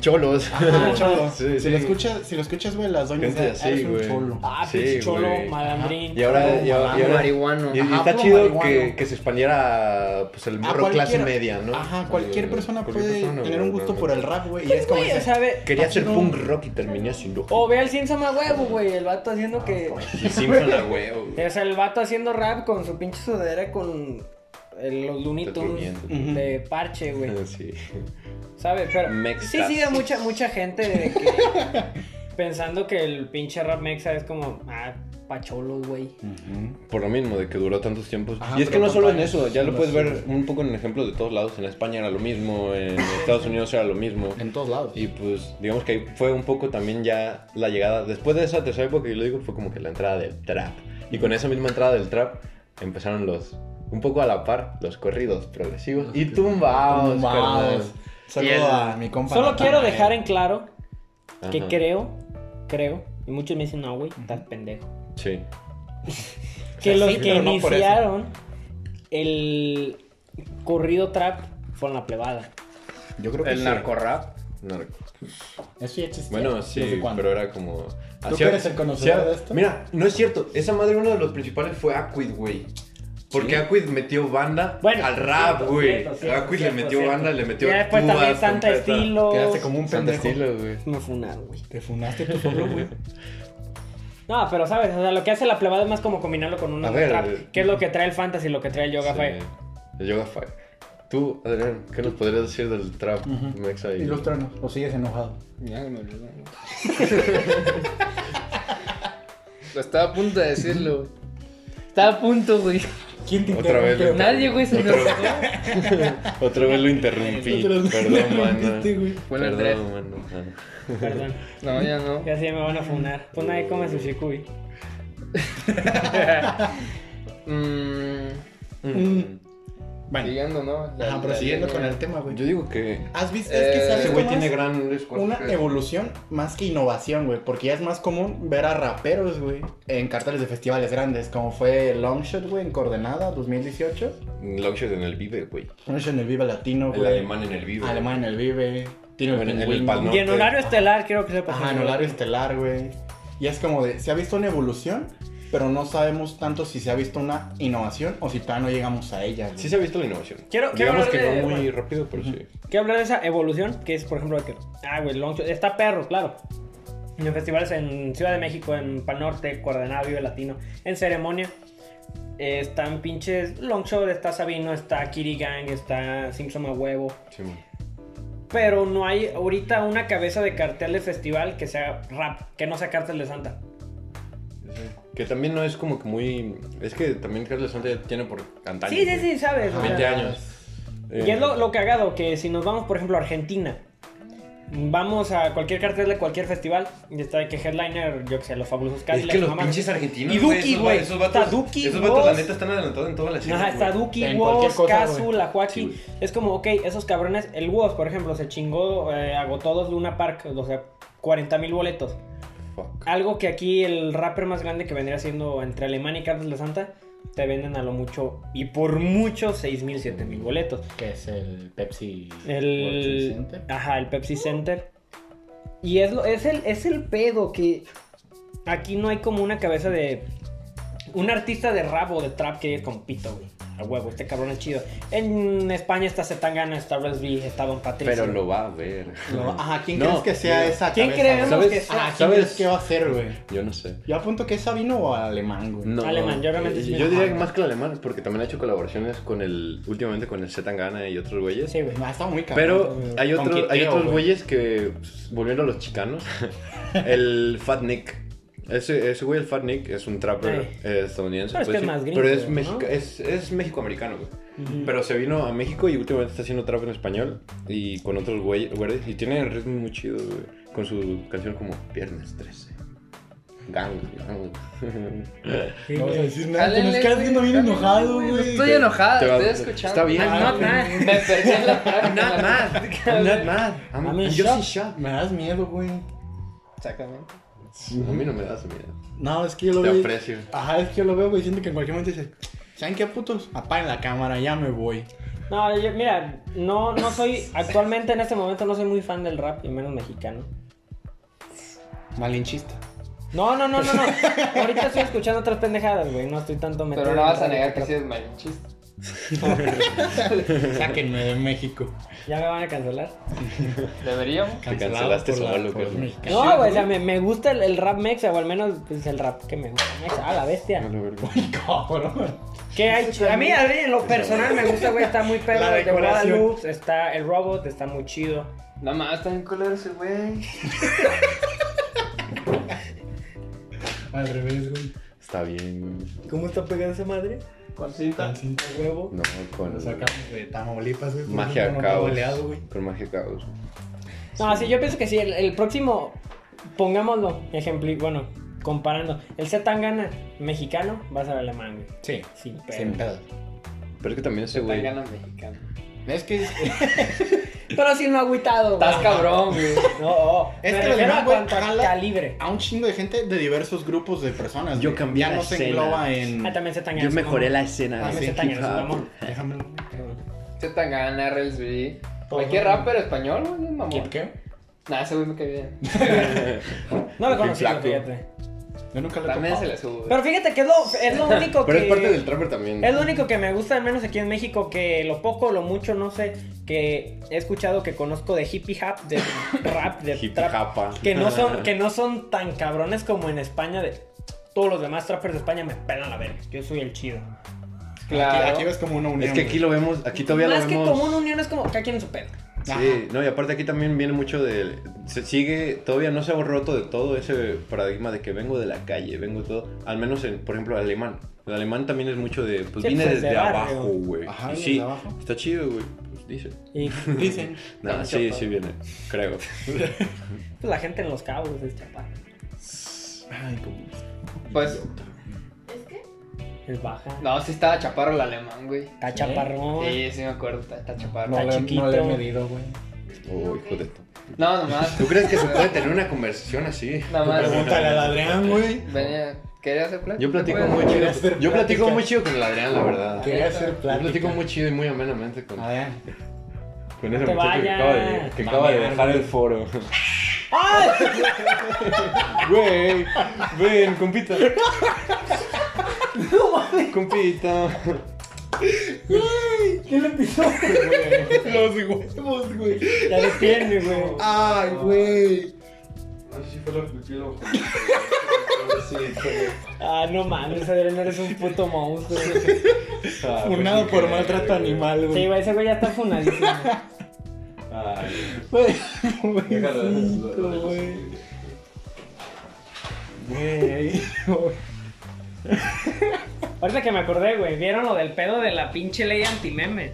S4: cholos. (laughs)
S3: Ajá, ah, cholo.
S4: Sí, sí.
S3: Si lo escuchas, si lo escuchas, güey, las doñas
S4: Gente
S3: de
S4: así,
S3: eres un
S4: güey.
S3: cholo.
S2: Ah,
S4: Sí,
S2: pinche cholo,
S4: güey.
S2: malandrín. Oh,
S4: Y ahora, y ahora- y ahora-
S1: Marihuano.
S4: y- y
S3: Ajá,
S4: está
S3: puro
S4: chido
S3: marihuano.
S4: que, que se expandiera pues el
S3: A
S4: morro clase
S3: cualquiera-
S4: media, ¿no?
S3: Ah, Ajá, cualquier
S4: Eh,
S3: persona
S4: cualquier
S3: puede
S4: persona,
S3: tener
S4: güey,
S3: un gusto
S4: realmente.
S3: por el rap, güey. Y
S2: Pues,
S3: es como
S2: güey, o
S3: ese-
S2: sea, ve-
S4: Quería ser
S3: chido.
S4: punk rock y terminé siendo
S3: Oh,
S2: o ve al Simpson a huevo, güey, el vato
S4: Ah,
S2: haciendo que...
S4: Y Simpson a
S3: (laughs)
S4: huevo.
S2: O sea, el vato haciendo rap con su pinche sudadera con el- los Looney
S4: Está
S2: Tunes
S4: durmiendo.
S2: de parche,
S4: (laughs)
S3: Eh,
S2: güey.
S4: Sí.
S2: ¿Sabes? Pero
S4: Mextas.
S2: sí sigue mucha, mucha gente de que
S4: (laughs)
S2: pensando que el pinche rap mexa es como, ah, pacholos, güey.
S4: Por lo mismo, de que duró tantos tiempos.
S3: Ajá,
S4: y es que
S3: pero
S4: no solo en
S3: compadre,
S4: eso, ya lo
S3: no
S4: puedes
S3: sé.
S4: ver un poco en ejemplos de todos lados. En España era lo mismo, en Estados Unidos era lo mismo.
S3: En todos lados.
S4: Y pues, digamos que ahí fue un poco también ya la llegada. Después de esa tercera época, yo lo digo, fue como que la entrada del trap. Y con esa misma entrada del trap empezaron los. Un poco a la par, los corridos progresivos y tumbados. Ah, carnal.
S3: Tumbados.
S1: Y el-
S3: Saludo a mi compa.
S2: Solo
S3: Natanael.
S2: quiero dejar en claro que
S4: Ajá,
S2: creo, creo, y muchos me dicen, no, güey, estás pendejo.
S4: Sí.
S2: Que
S3: Sí,
S2: los que
S3: pero no por eso.
S2: iniciaron el corrido trap fueron la plebada.
S3: Yo creo que
S1: El
S3: sí.
S1: narcorrap.
S4: Narco.
S3: Eso ya existía.
S4: Bueno,
S3: ¿Desde
S4: sí,
S3: cuándo?
S4: pero era como.
S3: ¿Tú que eres el conocedor de esto?
S4: Mira, no es cierto. Esa madre, uno de los principales fue Aquid, güey. Porque Aquid metió banda
S2: Bueno,
S4: al rap,
S2: cierto,
S4: güey.
S2: cierto, cierto,
S4: Aquid le
S2: cierto,
S4: metió
S2: cierto.
S4: banda, le metió.
S2: Ya después
S4: púas,
S2: también Santa
S4: trompeta.
S2: Estilo.
S3: Quedaste como un
S4: Santa
S3: pendejo.
S4: Estilo, güey.
S2: Me funaron, güey.
S3: Te funaste tú solo, güey.
S2: No, pero sabes, o sea, lo que hace la plebada es más como combinarlo con un
S4: A
S2: onda
S4: ver,
S2: trap.
S4: eh.
S2: Que es lo que trae el fantasy y lo que trae el yoga
S4: Sí,
S2: fue.
S4: El Yoga Fire. Tú, Adrián, ¿qué nos podrías decir del trap mexa y-
S3: Ilústranos. O sigues enojado.
S1: Ya me olvidó. (laughs) Lo estaba a punto de decirlo, güey. Estaba a punto, güey.
S3: ¿Quién te
S4: Otra vez,
S3: interrumpió?
S1: Nadie, güey, se
S4: Otra
S1: nos
S4: vez. Otra vez (laughs) lo
S3: (laughs)
S4: interrumpí. Perdón, mano.
S3: Interrumpiste, güey.
S1: Fue el Andrés.
S4: Perdón, mano.
S2: Perdón.
S1: No, ya no.
S2: Ya sí me van a funar. Pues nadie come sushi cuy.
S1: Mm,
S4: Mm.
S3: Bueno,
S1: Siguiendo, ¿no? La-
S3: ajá,
S1: la
S3: prosiguiendo con
S1: línea.
S3: el tema,
S4: Yo
S3: güey.
S4: digo que.
S3: ¿Has visto?
S1: Eh,
S3: es que sabes
S4: Ese güey
S3: cómo
S4: tiene
S3: es?
S4: grandes cosas.
S3: una evolución más que innovación, güey, porque ya es más común ver a raperos, güey, en carteles de festivales grandes, como fue Longshot, güey, en Coordenada 2018.
S4: Longshot en el Vive, güey.
S3: Longshot en el Vive Latino,
S4: El
S3: güey.
S4: alemán en el Vive.
S3: Alemán en el Vive. Tiene
S4: En- en el
S3: Pingüino.
S4: Pal
S2: Y en
S4: Norte.
S2: horario estelar, quiero que sepas.
S3: Ajá, en horario estelar, güey. Y es como de, se ha visto una evolución, pero no sabemos tanto si se ha visto una innovación o si todavía no llegamos a ella, güey.
S4: Sí se ha visto la innovación.
S2: Quiero- quiero
S4: Digamos
S2: hablar
S4: que
S2: de-
S4: no muy rápido, pero sí.
S2: Quiero hablar de esa evolución, que es, por ejemplo, que, ah, güey, Longshot, está perro, claro. En festivales en Ciudad de México, en Pal Norte, Coordenada, Vive Latino, en Ceremonia. eh, están pinches Longshot, está Sabino, está Kitty Gang, está Simpson a huevo.
S4: Simón.
S2: Pero no hay ahorita una cabeza de cartel de festival que sea rap, que no sea cartel de Santa.
S4: Que también no es como que muy. Es que también Carlos Santa ya tiene por antaño.
S2: Sí, sí,
S4: güey.
S2: sí, sabes. o
S4: 20
S2: sea,
S4: años. Eh,
S2: Y es lo, lo cagado, que si nos vamos, por ejemplo, a Argentina, vamos a cualquier cartel de cualquier festival, y está de que headliner, yo que sé, los fabulosos
S4: Es
S2: Cadillacs,
S4: que los
S2: mamá.
S4: pinches argentinos.
S2: Y Duki,
S4: esos
S2: güey.
S4: va- Esos vatos.
S2: Está Duki,
S4: esos vatos, la
S2: Woz.
S4: neta, están adelantados en toda la serie.
S2: Ajá, está
S4: güey.
S2: Duki,
S3: En cualquier
S2: Woz,
S3: cosa,
S2: Casu,
S3: güey.
S2: la Huachi.
S4: Sí, güey.
S2: es como, ok, esos cabrones, el Woz, por ejemplo, se chingó, eh, agotó dos Luna Park, o sea, 40 mil boletos.
S4: Fuck.
S2: Algo que aquí el rapper más grande que vendría siendo entre Alemania y Carlos de Santa, te venden a lo mucho, y por mucho, 6 mil, 7 mil boletos.
S3: Que es el Pepsi World Trade
S2: El.
S3: Center.
S2: Ajá, el Pepsi Center. Y es, lo, es, el, es el pedo que aquí no hay como una cabeza de. Un artista de rabo de trap que es con pito, güey. A huevo, este cabrón es chido. En España está Zetangana, está Rels B, está Don Patricio.
S4: Pero lo va a ver.
S3: No, ajá, ¿quién
S4: No,
S3: crees que sea
S4: mira.
S3: esa
S2: ¿Quién
S3: cabeza?
S2: creemos
S3: güey?
S4: ¿Sabes?
S2: que sea?
S3: Ajá, ¿quién
S4: ¿Sabes?
S3: crees que va a ser, güey?
S4: (laughs) Yo no sé.
S3: Yo apunto que es Sabino o alemán, güey.
S4: No, Eh,
S2: Alemán, yo realmente sí me-
S4: Yo diría que más que el alemán, porque también ha hecho colaboraciones con el. Últimamente con el Zetangana y otros güeyes.
S2: Sí, güey.
S3: Ha estado muy cabrón.
S4: Pero hay,
S3: Con
S4: otro,
S3: Quiqueo,
S4: hay otros
S3: güey.
S4: güeyes que, pues, volviendo a los chicanos,
S3: (laughs)
S4: el Fat Nick. Ese, ese güey, el Fat Nick, es un trapper
S2: Ey.
S4: eh, estadounidense.
S2: Pero es que es más gringo,
S4: Pero es,
S2: ¿no?
S4: mexica- es, es mexicoamericano, güey. Pero se vino a México y últimamente está haciendo trap en español y con otros güey- güeyes. Y tiene ritmo muy chido, güey. Con su canción como Viernes 13. Gang,
S2: (laughs)
S4: gang.
S3: No vas a decir nada, te nos
S1: Jálenle,
S3: quedas viendo bien
S1: jálenle,
S3: enojado,
S1: güey. No
S3: güey.
S1: Estoy enojado,
S4: Te va-
S1: estoy escuchando.
S4: Está bien.
S2: I'm not mad.
S1: (laughs) Me perdí en la parte.
S4: I'm not mad. I'm not mad. I'm,
S2: I'm in
S4: I'm just in shock.
S3: Me das miedo, güey.
S1: Exactamente.
S4: A mí no me das miedo.
S3: No, es que yo lo
S4: Te
S3: veo.
S4: aprecio.
S3: Ajá, es que yo lo veo, güey. Siento que en cualquier momento dice, ¿saben qué putos? Apaguen la cámara, ya me voy.
S2: No, yo- mira, no, no soy. Actualmente en este momento no soy muy fan del rap y menos mexicano.
S3: Malinchista.
S2: No, no,
S1: (laughs)
S2: no, no, no. Ahorita estoy escuchando otras pendejadas, güey. No estoy tanto metido.
S1: Pero no
S2: en
S1: vas a
S2: rap,
S1: negar que
S2: pero-
S1: sí es malinchista.
S3: Sáquenme de México.
S2: Ya me van a cancelar.
S1: Deberíamos.
S4: Te
S3: Cancelado
S4: cancelaste
S3: por la-
S4: solo,
S3: por
S4: cabrón.
S3: mexicano. (laughs)
S2: No, güey, o sea, me, me gusta el, el rap mexa, o al menos pues, el rap que me gusta mexa. Ah, la bestia.
S3: Cabrón.
S2: ¿Qué hay? ch- A mí, a mí, en lo personal me gusta, güey, está muy pedo.
S3: La
S2: El de
S3: decoración.
S2: Guadalupe, está el robot, está muy chido.
S1: No más, está bien color ese güey.
S3: Al revés, güey.
S4: Está bien, güey.
S2: ¿Cómo está pegada esa madre?
S1: Con cinta.
S3: Tan cinta, güey.
S2: Huevo.
S4: No, con
S3: Lo sacamos de Tamaulipas, güey. por eso
S4: magia
S3: no
S4: caos.
S3: boleado, güey.
S4: Con magia caos.
S2: No, sí, yo pienso que sí. El, el próximo, pongámoslo, ejemplo, bueno, comparando. El Z Tangana, mexicano, va a ser alemán, güey.
S3: Sí,
S2: Sin pedo.
S3: sin pedo.
S4: Pero es que también ese güey.
S1: Tangana mexicano.
S3: Es que es, eh,
S2: Pero sin lo agüitado, güey.
S1: Estás cabrón, güey.
S2: No, oh,
S3: Es
S2: me
S3: que
S2: refiero
S3: los
S2: a
S3: demás, güey,
S2: cuanto
S3: para la-
S2: calibre.
S3: a un chingo de gente de diversos grupos de personas.
S4: Yo
S3: güey.
S4: cambié
S3: Ya
S4: la
S3: no se
S4: escena.
S3: engloba en.
S2: Ah, también se tan
S4: Yo mejoré la escena.
S2: Ah,
S4: güey.
S2: sí,
S4: Hip
S2: Tangana,
S4: hop.
S2: su mamón. (laughs)
S3: Déjamelo. güey.
S1: Zetangana, Rels B. Cualquier
S2: Todo, güey.
S1: rapper español, güey, es mamón.
S3: ¿Qué?
S1: Nah, ese güey me cae bien.
S2: No lo
S4: Bien
S2: conocí,
S4: flaco.
S2: fíjate.
S3: Yo nunca lo he
S1: También se
S3: topado.
S1: le sube.
S2: Pero fíjate que es lo, es
S4: (laughs)
S2: lo único que.
S4: (laughs) Pero es parte del trapper también.
S2: es lo único que me gusta, al menos aquí en México, que lo poco, lo mucho, no sé, que he escuchado que conozco de hippie hop, de rap, de
S4: Hip
S2: trap,
S4: hapa.
S2: que no
S4: (laughs)
S2: son que no son tan cabrones como en España de todos los demás trappers de España me pelan la verga. Yo soy el chido.
S1: Claro.
S3: Aquí, aquí ves como una unión.
S4: Es que aquí
S3: güey.
S4: lo vemos, aquí todavía
S2: Más
S4: lo
S2: que
S4: vemos.
S2: como una unión es como cada quien en su pedo.
S4: Sí, no, y aparte aquí también viene mucho de. Se sigue, todavía no se ha roto de todo ese paradigma de que vengo de la calle, vengo de todo. Al menos en, por ejemplo, el alemán. El alemán también es mucho de. Pues
S2: Sí,
S4: vine
S2: pues, de
S4: desde
S2: barrio.
S4: abajo, güey.
S3: Ajá,
S4: Y
S3: desde
S4: sí,
S3: abajo.
S4: está chido, güey. Pues dice. (laughs)
S2: Y
S3: Dicen.
S4: No,
S1: Está
S4: sí,
S1: chapado.
S4: sí viene,
S2: (laughs)
S4: creo.
S2: pues, la gente en los cabos es chapada.
S3: Ay, como.
S1: Pues,
S7: ¿Es que?
S2: Es baja.
S1: no, sí estaba chaparro el alemán, güey.
S2: Está chaparrón.
S1: Sí, sí me acuerdo, está, está chaparro.
S3: No,
S2: Está
S3: le,
S2: chiquito.
S3: no le he medido, güey.
S4: Oh, hijo de tu.
S1: No, nomás.
S4: ¿Tú crees que se puede tener una conversación así?
S1: Nomás.
S3: Pregúntale al Adrián, güey.
S1: Venía. ¿Quería hacer pues. plata?
S4: Yo platico
S1: Bueno,
S4: muy
S3: Quería
S4: chido.
S3: hacer
S4: Yo platico
S3: plática.
S4: muy chido con el Adrián, la verdad.
S3: Quería hacer
S4: Yo
S3: plática. Ah,
S4: platico muy chido y muy amenamente con,
S3: Adrián.
S4: con ese
S2: te
S4: muchacho que
S2: vayas.
S4: acaba de, que acaba de
S3: Mamear,
S4: dejar el
S3: güey.
S4: foro. Güey, ven, compita. Compita.
S3: Los huevos, güey.
S2: Ya depende, güey.
S3: Ay, güey.
S4: No sé si fue lo que sí, pero-
S2: Ah, no mames, Adrián, eres un puto monstruo.
S4: Ah, pues,
S3: Funado
S4: sí
S3: por
S4: que-
S3: maltrato animal,
S2: Sí,
S3: güey.
S2: güey, ese güey ya está
S3: (laughs)
S2: funadísimo.
S4: Ay,
S3: Güey,
S4: déjalo de- de- de-
S3: güey. Güey.
S2: Ahorita que me acordé, güey, vieron lo del pedo de la pinche ley anti-meme.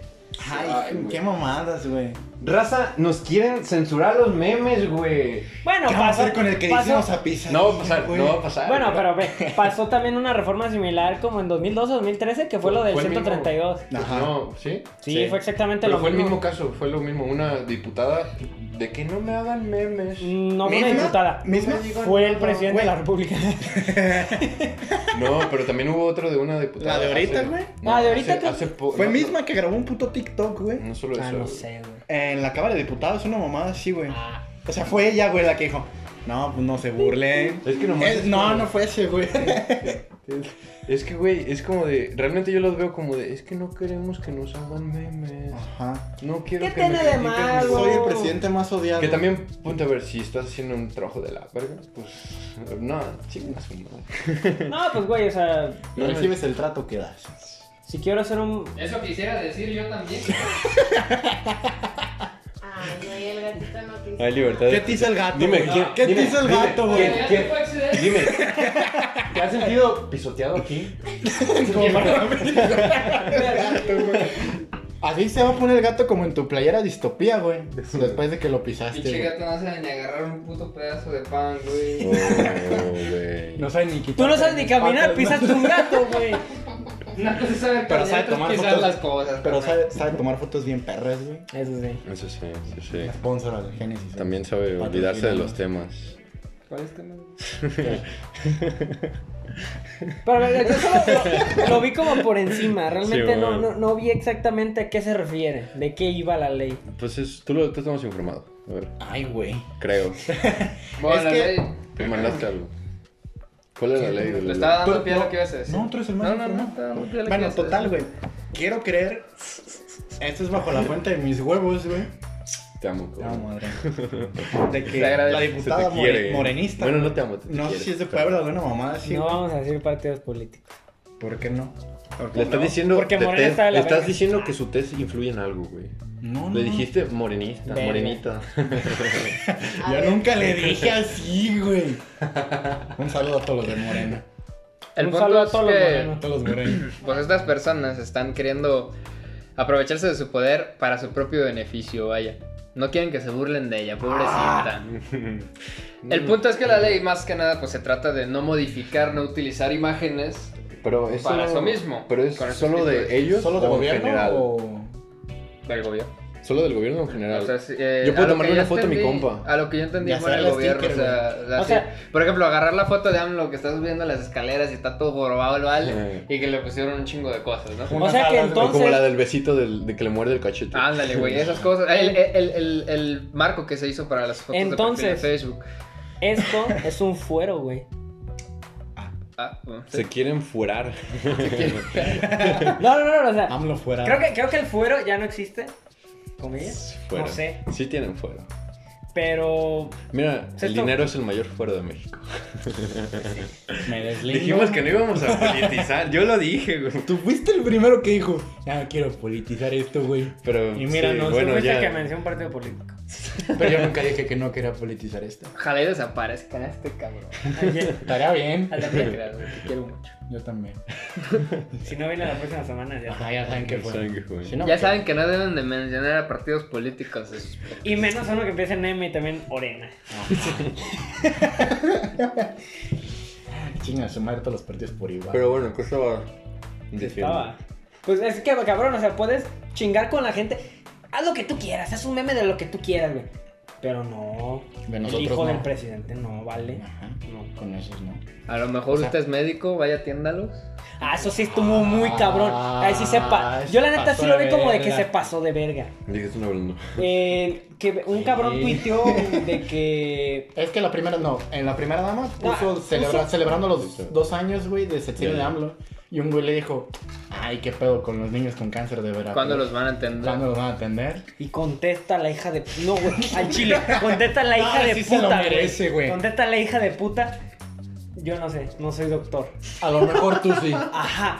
S3: Ay, qué mamadas, güey.
S4: Raza, nos quieren censurar los memes, güey.
S2: Bueno,
S3: ¿Qué vamos a
S2: pasó,
S3: hacer con el que
S2: pasó-
S3: decimos a pizza?
S4: No va a pasar,
S3: güey?
S4: no va a pasar.
S2: Bueno, pero ve, pasó también una reforma similar como en 2012 o 2013, que fue lo del
S4: Fue el mismo.
S2: 132.
S3: Ajá.
S4: Pues No, ¿sí?
S2: Sí,
S3: Sí.
S2: fue exactamente
S4: Pero
S2: lo
S4: fue el
S2: mismo.
S4: mismo caso, fue lo mismo. Una diputada de que no me hagan memes.
S2: No fue una
S3: ¿Misma?
S2: diputada.
S3: ¿Misma?
S2: Fue el presidente
S3: Güey.
S2: de la
S3: (laughs)
S2: República.
S4: No, pero también hubo otro de una diputada.
S3: ¿La de ahorita,
S4: hace-
S3: güey?
S4: No,
S2: ¿La de ahorita,
S4: hace-
S2: creo?
S4: hace po-
S3: Fue
S4: no,
S3: misma que grabó un puto TikTok, güey.
S4: No solo eso.
S2: Ah, no
S4: güey.
S2: sé, güey.
S3: En la Cámara de Diputados, una mamada así, güey.
S2: Ah.
S3: O sea, fue ella, güey, la que dijo. No, pues no se burlen.
S4: Es que nomás
S3: Es-
S4: es
S3: no,
S4: como-
S3: no fue ese, güey.
S4: Es que, güey, es como de. Realmente yo los veo como de. Es que no queremos que nos hagan memes.
S3: Ajá.
S4: No quiero
S2: ¿Qué
S4: que
S2: tiene
S4: me
S2: de
S4: critiquen.
S2: malo?
S3: Soy el presidente más odiado.
S4: Que también, punto a ver, si estás haciendo un trabajo de la verga, pues. No, chingas,
S2: No, pues, güey, o sea,
S3: No recibes el trato que das.
S2: si quiero hacer
S3: (laughs)
S2: un...
S1: Eso quisiera decir yo también.
S7: Ay, no, y el gatito no quiso.
S4: Hay libertad.
S3: ¿Qué te hizo el gato?
S4: Eh, Dime,
S3: güey?
S4: ¿quién-
S3: ¿qué te
S4: dime,
S3: hizo el
S4: dime,
S3: gato, güey?
S4: ¿quién-
S1: Ya
S4: quién-
S1: fue accidente.
S4: Dime, ¿te has sentido pisoteado aquí?
S3: Así se va a poner el gato como en tu playera distopía, güey. Después de que lo pisaste.
S1: Pinche
S3: Este, güey. Oh.
S1: gato no sabe ni agarrar un puto pedazo de pan, güey. (laughs)
S4: Oh,
S3: No sabe ni quitar.
S2: Tú no sabes ni caminar,
S3: patas,
S2: pisas un gato, güey.
S1: No se sabe
S3: Pero sabe
S1: caminar,
S3: tomar
S1: pisar
S3: fotos.
S1: las cosas.
S3: Pero
S1: carnal.
S3: sabe, sabe tomar fotos bien perras, güey.
S2: Eso sí.
S4: Eso sí, eso sí.
S3: Sponsor al Génesis.
S4: También sabe olvidarse de los temas.
S1: ¿Cuál es tu nombre?
S2: Pero a ver, yo solo lo, lo vi como por encima. Realmente
S4: Sí,
S2: no,
S4: bueno.
S2: no, no vi exactamente a qué se refiere, de qué iba la ley.
S4: Pues es, tú lo tú estamos informado. A ver,
S3: Ay, güey.
S4: creo.
S1: Bueno,
S3: que-
S1: ley.
S4: Te mandaste algo. ¿Cuál es la ley? de
S1: Te
S4: la-
S1: estaba dando
S3: Tú-
S1: pie a
S3: no,
S1: lo que ibas a decir.
S3: no, tú eres el más
S1: No, no, no.
S3: informado.
S1: estaba dando pie a lo que
S3: Bueno,
S1: ibas a
S3: total,
S1: decir.
S3: güey. Quiero creer. Esto es bajo la fuente de mis huevos, güey.
S4: Te amo.
S3: Te
S4: cabrón.
S3: amo, madre. De que
S1: Te agradezco.
S3: la
S4: (laughs) Se te
S3: diputada more-
S4: quiere.
S3: morenista.
S4: Bueno,
S3: güey.
S4: no te amo. te
S3: no sé
S4: quiero.
S3: si es de Puebla o de una mamada así.
S2: No vamos a decir partidos políticos.
S3: ¿Por qué no?
S4: Le estás diciendo,
S2: Porque
S4: te-
S2: Morena
S4: te-
S2: está de la
S4: le estás
S2: verga.
S4: diciendo que su test influye en algo, güey.
S3: No, no.
S4: Le dijiste morenista,
S2: Verga.
S4: morenita.
S7: A
S3: Yo
S7: ver,
S3: nunca le dije así, güey. Un saludo a todos los de Morena.
S1: El
S2: Un
S1: punto
S2: saludo a
S1: es
S2: todos los
S1: que
S2: morenos.
S3: A todos los morenos.
S1: pues estas personas están queriendo aprovecharse de su poder para su propio beneficio, vaya. No quieren que se burlen de ella,
S2: Ah.
S1: pobrecita. El punto es que
S2: Mm.
S1: la ley más que nada pues se trata de no modificar, no utilizar imágenes.
S4: Pero es
S1: Para
S4: solo-
S1: eso mismo,
S4: Pero es
S1: con ese
S4: solo
S1: tipo
S4: de,
S1: de-
S4: ellos.
S3: ¿Solo de
S4: o en
S3: gobierno
S4: general?
S3: o...?
S1: Del gobierno.
S4: Solo del gobierno en general.
S1: O sea, si- eh,
S4: yo puedo
S1: a lo
S4: tomarle
S1: que
S4: una foto a mi
S1: entendí-
S4: compa.
S1: A lo que yo entendí
S3: Y
S1: fue en el
S3: hacerle
S1: gobierno.
S3: sticker,
S1: o sea, o sea,
S2: O
S1: sí.
S2: sea-
S1: por ejemplo, agarrar la foto de AMLO que está subiendo las escaleras y está todo jorobado el vale
S4: Sí.
S1: y que le pusieron un chingo de cosas, ¿no?
S2: O sea que
S3: alas, güey,
S4: O como
S2: entonces.
S4: la del besito del- de que le muerde el cachete.
S1: Ándale, güey,
S4: (laughs)
S1: esas cosas. El, el- el- el- el marco que se hizo para las fotos de,
S2: Entonces-
S1: perfil de Facebook.
S2: Esto es un fuero, (laughs) güey.
S1: Ah, bueno, sí.
S4: Se quieren furar. (laughs)
S2: No, no, no, no, o sea.
S3: AMLO fuera.
S2: Creo que, creo que el fuero ya no existe. ¿Comillas?
S4: Fuera.
S2: No sé.
S4: Sí tienen fuero.
S2: Pero.
S4: Mira,
S2: Se
S4: el
S2: to-
S4: dinero es el mayor fuero de México.
S3: Me deslindo.
S4: Dijimos que no íbamos (laughs) a politizar. Yo lo dije, güey.
S3: Tú fuiste el primero que dijo, ya quiero politizar esto, güey.
S4: Pero
S3: Y mira,
S4: sí,
S3: no,
S4: bueno,
S2: fuiste
S4: ya.
S2: que mencionó un partido político.
S3: Pero yo nunca dije que no quería politizar esto.
S1: Ojalá y desaparezcan a este cabrón.
S2: Ayer,
S3: Estaría bien.
S1: A la mierda, güey,
S4: (laughs)
S1: te quiero mucho.
S3: Yo también.
S2: Si no viene la próxima semana, ya.
S3: Ajá, ya saben que fue.
S4: Saben que fue.
S3: Si no,
S1: ya
S3: ¿qué?
S1: saben que no deben de mencionar a partidos políticos. es-
S2: Y menos uno que empiece en M y también Orena.
S3: Ah, Chinga, su madre todos los partidos por igual.
S4: Pero bueno, ¿qué estaba diciendo?
S2: Estaba. Pues es que, cabrón, o sea, puedes chingar con la gente. Haz lo que tú quieras, haz un meme de lo que tú quieras, güey. Pero no.
S3: De
S2: el
S3: nosotros
S2: hijo
S3: no.
S2: del presidente no vale.
S3: Ajá.
S2: No.
S3: Con esos no.
S1: A lo mejor
S3: O sea-
S1: usted es médico, vaya atiéndalos.
S2: Ah, eso sí estuvo muy cabrón. Ahí sí se
S3: Ah,
S2: pa- Yo la neta sí lo vi como de que se pasó de verga.
S4: Dijiste una (laughs) hablando.
S2: Eh, que un cabrón tuiteó de que.
S3: Es que la primera, no, en la primera dama puso
S2: Ah,
S3: celebra-
S2: puso-
S3: celebrando los dos años, güey, de sexenio de AMLO. Y un güey le dijo, ay, qué pedo con los niños con cáncer de
S4: Ah,
S3: verdad.
S1: ¿Cuándo los van a entender?
S3: ¿Cuándo los van a atender?
S2: Y contesta la hija de. No,
S3: (laughs)
S2: güey, al chile. Contesta la hija
S3: Ah,
S2: de
S3: sí se
S2: puta.
S3: lo merece, güey.
S2: Contesta la hija de puta. Yo no sé, no soy doctor.
S3: A lo mejor tú
S2: (laughs)
S3: sí.
S2: Ajá.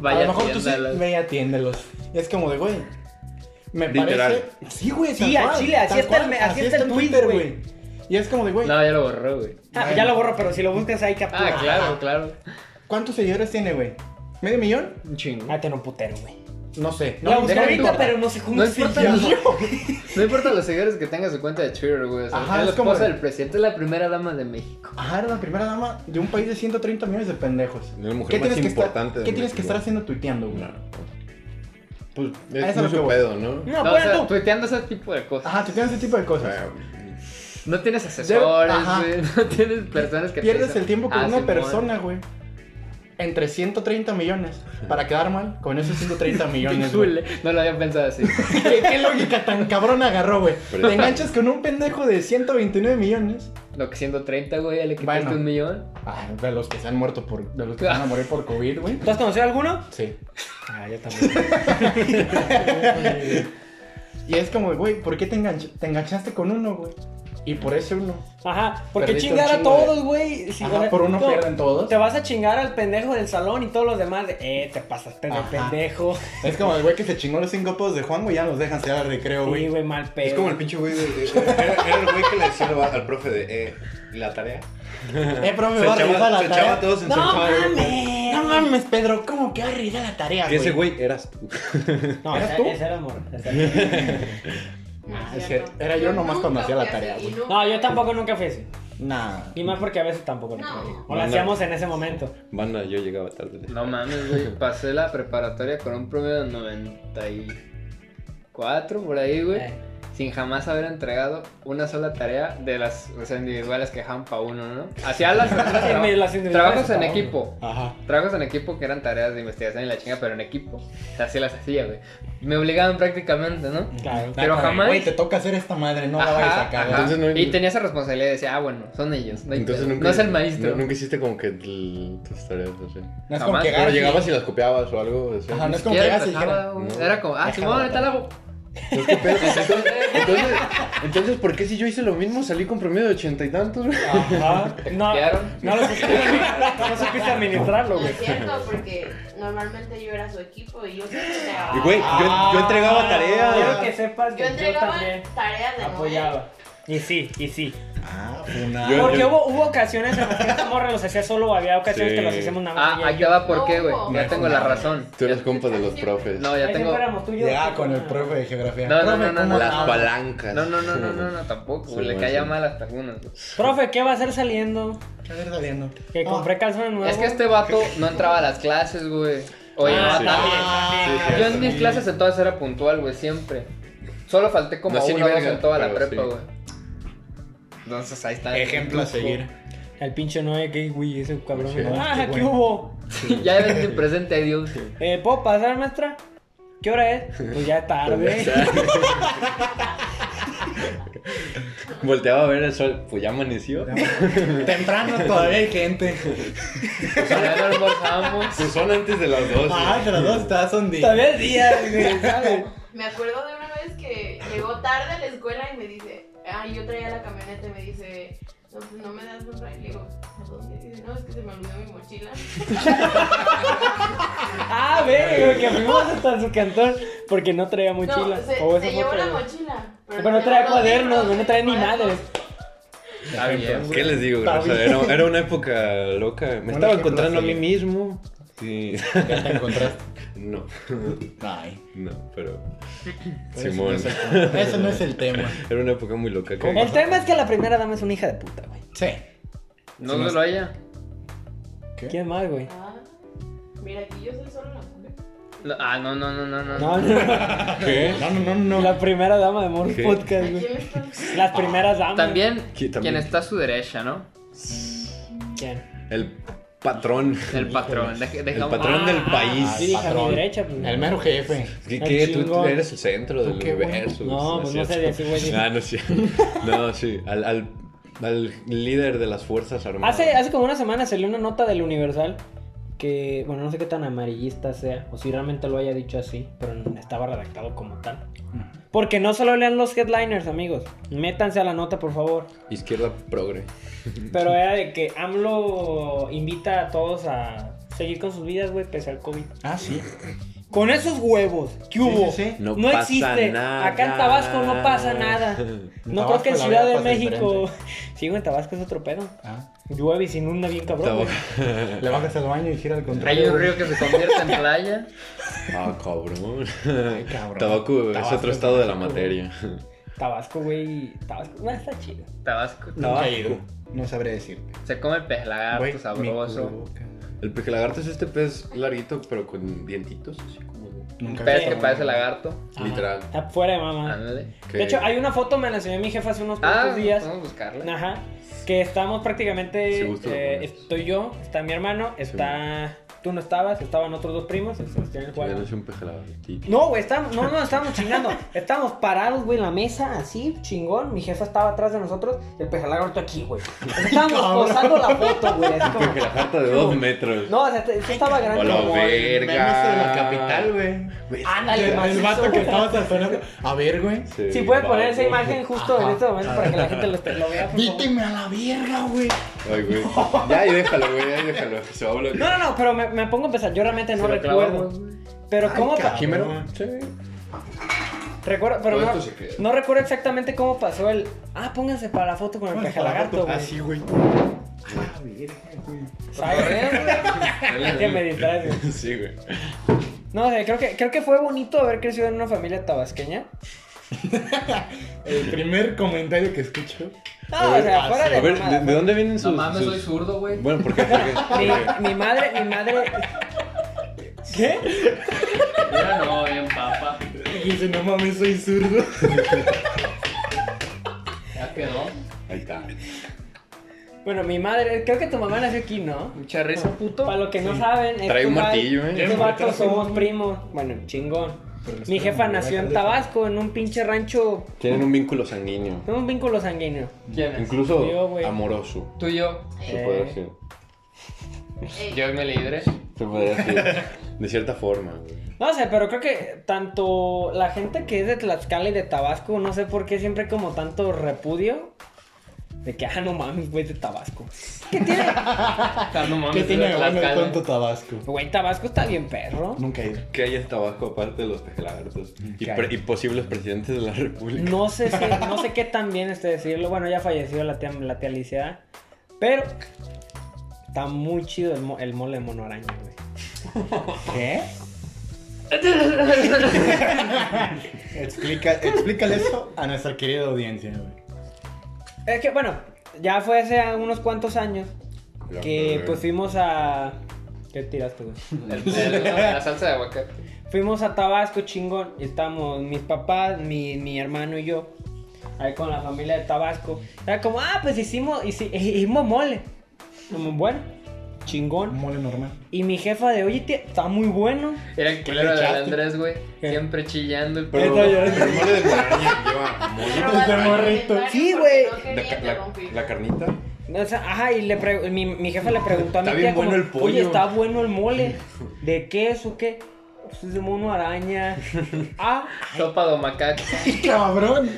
S1: Vaya,
S3: a lo mejor tú sí.
S1: tiéndalas.
S3: Ve y atiéndelos. Y es como de, güey. Me
S4: Literal.
S3: parece. Sí, güey.
S2: Sí,
S3: tal
S2: al
S3: cual,
S2: chile, así
S3: tal
S2: está el
S3: cual,
S2: me- así está el
S3: en
S2: tweet,
S3: Twitter,
S2: güey.
S3: Y es como de, güey.
S1: No, ya lo borró, güey.
S2: Ah, ya lo borro, pero si lo buscas ahí captura.
S1: Ah, claro, claro.
S3: ¿Cuántos seguidores tiene, güey? ¿Medio millón?
S1: Un chingo.
S2: Ah, tiene un putero, güey.
S3: No sé.
S2: la busqué
S1: deja
S2: ahorita,
S1: tú.
S2: pero no sé cómo
S1: No
S2: se
S1: importa,
S2: llama.
S1: No importa los seguidores que tenga su cuenta de Twitter, güey. O sea,
S3: Ajá,
S1: es la
S3: es como
S1: esposa
S3: de-
S1: del presidente, es la primera dama de México.
S3: Ajá, era la primera dama de un país de 130 millones de pendejos.
S4: Es la mujer
S3: ¿Qué
S4: más
S3: tienes, que estar,
S4: importante de
S3: ¿qué tienes que
S4: México.
S3: estar haciendo tuiteando, güey?
S4: Claro. Pues
S3: A
S4: es
S3: eso
S4: no
S3: lo que
S4: su
S3: voy.
S4: pedo, ¿no?
S2: No,
S1: No, o
S2: pon
S1: sea, pues-
S2: tú.
S1: tuiteando ese tipo de cosas.
S3: Ajá, tuiteando ese tipo de
S4: O
S3: cosas.
S4: sea,
S1: No tienes asesores,
S3: Ajá.
S1: güey. (laughs) No tienes personas que te
S3: Pierdes
S1: dicen,
S3: el tiempo con
S1: "Ah,
S3: una
S1: Simón". (laughs)
S3: persona, güey. Entre 130 millones. Para quedar mal con
S1: (laughs)
S3: esos 130 millones. güey.
S1: Chule, ¿eh? No lo había pensado
S3: (laughs)
S1: así.
S3: ¿Qué, qué lógica tan cabrón agarró, güey?
S4: Pero-
S3: Te enganchas con un pendejo de 129 millones.
S1: Lo que 130, güey, ya le quitaste
S3: Bueno.
S1: un millón.
S3: Ah, de los que se han muerto por. De los que se van a morir por COVID, güey.
S2: ¿Tú has conocido alguno?
S3: Sí.
S2: Ah, yo también.
S3: (laughs) Y es como, güey, ¿por qué te, enganch- te enganchaste con uno, güey? Y por ese uno.
S2: Ajá, porque
S3: Perdiste un
S2: chingar a
S3: chingo de-
S2: todos, güey. Si-
S3: Ajá,
S2: o sea,
S3: por uno
S2: no,
S3: pierden todos.
S2: Te vas a chingar al pendejo del salón y todos los demás de, eh, te pasaste de
S3: Ajá.
S2: pendejo.
S3: Es como el güey que se chingó los cinco pedos de Juan, güey, ya nos dejan ser al recreo,
S2: Sí,
S3: güey.
S2: güey, mal pedo.
S4: es como el (laughs) pinche güey. de- de- Era era el güey que le decía al- al profe de. Eh, ¿y la tarea?
S3: eh, profe,
S4: Se
S3: va a revisar
S4: echaba,
S3: la
S4: se echaba
S3: tarea. Eh,
S4: todos en su chava, güey.
S3: No mames, Pedro, ¿cómo que va a revisar la tarea,
S4: Que
S3: güey?
S4: ese güey eh, eras tú.
S2: No,
S3: ¿Eras
S2: ese,
S3: tú?
S2: ese era amor. ese era-
S7: Ah,
S3: Ah, es
S7: cierto.
S3: que era yo nomás cuando
S7: nunca
S3: hacía la
S7: fui así
S3: tarea,
S7: y
S3: güey.
S7: nunca-
S2: No, yo tampoco nunca fui así.
S3: Nah.
S2: Y más porque a veces tampoco lo
S7: No.
S2: hacía. O lo
S4: Bueno.
S2: hacíamos en ese momento.
S4: Banda, yo llegaba tarde.
S1: No mames, (laughs) güey. Pasé la preparatoria con un promedio de 94 por ahí, güey.
S2: Eh,
S1: Sin jamás haber entregado una sola tarea de las o sea, individuales que dejaban para uno, ¿no? Hacía
S3: (laughs)
S1: las,
S2: las individuales
S1: trabajos en
S2: pa' uno.
S1: equipo.
S3: Ajá.
S1: Trabajos en equipo que eran tareas de investigación y la chinga, pero en equipo. O sea, así las hacía, güey. Me obligaban prácticamente, ¿no?
S2: Claro.
S1: Pero
S3: Nah,
S1: jamás-
S3: Güey, te toca hacer esta madre, no la
S1: Ajá,
S3: vayas a cagar.
S1: ajá.
S4: Entonces no hay-
S1: Y tenía esa responsabilidad de decir, ah, bueno, son ellos. No, hay
S4: Entonces
S1: pedo.
S4: nunca,
S1: No es el maestro.
S4: no- nunca hiciste como que l- tus tareas, no sé.
S3: No es
S1: Jamás,
S3: como
S1: pero
S3: que
S4: Pero
S3: agarras y- (laughs)
S4: llegabas y las copiabas o algo. o sea.
S3: Ajá, no es como
S1: Ya
S3: que llegas y dijeras.
S1: empezaba, güey.
S4: ah, no.
S1: Era como, ah,
S3: Déjalo,
S1: Simón, ahorita la hago.
S4: Pues, ¿qué pedo? (laughs) Entonces, entonces, entonces, ¿por qué si yo hice lo mismo salí con promedio de ochenta y tantos? güey?
S2: Ajá. No,
S1: Quedaron.
S2: no lo supiste, (laughs) administrar- no supiste administrarlo,
S7: No
S2: güey.
S7: es cierto, porque normalmente yo era su equipo y yo siempre entregaba.
S4: Y güey, yo, yo entregaba
S1: Ah,
S2: Quiero
S4: tareas.
S2: que sepas que
S7: yo
S2: yo,
S7: entregaba
S2: también
S7: tareas de Noel.
S2: apoyaba. Y sí, y sí.
S3: Ah, una.
S4: Yo-
S2: Porque hubo, hubo ocasiones en las que esta morra los hacía solo, había ocasiones
S4: Sí.
S2: que los hacíamos nada más.
S1: Ah,
S2: ella y
S1: ahí
S2: yo.
S1: va por qué, güey.
S7: No,
S1: Ya
S3: no,
S1: tengo la
S3: no.
S1: razón.
S4: (laughs) Tú eras compa de los profes.
S1: No, ya
S2: Ahí
S1: tengo.
S2: siempre éramos tú y yo.
S3: Ya, con el profe de geografía.
S1: No, no,
S3: Profe,
S1: no, no,
S3: ¿cómo
S1: no.
S3: la-
S4: Las palancas.
S1: No, no, no, no,
S4: (laughs)
S1: no, no, tampoco.
S4: Sí,
S1: güey, Le
S4: bueno,
S1: caía
S4: sí.
S1: mal hasta algunos. güey.
S2: Profe, ¿qué va a hacer saliendo?
S3: A ver, Daliano.
S2: Que
S3: Ah.
S2: compré calzones nuevos.
S1: Es que este vato no entraba a las clases, güey. O llegaba
S4: Ah, sí.
S1: tarde.
S3: Ah,
S1: Yo en mis clases en todas era puntual, güey, siempre. Solo falté como
S4: No hacía
S1: una
S4: ni
S1: vez
S4: verga,
S1: en toda la
S4: pero
S1: prepa,
S4: sí.
S1: güey. Entonces ahí está. el
S3: Ejemplo a
S1: truco.
S3: seguir.
S2: El pinche Noé, que güey, ese cabrón.
S4: Sí,
S2: ah,
S3: qué
S2: ¿qué
S3: bueno.
S2: hubo?
S1: ya ves mi presente, Dios.
S2: Eh, ¿Puedo pasar, maestra? ¿Qué hora es? Pues ya es
S4: (laughs)
S2: tarde.
S4: Volteaba a ver el sol, pues ya amaneció.
S3: Temprano todavía hay gente.
S1: (laughs) Ya no almorzamos.
S4: Pues son antes de las dos.
S3: Ah, entre los dos estás un
S2: (laughs)
S3: día.
S2: Todavía es día, güey, ¿sabes?
S7: Me acuerdo de una vez que llegó tarde a la escuela y me dice, ay, yo traía la camioneta y me dice, no, pues no me das un ride. Le digo, ¿a dónde? Y dice, no, es que se me olvidó mi mochila.
S2: Ah, ve, güey, que fuimos hasta su cantón porque no traía mochila.
S7: No, se,
S2: O esa
S7: se
S2: fue
S7: llevó
S2: otra,
S7: la
S2: güey.
S7: mochila.
S2: Pero no traía
S7: los
S2: cuadernos,
S7: libros,
S2: güey, no traía ni
S7: cuadernos.
S2: madres.
S1: Está bien,
S4: ¿Qué
S1: güey.
S4: les digo,
S3: Está
S4: raza?
S3: bien.
S4: Era, era una época loca. Me
S3: Un
S4: estaba
S3: ejemplo
S4: encontrando a mí
S3: así.
S4: mismo. Sí. (laughs)
S3: ¿Ya te encontraste?
S4: No,
S3: Ay.
S4: no, pero.
S3: ese no
S4: Simón.
S3: es el- Ese no es el tema.
S4: Era una época muy loca. que-
S2: El tema es que la primera dama es una hija de puta, güey.
S3: Sí.
S1: No se lo haya.
S2: ¿Quién más, güey?
S7: Ah, mira, aquí yo soy solo la mujer.
S1: No, ah, no, no, no, no, no.
S2: No, no,
S4: ¿Qué?
S3: No, no, no, no.
S2: no. La primera dama de Morse
S4: ¿Qué?
S7: ¿A
S2: Podcast, güey.
S7: quién estás?
S2: Las primeras damas.
S1: También,
S4: Sí, también.
S1: quien está a su derecha, ¿no?
S2: ¿Quién?
S4: El patrón.
S1: El patrón. Deje- dejamos- Ah,
S4: El patrón del país.
S2: Ah, Sí, dije, a mi
S3: Patrón.
S2: derecha, pues.
S3: El mero jefe.
S4: ¿Qué,
S2: Ah,
S4: qué? Tú,
S2: chingón.
S4: tú eres el centro del
S3: qué, güey?
S4: universo.
S2: No, pues no
S4: es
S2: sé
S4: cierto.
S2: decir, güey.
S4: Ah,
S2: (laughs)
S4: no, sí. No, sí. Al, al, al líder de las Fuerzas Armadas.
S2: Hace, hace como una semana salió una nota del Universal que, bueno, no sé qué tan amarillista sea, o si realmente lo haya dicho así, pero estaba redactado como tal. Porque no solo lean los headliners, amigos. Métanse a la nota, por favor.
S4: Izquierda progre.
S2: Pero era de que AMLO invita a todos a seguir con sus vidas, güey, pese al COVID.
S6: Ah, sí.
S2: Con esos huevos, ¿qué hubo?
S6: sí, sí.
S4: No,
S2: No
S4: pasa
S2: existe.
S4: nada.
S2: Acá en Tabasco no
S6: (laughs)
S2: pasa
S4: (laughs)
S2: nada. No
S6: Tabasco
S2: creo que en
S6: la
S2: Ciudad
S6: vida
S2: de
S6: pasa
S2: México. (laughs) Sí, güey, Tabasco es otro pedo.
S6: Ah.
S2: Llueve y se inunda bien cabrón. güey.
S6: Le bajas al baño y gira al
S1: Hay
S6: contrario.
S1: un
S6: güey.
S1: río que se convierte en playa.
S4: Ah, cabrón. (laughs)
S6: cabrón.
S4: Tabaco es
S6: Tabaco
S4: otro
S6: es
S4: estado de la
S6: Tabasco,
S4: materia. (laughs)
S2: Tabasco, güey. Tabasco, no, está chido.
S1: Tabasco.
S6: Nunca he ido. No sabré decirte.
S1: Se come el pez
S4: Ah,
S1: lagarto
S6: Güey,
S4: pues
S6: mi
S1: sabroso.
S6: cuboca.
S4: El pejelagarto es este pez larguito, pero con dientitos, así como.
S1: Un
S6: Nunca he
S1: pez
S6: visto
S1: que
S6: uno.
S1: parece lagarto.
S2: Ajá.
S4: Literal. Ah,
S2: Está fuera de mamá.
S1: Ándale.
S4: que-
S2: De hecho, hay una foto, me la enseñó mi jefa hace unos
S1: Ah,
S2: pocos días.
S1: vamos a buscarla.
S2: Ajá. Que estamos prácticamente.
S4: Si gusta, lo
S2: eh,
S4: pones.
S2: estoy yo, está mi hermano, está. Tú no estabas, estaban otros dos primos, el Sebastián y el Juan.
S4: Ya no es un pejelagartito.
S2: No, güey, estábamos, no, no, estábamos chingando. (laughs) Estábamos parados, güey, en la mesa, así, chingón. Mi jefa estaba atrás de nosotros y el pejelagarto aquí, güey. Estábamos posando la foto, güey, así
S4: (laughs)
S2: como.
S4: Pejelagarto de dos metros.
S2: No, o sea, este- este estaba grande.
S4: Hola,
S2: como-
S4: verga.
S3: Memes de la capital, güey.
S2: Ándale,
S6: El
S2: macizo,
S6: vato que
S2: güey.
S6: estaba sazonando. A ver, güey.
S4: Sí,
S2: Si puedes
S4: va,
S2: poner esa
S4: güey.
S2: imagen justo en este momento para que la gente lo, esté- lo vea. por favor.
S3: Víteme a la verga, güey.
S4: Ay, güey.
S2: (laughs)
S4: Ya, ahí déjalo, güey. Ahí déjalo. Se va a bloquear.
S2: No, no, no, pero me, me pongo a pensar, yo realmente no
S1: Se lo
S2: recuerdo.
S1: clavamos, güey.
S2: Pero
S3: Ay,
S2: cómo pa-
S3: cabrón.
S4: Químelo. Sí.
S2: recuerdo, pero
S4: Todo
S2: no,
S4: esto se queda.
S2: no recuerdo exactamente cómo pasó el. Ah, pónganse para la foto con el pejalagarto,
S4: Ah,
S2: güey.
S3: Así, güey.
S4: (laughs)
S2: ¿Sabes? que me distraes, güey.
S4: Sí, güey.
S2: No, o sea, creo que, creo que fue bonito haber crecido en una familia tabasqueña.
S3: El primer comentario que escucho.
S2: No, o sea, fuera de.
S4: Ah, A ver,
S2: mamada.
S4: ¿de, de dónde vienen
S1: No
S4: sus.?
S1: mames,
S4: sus-
S1: soy zurdo, güey.
S4: Bueno, ¿por qué?
S2: (laughs)
S4: ¿Por qué?
S2: Mi, mi madre, mi madre. ¿Qué?
S1: Mira, no, bien papa.
S3: Y dice, no mames, soy zurdo.
S1: Ya quedó.
S4: Ahí está.
S2: Bueno, mi madre, creo que tu mamá nació aquí, ¿no?
S1: Mucha risa, puto.
S2: Para los que no saben,
S4: Trae un
S2: va-
S4: martillo, ¿eh?
S2: estos vatos este somos primos. Bueno, chingón. Mi jefa nació en Tabasco, en un pinche rancho.
S4: Tienen un vínculo sanguíneo.
S2: Tengo un vínculo sanguíneo.
S1: ¿Quién es?
S4: Incluso
S2: Yo, güey.
S4: amoroso.
S1: Tú y yo.
S4: Se
S2: Eh.
S4: puede decir.
S7: Eh,
S1: Dios me libre.
S4: Se puede decir. (laughs) De cierta forma, güey.
S2: No sé, pero creo que tanto la gente que es de Tlaxcala y de Tabasco, no sé por qué siempre como tanto repudio. De que, ah, no mames, güey, de Tabasco.
S1: Ah, No mames,
S3: ¿Qué tiene de
S1: la
S3: bueno el tonto Tabasco?
S2: Güey, Tabasco está bien perro.
S3: Nunca he ido.
S4: Que hay en Tabasco aparte de los pejelagartos? Y,
S3: Ok.
S4: pre- y posibles presidentes de la República.
S2: No sé, si, no sé qué tan bien esté decirlo. Bueno, ya falleció la tía, la tía Alicia. Pero está muy chido el, mo- el mole de mono araña, güey.
S3: ¿Qué? (laughs) Explica, explícale eso a nuestra querida audiencia, güey.
S2: Es que, bueno, ya fue hace unos cuantos años
S4: La
S2: que
S4: verga.
S2: pues fuimos a... ¿Qué tiraste, güey?
S1: El- el- La salsa de aguacate.
S2: Fuimos a Tabasco, chingón. y Estábamos mis papás, mi, mi hermano y yo. Ahí con la familia de Tabasco. Era como, ah, pues hicimos, hici- (laughs) hicimos mole. Como, bueno,
S3: Un
S2: chingón.
S3: mole normal.
S2: Y mi jefa de, oye, tía, está muy bueno.
S1: Era el
S3: le
S1: culero del
S3: echaste?
S1: Andrés, güey.
S2: Eh.
S1: Siempre chillando el
S4: Pero
S1: puto.
S4: el mole de guaraña lleva mole.
S7: pero vas a
S3: morrito.
S7: comentar
S2: Sí,
S7: porque
S2: güey.
S7: no quería
S4: La, ca- la-
S7: interrumpir.
S4: la carnita.
S2: O sea, ajá, y le pre- mi, mi jefa le preguntó a mi
S4: Está
S2: tía
S4: bien bueno
S2: como,
S4: el pollo.
S2: oye, está bueno el
S4: (laughs)
S2: mole. ¿De queso? ¿Qué? Pues es de mono
S4: (laughs)
S2: araña. ah,
S1: Sopa de macaco.
S3: ¡Cabrón!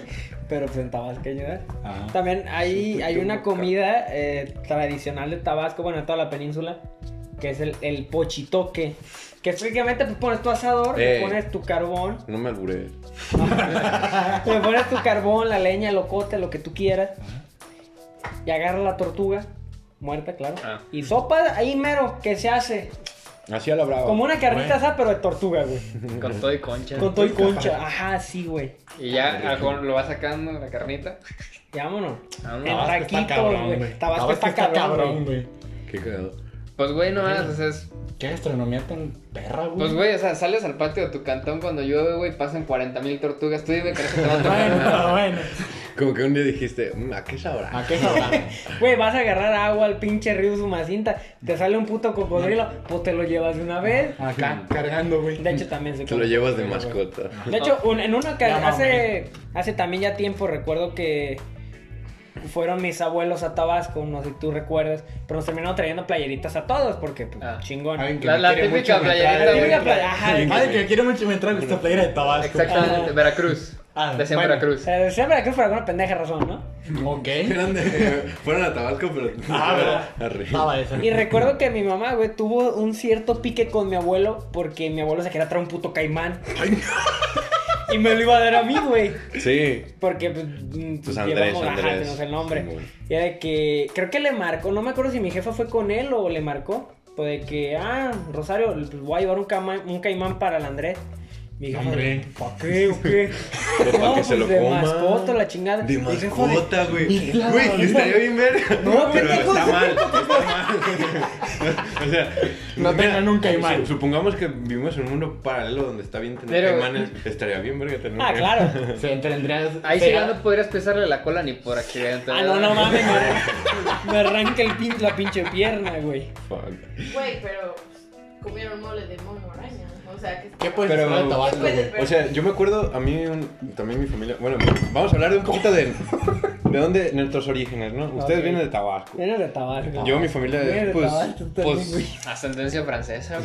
S2: pero pues en Tabasqueño, ¿eh?
S3: Ah.
S2: También hay, hay una
S1: Yuca.
S2: comida eh, tradicional de Tabasco, bueno, de toda la península, que es el, el pochitoque. Que es prácticamente pues, pones tu asador, le
S4: Eh.
S2: pones tu carbón, (laughs)
S4: No me alburé.
S2: le pones tu carbón, la leña, el ocote, lo que tú quieras. Y agarra la tortuga, muerta, claro.
S1: Ah.
S2: Y sopa ahí mero, que se hace.
S4: Así a la brava.
S2: Como una carnita asada, pero de tortuga, güey.
S1: Con todo y concha.
S2: Con todo y concha. Ajá, sí, güey.
S1: Y ya ah, con- lo va sacando la carnita. Ah,
S2: Y vámonos.
S1: Vámonos.
S2: En
S3: Tabasco está
S2: taquitos,
S3: cabrón,
S2: güey.
S3: güey.
S2: Tabasco está cabrón, güey.
S4: Qué cagado.
S1: Pues, güey, no más, o sea, es-
S3: ¿Qué gastronomía tan perra, güey?
S1: Pues, güey, o sea, sales al patio de tu cantón cuando llueve, güey, pasan 40 mil tortugas. Tú dime, ¿crees que te va a tocar
S3: Bueno,
S1: (laughs) una?
S3: bueno.
S4: Como que un día dijiste, "Mm, ¿a qué sabrá?
S2: Ah,
S3: ¿A qué sabrá?
S2: Güey, vas a agarrar agua al pinche río Sumacinta. Te sale un puto cocodrilo, pues te lo llevas de una vez.
S3: (laughs) Acá, cargando, güey.
S2: De hecho, también se
S4: Te lo
S2: come.
S4: llevas de mascota. (laughs)
S2: De hecho, un- en una que
S3: Ya mamé.
S2: hace, hace también ya tiempo, recuerdo que fueron mis abuelos a Tabasco, no sé si tú recuerdas, pero nos terminaron trayendo playeritas a todos porque, pues,
S1: Ah.
S2: chingón.
S3: Alguien que
S1: La-
S3: me
S1: la
S3: quiere
S1: típica
S3: mucho me
S1: playerita,
S3: trae.
S2: Típica playa- ajá,
S3: Alguien que me quiere mucho me trae esta playera de Tabasco.
S1: Exactamente, Veracruz.
S6: Ah,
S1: de
S6: bueno.
S1: Veracruz.
S2: Se se llama Veracruz por alguna pendeja razón, ¿no?
S6: Ok.
S4: Eran de- fueron a Tabasco, pero.
S6: Ah, ¿verdad?
S4: (laughs) Arre.
S6: Ah, vale, sí.
S3: (laughs)
S2: Y recuerdo que mi mamá, güey, tuvo un cierto pique con mi abuelo porque mi abuelo se quería traer un puto caimán. Y me lo iba a dar a mí, güey.
S4: Sí.
S2: Porque pues, mm,
S4: Pues Andrés,
S2: llevamos, ajá,
S4: Andrés.
S2: tenemos el nombre.
S4: Simón.
S2: Y era de que, creo que le marcó, no me acuerdo si mi jefa fue con él o le marcó. Pues de que, ah, Rosario, pues, voy a llevar un, cama- un caimán para el Andrés. Mi jefa,
S6: Hombre.
S2: ¿para qué o qué?
S4: Pues, para que se lo
S2: de
S4: coma.
S2: mascota, la chingada.
S4: De
S2: Mi jefa
S4: mascota, güey.
S6: Mira,
S4: Güey, estaría bien verga.
S2: No,
S4: pero
S2: pendejo.
S4: está mal, está
S2: (laughs)
S4: mal. o sea,
S6: No tengan
S4: mira,
S6: un caimán.
S4: su- Supongamos que vivimos en un mundo paralelo donde está bien tener
S1: Pero-
S4: caimanes. Estaría bien verga tener un
S2: Ah,
S4: caimán.
S2: claro.
S3: Se entendrían.
S1: Ahí sí ya no podrías pesarle la cola ni por accidente.
S2: Ah, no, no mames,
S4: (laughs)
S2: me, me arranca el pin- la pinche pierna, güey.
S4: (laughs) Fuck.
S7: Güey, pero pues, comieron mole de mono araña. O sea, que
S3: ¿Qué puedes
S4: Pero-
S3: esperar de Tabasco,
S7: Pues,
S3: güey?
S7: pero-
S4: O sea, yo me acuerdo, a mí, un- también mi familia. Bueno, vamos a hablar de un poquito de. De dónde nuestros orígenes, ¿no? Ustedes
S2: Ok.
S4: vienen de Tabasco.
S2: Eres de Tabasco.
S4: Yo, mi familia,
S2: Eres de
S4: pues.
S2: Tabasco, tú también,
S4: pues
S2: güey.
S1: Ascendencia francesa,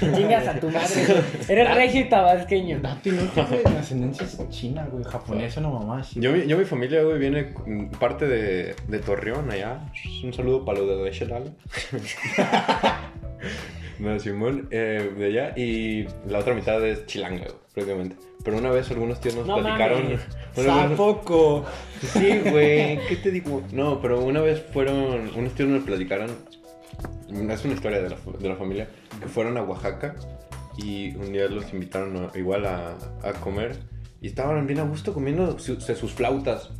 S1: güey.
S2: Chingas a tu madre. güey. Eres regio y tabasqueño.
S3: Dato inútil, (laughs) güey. La ascendencia es china, güey. Japonesa, no mamá. así.
S4: Yo, mi- yo mi familia, güey, viene mm, parte de, de Torreón, allá. Un saludo para los de
S2: (laughs)
S4: Decheral. no, Simón, eh, de allá. Y la otra mitad es Chilanga, güey, prácticamente. Pero una vez algunos tíos nos
S2: No
S4: platicaron... (laughs)
S2: mames.
S4: Bueno, bueno,
S3: Tampoco.
S4: Sí, güey, ¿qué te digo? No, pero una vez fueron... Unos tíos nos platicaron... Es una historia de la, fa- de la familia. Que fueron a Oaxaca y un día los invitaron a- igual a, a comer. Y estaban bien a gusto comiendo su- sus flautas.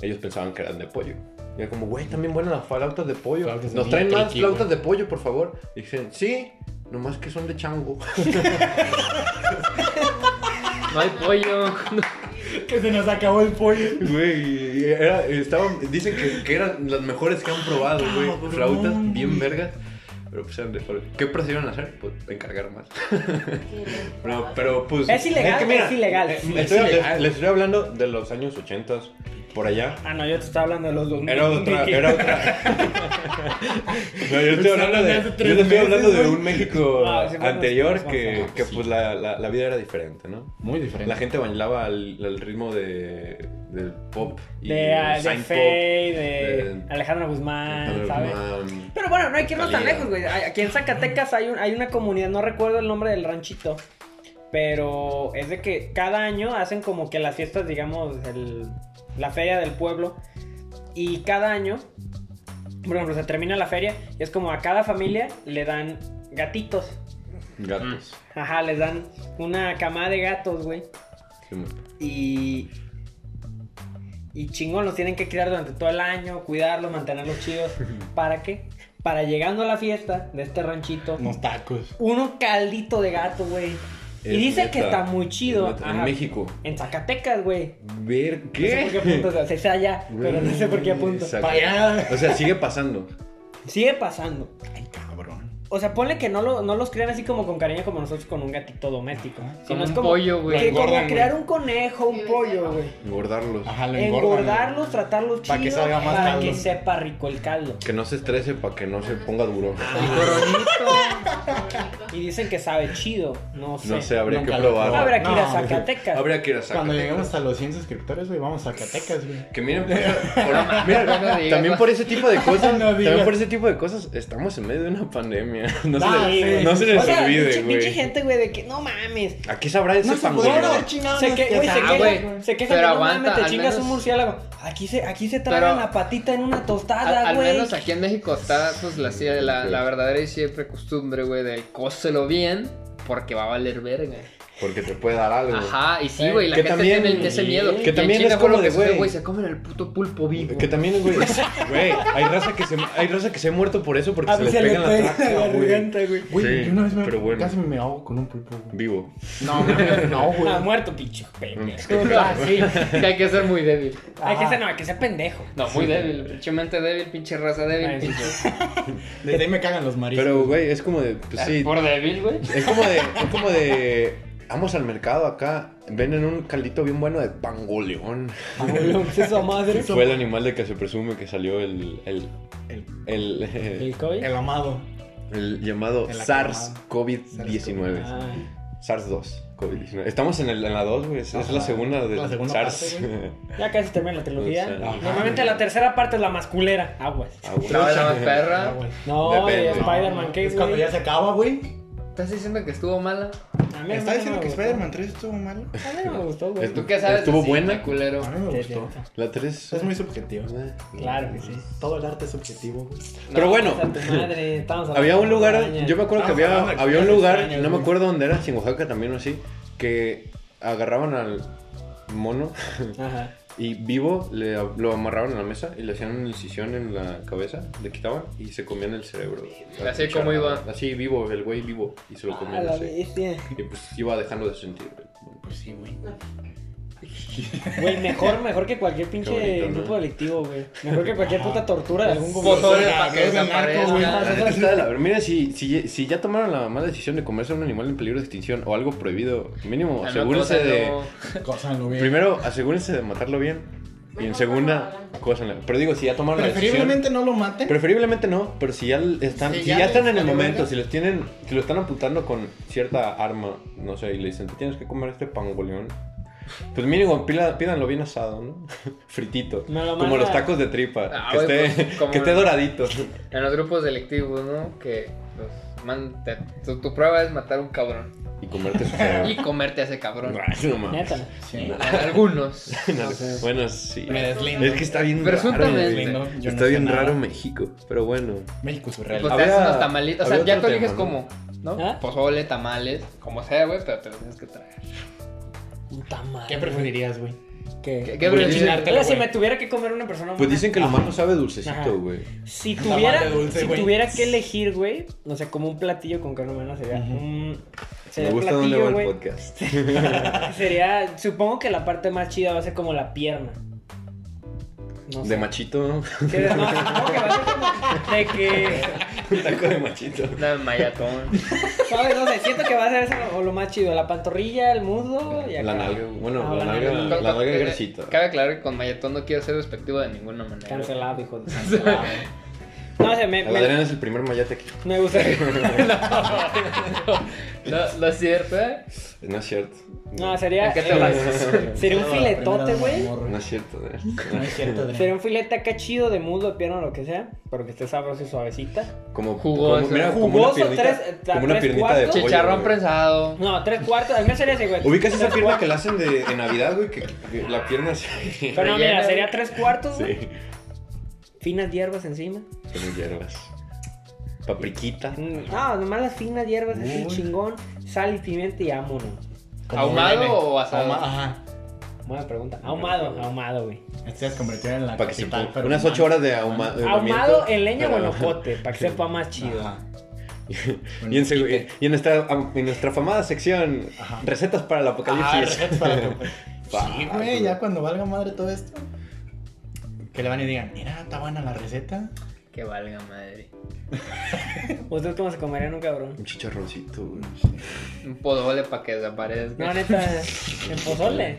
S4: Ellos pensaban que eran de pollo. Y era como, güey, también buenas las flautas de pollo.
S3: Flautas de
S4: Nos
S3: bien
S4: traen más
S3: tricky,
S4: flautas
S3: güey.
S4: de pollo, por favor. Y dicen, sí, nomás que son de chango.
S1: No hay pollo.
S6: Que se nos acabó el pollo.
S4: Güey, y era, estaban, dicen que, que eran las mejores que han probado,
S6: Ah,
S4: güey. Flautas bien vergas. Pero pues eran de pollo. ¿Qué procedieron a hacer? Pues encargar más. No,
S6: Ah.
S4: pero pues.
S2: Es ilegal,
S4: que
S2: es ilegal.
S4: eh,
S2: Sí,
S4: estoy-
S2: es ilegal.
S4: Les, les estoy hablando de los años 80 por allá.
S2: Ah, no, yo te estaba hablando de los dos.
S4: Era otra, era otra.
S2: (laughs)
S4: No, yo estoy hablando de,
S6: Pues, hace
S4: yo
S6: tres
S4: te estoy hablando
S6: meses,
S4: de
S6: güey.
S4: un México
S2: Ah, sí, bueno,
S4: anterior
S2: sí,
S4: que,
S2: sí.
S4: que pues la, la, la vida era diferente, ¿no?
S3: Muy diferente.
S4: La gente bailaba al, al ritmo de, del pop y
S2: De, ah, de
S4: synth pop.
S2: Faye, de
S4: de-
S2: Alejandra Guzmán,
S4: Alejandro
S2: ¿sabes?
S4: Guzmán.
S2: Pero bueno, no hay que irnos tan
S4: Talía.
S2: lejos, güey. Ay, Aquí en Zacatecas hay, un- hay una comunidad, no recuerdo el nombre del ranchito. Pero es de que cada año hacen como que las fiestas, digamos, el- la feria del pueblo. Y cada año, por ejemplo, se termina la feria y es como a cada familia le dan gatitos.
S4: Gatos.
S2: Ajá, les dan una camada de gatos, güey.
S4: Simón.
S2: Y. Y chingón, los tienen que criar durante todo el año, cuidarlos, mantenerlos chidos.
S4: (laughs)
S2: ¿Para qué? Para llegando a la fiesta de este ranchito,
S3: Unos tacos.
S2: uno caldito de gato, güey. Y
S4: Es
S2: dice que
S4: neta,
S2: está muy chido.
S4: es neta. En
S2: Ajá.
S4: México.
S2: En Zacatecas, güey.
S4: Ver
S2: No sé por qué
S4: qué.
S2: apunto, o sea, se dice allá, pero no sé por qué apunto.
S4: Exacto.
S6: Para allá.
S4: O sea, sigue pasando.
S2: Sigue pasando.
S3: Ay, cabrón.
S2: O sea, ponle que no, lo- no los crean así como con cariño como nosotros con un gatito doméstico.
S1: Como
S2: Sino es
S1: un
S2: como,
S1: pollo, güey.
S2: Que
S1: Lo
S2: como
S3: engordan,
S2: crear un conejo, un
S7: Sí,
S2: pollo,
S7: sí.
S2: güey.
S4: Engordarlos.
S3: Ajá, lo engordan.
S2: engordarlos, tratarlos chido,
S3: Pa' que salga más
S2: para
S3: caldo.
S2: que sepa rico el caldo.
S4: Que no se estrese para que no se ponga duro.
S2: Ah, Y dicen que sabe chido, no sé.
S4: No sé, habría que
S3: Nunca lo
S4: probarlo.
S2: Habrá que ir a
S3: No.
S2: Zacatecas.
S4: Habría que ir a Zacatecas.
S3: Cuando lleguemos a los 100 suscriptores, güey, vamos a Zacatecas, güey.
S4: Que miren, por,
S2: (laughs)
S4: por-
S1: mames, no
S4: mira,
S1: digas,
S4: también
S1: no.
S4: por ese tipo de cosas,
S3: No
S4: también
S3: digas.
S4: por ese tipo de cosas, estamos en medio de una pandemia. (laughs) No se,
S3: Ah,
S4: les-
S3: sí.
S4: no se
S2: O
S4: les
S2: sea,
S4: olvide,
S2: pinche, pinche
S4: güey.
S2: gente, güey, de que no mames.
S4: Aquí sabrá ese
S3: podrá
S4: pangolino.
S3: hablar chingado,
S2: Se,
S3: no
S2: que,
S3: sé
S2: güey,
S3: qué
S2: se
S3: tal,
S1: Ah,
S2: queja,
S1: güey.
S2: se queja
S1: Pero
S2: que no
S1: aguanta,
S2: mames, te
S1: al
S2: chingas un
S1: menos-
S2: murciélago. Aquí se, aquí se tragan
S1: Pero-
S2: la patita en una tostada,
S1: Al, al
S2: güey.
S1: menos aquí en México está pues la, la, la verdadera y siempre costumbre, güey, del cóselo bien porque va a valer verga.
S4: Porque te puede dar algo.
S1: Ajá, y sí,
S4: Eh,
S1: güey, la
S4: que
S1: gente
S4: también-
S1: tiene ese miedo.
S4: que
S1: Y en
S4: también
S1: chinga
S4: es
S1: fue lo
S4: como de,
S1: que se fue,
S4: güey.
S1: güey, se comen el puto pulpo vivo. (laughs)
S4: Que también, güey,
S2: (laughs)
S4: güey, hay raza que se, hay raza que se ha muerto por eso porque
S2: A
S4: se
S2: mí
S4: les
S2: Ah, pues se
S4: pega
S2: le
S4: en la
S2: pega la
S4: tráquea, güey.
S2: garganta, güey.
S3: Güey,
S4: Sí,
S3: yo una vez me,
S4: pero bueno.
S3: casi me ahogo con un pulpo, güey.
S4: Vivo.
S3: No, no, no, güey.
S2: Ah, muerto, pinche pendejo.
S1: Ah, sí, que hay que ser muy débil.
S2: Hay que ser, no, hay que ser pendejo.
S1: No, muy débil, pinche mente débil, pinche raza débil,
S2: Ay, sí,
S1: pinche... (laughs)
S3: Desde ahí me cagan los mariscos.
S4: Pero, güey, es como de, pues sí,
S1: Por débil, güey.
S4: es como de, es como de, vamos al mercado acá, venden un caldito bien bueno de pangoleón.
S2: Abuelo, (laughs) esa madre.
S4: Fue el animal de que se presume que salió el, el,
S3: El,
S4: el,
S2: ¿El
S4: el, (laughs)
S2: COVID?
S3: el amado.
S4: llamado
S3: El aclamado.
S4: SARS-COVID-19.
S2: Ah.
S4: SARS-2, COVID-19. Estamos en, el- en la 2, güey. Es, es
S3: Ajá.
S4: la segunda de
S3: La segunda
S4: SARS.
S3: parte, güey.
S2: Ya casi termina la trilogía.
S4: Pues, ajá.
S2: Normalmente la tercera parte es la masculera. Aguas.
S4: (laughs) Ah, güey.
S1: No, la más perra.
S3: güey.
S2: No, y
S4: Depende.
S2: Spider-Man ¿qué,
S3: Es cuando
S2: güey?
S3: ya se acaba, güey.
S1: ¿Estás diciendo que estuvo mala?
S2: A mí- a mí
S3: ¿Está
S2: no
S3: diciendo
S2: me
S3: que
S2: gustó.
S3: Spider-Man 3 estuvo
S2: A
S3: mal?
S2: mí no me gustó, güey.
S1: ¿Tú qué sabes?
S4: ¿Estuvo
S1: así,
S4: buena?
S1: de culero.
S3: A mí me gustó.
S4: (laughs) La 3
S3: Es muy subjetivo.
S2: Claro que sí.
S3: Todo el arte es subjetivo, güey.
S2: Pues,
S4: Pero bueno,
S2: Vamos a tu madre, estamos a la
S4: Había un lugar,
S2: montaña.
S4: yo me acuerdo que
S3: Estamos
S4: había,
S3: hablando de
S4: había un
S3: cosas
S4: lugar,
S3: extrañas,
S4: no me
S3: güey.
S4: acuerdo dónde era, si en Oaxaca también o así, que agarraban al mono
S2: Ajá.
S4: y vivo le, lo amarraban a la mesa y le hacían una incisión en la cabeza, le quitaban y se comían el cerebro. La
S1: Así
S4: cuchara,
S1: como iba.
S4: Así vivo, el güey vivo y se lo
S2: A
S4: comían
S2: Ah, la
S4: así.
S2: bestia.
S4: Y pues iba dejando de sentir.
S3: Pues sí, güey.
S2: Güey, mejor, mejor que cualquier pinche
S4: Qué bonito, ¿no? Ah.
S2: grupo delictivo, güey. Mejor que cualquier puta tortura de algún
S1: Pozole
S2: gobierno.
S1: para que
S3: de narco, güey.
S1: desaparezca.
S4: La neta está de la ver- Mira, si, si, si ya tomaron la mala decisión de comerse a un animal en peligro de extinción o algo prohibido, mínimo
S1: Ah, no,
S4: asegúrense
S1: cosa,
S4: de...
S1: no.
S3: Cósalo, güey.
S4: Primero, asegúrense de matarlo bien. Y en
S7: Mejor no lo
S4: segunda,
S7: hagan.
S4: cójanla. Pero digo, si ya tomaron la decisión.
S3: Preferiblemente no lo maten.
S4: Preferiblemente no, pero si ya están,
S3: Si
S4: si
S3: ya
S4: ya
S3: les
S4: están en el
S3: valió
S4: momento,
S3: verga.
S4: si los tienen, si lo están apuntando con cierta arma, no sé, y le dicen, te tienes que comer este pangoleón. Pues mínimo, pila- pídanlo bien asado, ¿no? (laughs) Fritito.
S2: Me lo
S4: como
S2: manda-
S4: los tacos de tripa.
S1: Ah,
S4: que,
S1: güey,
S4: esté, (laughs)
S1: pues, como-
S4: que esté doradito.
S1: En los grupos delictivos, ¿no? Que pues, man, te- tu, tu prueba es matar a un cabrón
S4: Y comerte su
S1: (laughs)
S4: cerebro.
S1: y comerte a ese cabrón.
S4: Ay, no mames.
S2: Neta.
S3: Sí.
S1: A algunos.
S4: (laughs) No, Bueno, sí.
S3: Me deslindo.
S4: Es que está bien raro.
S1: Presuntamente.
S4: güey.
S3: Lindo, yo no
S4: Está
S3: sé
S4: bien
S3: nada.
S4: raro México, pero bueno.
S3: México es surreal.
S1: Pues te
S4: Había-
S1: haces unos tamalitos. O sea,
S4: había
S1: ya tú
S4: otro
S1: eliges
S4: tema,
S1: cómo, ¿no?
S2: ¿Ah?
S1: Pozole, tamales, como sea, güey, pero te los tienes que traer.
S2: Puta madre.
S3: ¿Qué preferirías, güey?
S2: ¿Qué?
S1: ¿Qué,
S2: ¿Qué?
S1: qué
S4: Pues
S1: prefieres?
S4: dicen-
S2: Ahora, si me tuviera que comer una persona
S4: Pues
S2: humana,
S4: dicen que el humano
S2: Ah.
S4: sabe
S2: Ajá.
S4: dulcecito, güey.
S2: Si
S3: Tamal
S2: tuviera,
S3: de dulce,
S2: si
S3: güey.
S2: tuviera que elegir, güey, o sea, como un platillo con carne humana sería un
S4: Me
S2: sería un
S4: gusta dónde
S2: platillo,
S4: va el
S2: güey. (laughs)
S4: podcast.
S2: Sería, supongo que la parte más chida va a ser como la pierna. No
S4: De
S2: sé.
S4: machito, ¿no? (laughs)
S2: Que de- no, supongo que va a ser como de que
S4: Un taco de machito.
S1: Una mayatón.
S2: ¿Sabes? No sé, siento que va a ser eso o lo más chido. La pantorrilla, el muslo y acá.
S4: La nalga, bueno,
S2: Ah,
S4: (laughs)
S2: la
S4: la, nalga,
S2: nalga.
S4: la nalga
S1: Cabe-
S4: grasita.
S1: Cabe aclarar que con mayatón no quiero ser despectivo de ninguna manera.
S2: Cancelado,
S1: (laughs)
S2: hijo de cancelado. No, o sea, me,
S4: El
S2: me,
S4: Adrián es el primer
S2: (laughs)
S4: mayate aquí.
S2: me
S4: (laughs)
S2: gustaría.
S1: No, no es cierto, ¿eh?
S4: No es cierto.
S2: No, sería.
S1: ¿En qué te basas?
S2: sería un
S3: Primero
S2: filetote,
S3: la
S2: güey.
S3: morra.
S4: No es cierto, eh.
S3: No es cierto,
S2: (laughs)
S3: Adrián.
S2: Sería un filete acá chido de muslo, de pierna o lo que sea. Pero que esté sabroso y suavecita.
S4: Como
S1: Jugoso.
S4: como- mira, como
S2: Jugoso,
S4: una piernita,
S2: tres- eh,
S4: como una
S2: tres
S4: piernita de
S2: cuartos.
S4: pollo,
S1: Chicharrón
S4: güey.
S1: prensado.
S2: No, tres cuartos. Al menos sería así, güey.
S4: Ubicas esa
S2: Tres
S4: pierna que
S2: cuartos.
S4: la hacen de en Navidad, güey, que, que la pierna se sí.
S2: Pero
S1: rellena,
S2: no, mira,
S1: güey.
S2: sería tres cuartos, güey.
S4: Son
S2: Finas hierbas encima.
S4: hierbas. Papriquita.
S2: No, nomás las finas hierbas así,
S3: Uy.
S2: chingón. Sal y pimienta y vámonos.
S3: Como
S1: ¿Ahumado
S3: viene.
S1: o asado?
S3: Ahuma- Ajá.
S2: Buena pregunta. Ahumado, ahumado, güey.
S3: Este se convirtió en la
S4: Para que se
S3: capital
S4: ponga-
S3: peruana.
S4: Unas 8 horas de ahuma-
S2: Ahumado
S4: ahumamiento,
S2: en leña o en
S4: pero-
S2: ojote, para que sepa más chido.
S3: Ajá.
S4: (laughs) Y en, segu- y en nuestra, en nuestra famada sección,
S3: Ajá.
S4: recetas para el
S3: Ah,
S4: apocalipsis.
S3: recetas para la copa. Sí,
S4: Fuck,
S3: güey, ya cuando valga madre todo esto. Que le van y digan, mira, está buena la receta.
S1: Que valga madre.
S2: ¿Ustedes cómo se comerían un cabrón?
S4: Un chicharroncito, güey.
S1: Un pozole para que desaparezca.
S2: No,
S1: No,
S2: neta, en pozole.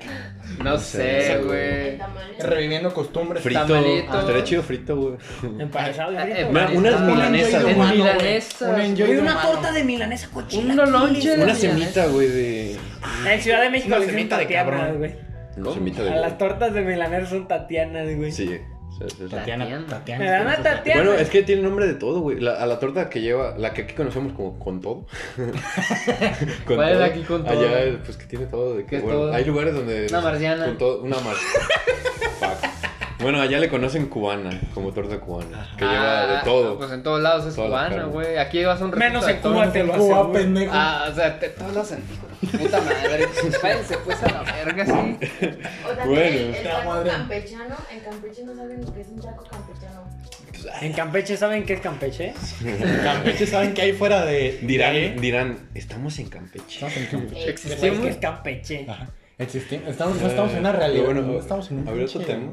S1: sé,
S4: sé,
S1: güey.
S3: Reviviendo costumbres.
S4: Frito.
S1: Tamalito.
S4: Estaría chido frito, güey.
S2: Empanizado y
S1: Ah,
S2: frito.
S1: eh,
S4: Mira, unas
S1: Un
S4: milanesas,
S1: enjoy
S4: güey.
S1: de humano, güey.
S3: milanesas,
S1: Un enjoy
S3: güey.
S2: Güey, una torta de milanesa cochina.
S1: Un lonche de
S4: Pues, Una
S1: milanesa.
S4: semita, güey, de.
S2: En Ciudad de México
S3: Una
S2: le dicen
S3: semita de
S2: tatianas,
S3: cabrón.
S2: güey.
S4: Una semita
S2: A
S4: de.
S2: las tortas de milanesa son tatianas, güey.
S4: Sí. sí, sí, sí.
S3: Tatiana.
S1: Tatiana.
S3: Tatiana.
S2: Me dan a Tatiana.
S4: Bueno, es que tiene nombre de todo, güey. La- a la torta que lleva, la que aquí conocemos como con todo. (laughs) con
S1: ¿Cuál es la aquí con todo?
S4: Allá, pues que tiene todo. De que,
S1: ¿Qué es
S4: bueno,
S1: todo?
S4: Hay lugares donde.
S1: Una marciana.
S4: Con todo, una marciana. Fuck. Bueno, allá le conocen cubana, como torta cubana. Que lleva de
S1: Ah,
S4: todo.
S1: Pues en todos lados es
S4: Todas las
S1: cubana,
S4: carnes.
S1: güey. Aquí vas a un recinto
S2: Menos
S1: de
S2: en
S1: todo.
S2: Cuba te lo
S3: Cuba,
S2: aseguro.
S3: pendejo.
S1: Ah, o sea, te, todos los antiguos. Puta madre. (laughs) Váyanse pues a la verga, sí.
S7: O también
S4: Bueno,
S7: el, el
S3: está
S7: taco
S3: madre.
S7: campechano. En Campeche no saben lo que es un taco campechano.
S2: En Campeche, ¿saben qué es Campeche?
S3: Campeche saben que hay fuera de.
S1: ¿eh?
S4: Dirán, dirán, estamos en Campeche.
S3: Estamos en Campeche.
S7: Eh,
S2: ¿Saben qué
S1: Existimos.
S2: es Campeche?
S3: Ajá. Existimos. Estamos, no estamos en una realidad.
S4: Ah, Pero Eh, bueno,
S3: no estamos en un
S4: a ver, otro
S3: pinche-
S4: tema.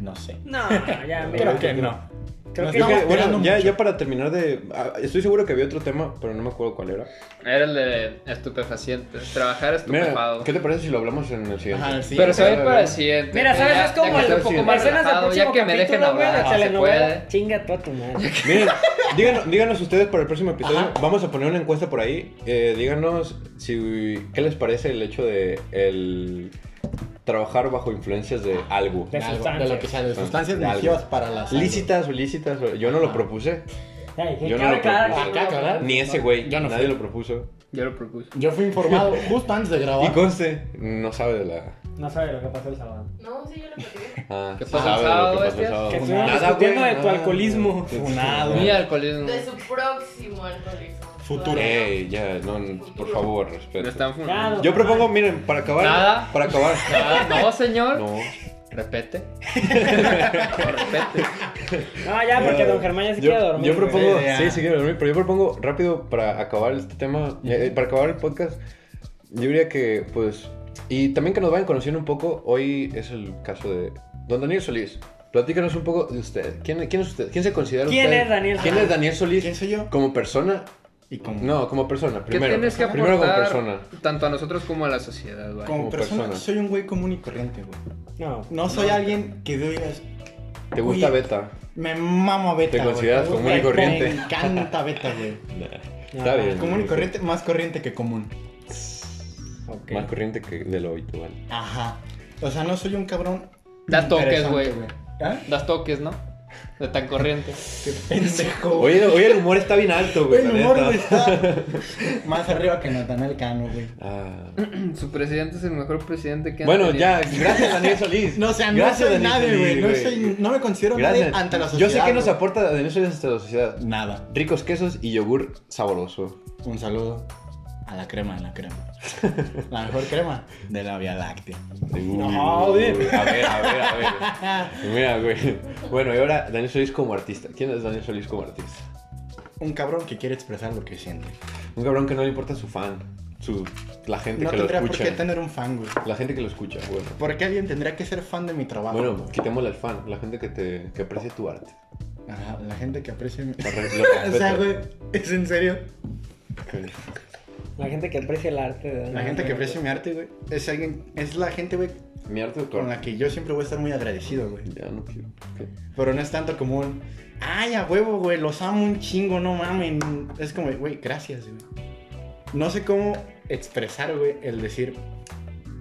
S3: No sé.
S2: No, ya, mira.
S3: Creo que no.
S2: Creo
S6: No,
S2: que
S4: Yo que-
S6: estamos
S4: bueno,
S6: tirando
S4: ya,
S6: mucho.
S4: ya para terminar de... ah, estoy seguro que había otro tema, pero no me acuerdo cuál era.
S1: Era el de estupefacientes. Trabajar
S4: Mira,
S1: estupefado.
S4: ¿qué te parece si lo hablamos en el siguiente?
S3: Ajá, sí.
S1: Pero se va a ir
S4: claro,
S1: para el
S4: güey.
S1: siguiente.
S2: Mira, ¿sabes?
S1: Ya-
S2: es como
S1: ya que
S2: el
S1: estoy un poco más
S2: escenas del
S1: relajado,
S2: próximo
S1: Ya que me dejen
S2: capítulo, güey,
S1: hablar,
S2: la
S1: si se
S2: telenovela.
S1: puede.
S2: Chinga tú a tu madre.
S1: (laughs)
S4: Miren, díganos, díganos ustedes para el próximo episodio. Vamos a poner una encuesta por ahí. Eh, díganos si qué les parece el hecho de el trabajar bajo influencias de algo.
S2: De
S3: algo,
S2: sustancias.
S3: de lo que sea, de
S4: Sustancias.
S3: sustancias
S4: De algo.
S3: nocivas para Ah, las
S4: Lícitas o ilícitas. o- Yo no lo propuse.
S2: Ay,
S4: Yo no
S2: cabe
S4: lo
S2: aclarar
S4: propuse.
S2: que-
S3: Acá, ¿verdad?
S4: Ni ese güey.
S3: Yo no
S4: Nadie
S3: fui.
S4: lo propuso.
S1: Yo lo propuse.
S3: Yo fui
S4: (laughs)
S3: informado justo antes de
S4: Y
S3: grabar.
S4: conste, Ah, no sabe de la.
S2: No sabe lo que pasó el
S1: Ah,
S2: sábado.
S7: No, sí, yo lo platiqué.
S4: Ah,
S1: ¿Qué
S4: sí
S1: pasó el
S4: sabe de lo
S1: sábado,
S4: que pasó el
S1: Bastián?
S4: sábado.
S2: Que estuvieron
S4: Nada,
S2: discutiendo
S4: güey,
S2: de tu
S4: nada.
S2: alcoholismo.
S1: Pues
S3: Funado.
S1: Mi
S4: Mm.
S1: alcoholismo.
S7: De su próximo alcoholismo.
S3: Futuro.
S4: Ey, ya, no, no, por favor,
S1: No
S4: respeto.
S1: están funando.
S4: Yo propongo, miren, para acabar.
S1: Nada. (laughs)
S4: Para acabar.
S1: Ah, No, señor.
S4: No.
S1: Repete. (laughs) Repete.
S2: No, ya, porque
S4: Eh,
S2: don Germán ya se
S4: yo,
S2: quiere dormir.
S4: Yo
S2: güey.
S4: propongo,
S3: Ya.
S4: sí, sí quiero dormir, pero yo propongo rápido para acabar este tema, eh, eh, para acabar el podcast. Yo diría que, pues, y también que nos vayan conociendo un poco. Hoy es el caso de Don Daniel Solís. Platícanos un poco de usted. ¿Quién, quién es usted? ¿Quién se considera
S2: ¿Quién
S4: usted?
S2: es Daniel
S4: ¿Quién
S2: Solís?
S4: es Daniel Solís?
S3: ¿Quién soy yo?
S4: Como persona.
S3: Y como,
S4: No, como persona.
S1: ¿Qué
S4: Primero.
S1: tienes que
S4: primero como
S1: aportar
S4: persona.
S1: tanto a nosotros como a la sociedad, güey?
S3: como
S4: como
S3: persona,
S4: persona.
S3: soy un güey común y corriente, güey.
S2: No.
S3: No soy alguien que digas,
S4: ¿Te gusta
S3: Oye,
S4: Beta?
S2: Ah,
S3: me mamo Beta.
S4: Te
S3: güey.
S4: consideras común y
S3: Me-
S4: corriente.
S3: Me encanta Beta,
S4: (laughs)
S3: güey.
S4: Está bien.
S3: Común y corriente, más corriente que común.
S2: Ok.
S4: Más corriente que de lo habitual.
S3: Ajá. O sea, no soy un cabrón.
S1: Da toques, güey.
S3: interesante, ¿Eh?
S1: Das toques, ¿no? De
S3: (laughs)
S1: tan corriente.
S3: Qué pendejo. güey.
S4: Oye, oye, el humor está bien alto, güey.
S3: Güey,
S4: la
S3: el humor
S4: neta.
S3: güey, está (laughs) más arriba que Natanael Cano, güey.
S4: Ah.
S1: Su presidente es el mejor presidente que han
S4: Bueno,
S1: tenido.
S4: ya, gracias Daniel
S3: (laughs)
S4: Solís.
S3: No, o sea, no
S4: Gracias,
S3: soy
S4: Daniel
S3: nadie,
S4: Solís,
S3: güey. No, soy- no me considero
S4: Gracias.
S3: nadie ante la
S4: Yo
S3: sociedad.
S4: sé que nos
S3: güey.
S4: aporta Daniel Solís hasta la sociedad.
S3: Nada.
S4: Ricos quesos y yogur sabroso.
S3: Un saludo a la crema, a la
S4: (laughs)
S3: crema. La mejor crema de la Vía Láctea.
S2: No, güey.
S4: A ver, a ver, a
S3: (laughs)
S4: ver. Mira, güey. Bueno, y ahora Daniel Solís como artista. ¿Quién es Daniel Solís como artista?
S3: Un cabrón que quiere expresar lo que siente.
S4: Un cabrón que no le importa su fan, su, la gente
S3: No
S4: que lo
S3: tendría por qué
S4: escucha.
S3: tener un fan, güey.
S4: La gente que lo escucha, bueno.
S3: ¿Por qué alguien tendría que ser fan de mi trabajo?
S4: Bueno, quitémosle al fan, la gente que te que aprecia tu arte.
S3: Ajá, la gente que aprecia mi... (laughs)
S4: Lo re- lo
S3: O sea,
S4: respeta.
S3: güey, es en serio.
S4: Ok.
S2: La gente que aprecia el arte. de-
S3: La gente que aprecia mi arte, güey, es alguien... Es la gente, güey,
S4: Mi arte o tu
S3: con
S4: arte.
S3: la que yo siempre voy a estar muy agradecido, güey.
S4: Ya no quiero. ok.
S3: Pero no es tanto como un... Ay, a huevo, güey, los amo un chingo, no mamen. Es como, güey, gracias, güey. No sé cómo expresar, güey, el decir...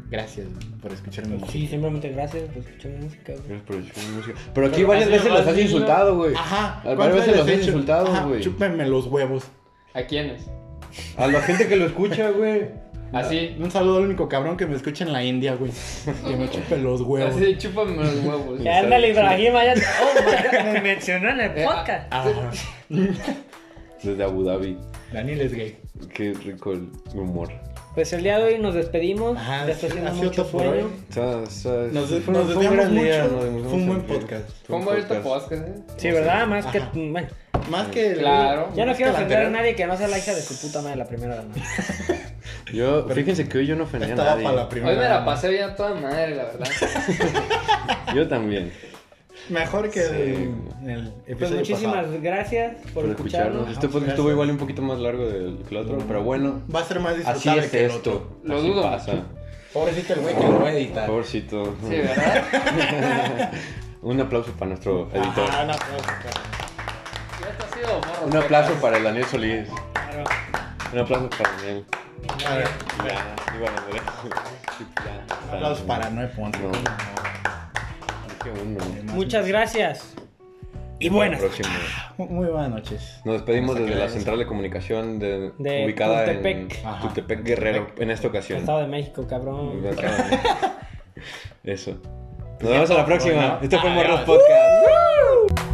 S3: Gracias, güey, por escucharme.
S2: Sí, simplemente gracias por escuchar música. güey.
S4: Gracias por escuchar mi música. Pero aquí
S1: Pero
S4: varias
S1: así
S4: veces
S1: nomás
S4: los has
S1: dilo.
S4: insultado, güey.
S3: Ajá.
S4: Varias
S3: ¿cuántas
S4: veces los
S3: he
S4: has
S3: hecho?
S4: insultado,
S3: Ajá,
S4: güey.
S3: Chúpenme los huevos.
S1: ¿A quiénes?
S4: A la gente que lo escucha, güey.
S1: Así.
S3: Un saludo al único cabrón que me escucha en la India, güey. Que me chupe los huevos.
S1: Así, chúpame los huevos.
S2: Ya ándale, Ibrahim, allá. Oh, my God, me mencionó en
S1: Eh,
S2: el
S1: ah,
S2: podcast.
S3: Ajá.
S4: Desde Abu Dhabi.
S3: Daniel es gay.
S4: Qué rico el humor.
S2: Pues el día de hoy nos despedimos.
S3: Ajá,
S2: Ya está
S3: ha
S2: haciendo
S3: sido
S2: mucho
S3: todo por
S2: sueño.
S3: hoy.
S4: O sea, o sea,
S3: Nos-
S4: fue-
S3: nos
S4: fue un
S3: desviamos
S4: gran día,
S3: mucho.
S4: nos desviamos
S3: Fue un buen
S4: mucho.
S3: podcast.
S4: Fue un
S1: ¿Cómo este
S4: podcast.
S1: podcast, eh?
S2: Sí, ¿verdad? Más que.
S3: Ajá.
S2: Bueno, eh,
S3: Más que el-
S1: Claro.
S2: ya no
S3: más que
S2: quiero ofender
S3: el
S2: a
S3: anterior,
S2: nadie que no sea la hija de su puta madre la primera dama. Pues
S4: Yo, fíjense que hoy yo no ofendí a
S3: Estaba para la
S4: nadie.
S3: primera.
S1: Hoy me la pasé bien a toda madre, la verdad.
S4: Yo también.
S3: Mejor que
S4: Sí.
S3: el, el episodio
S2: Pues muchísimas
S3: pasado.
S2: gracias por,
S4: Por
S2: escucharnos.
S4: escucharnos. Este podcast estuvo igual un poquito más largo del que el otro, pero bueno.
S3: Va a ser más
S4: Así
S3: disfrutable
S4: es
S3: que el
S4: esto.
S3: otro.
S1: Lo
S4: Así
S1: dudo.
S4: pasa.
S3: Pobrecito el güey que lo va a editar.
S4: Favorcito.
S1: Sí, ¿verdad?
S4: (laughs)
S1: (laughs)
S4: Un aplauso para nuestro editor.
S3: Ajá, un aplauso, cabrón.
S1: Y esto ha sido Morros
S4: Un aplauso
S1: Podcast.
S4: para el Daniel Solís. Un aplauso para Daniel.
S3: A ver,
S4: Ya, y bueno, güey. Ya,
S3: un aplauso para Noé Ponce.
S4: No. Dije uno.
S2: Muchas gracias. Y
S4: Para
S2: buenas.
S4: el próximo.
S3: Muy buenas noches.
S4: Nos despedimos
S3: Vamos a
S4: desde la
S3: crear eso.
S4: central de comunicación de-
S2: De
S4: ubicada
S2: Tultepec.
S4: en
S3: Ajá.
S4: Tutepec Guerrero en esta ocasión.
S2: Estado de México, cabrón.
S3: (laughs)
S4: Eso. Nos vemos a la próxima.
S3: ¿no?
S4: Esto fue Morros
S3: Adiós.
S4: Podcast.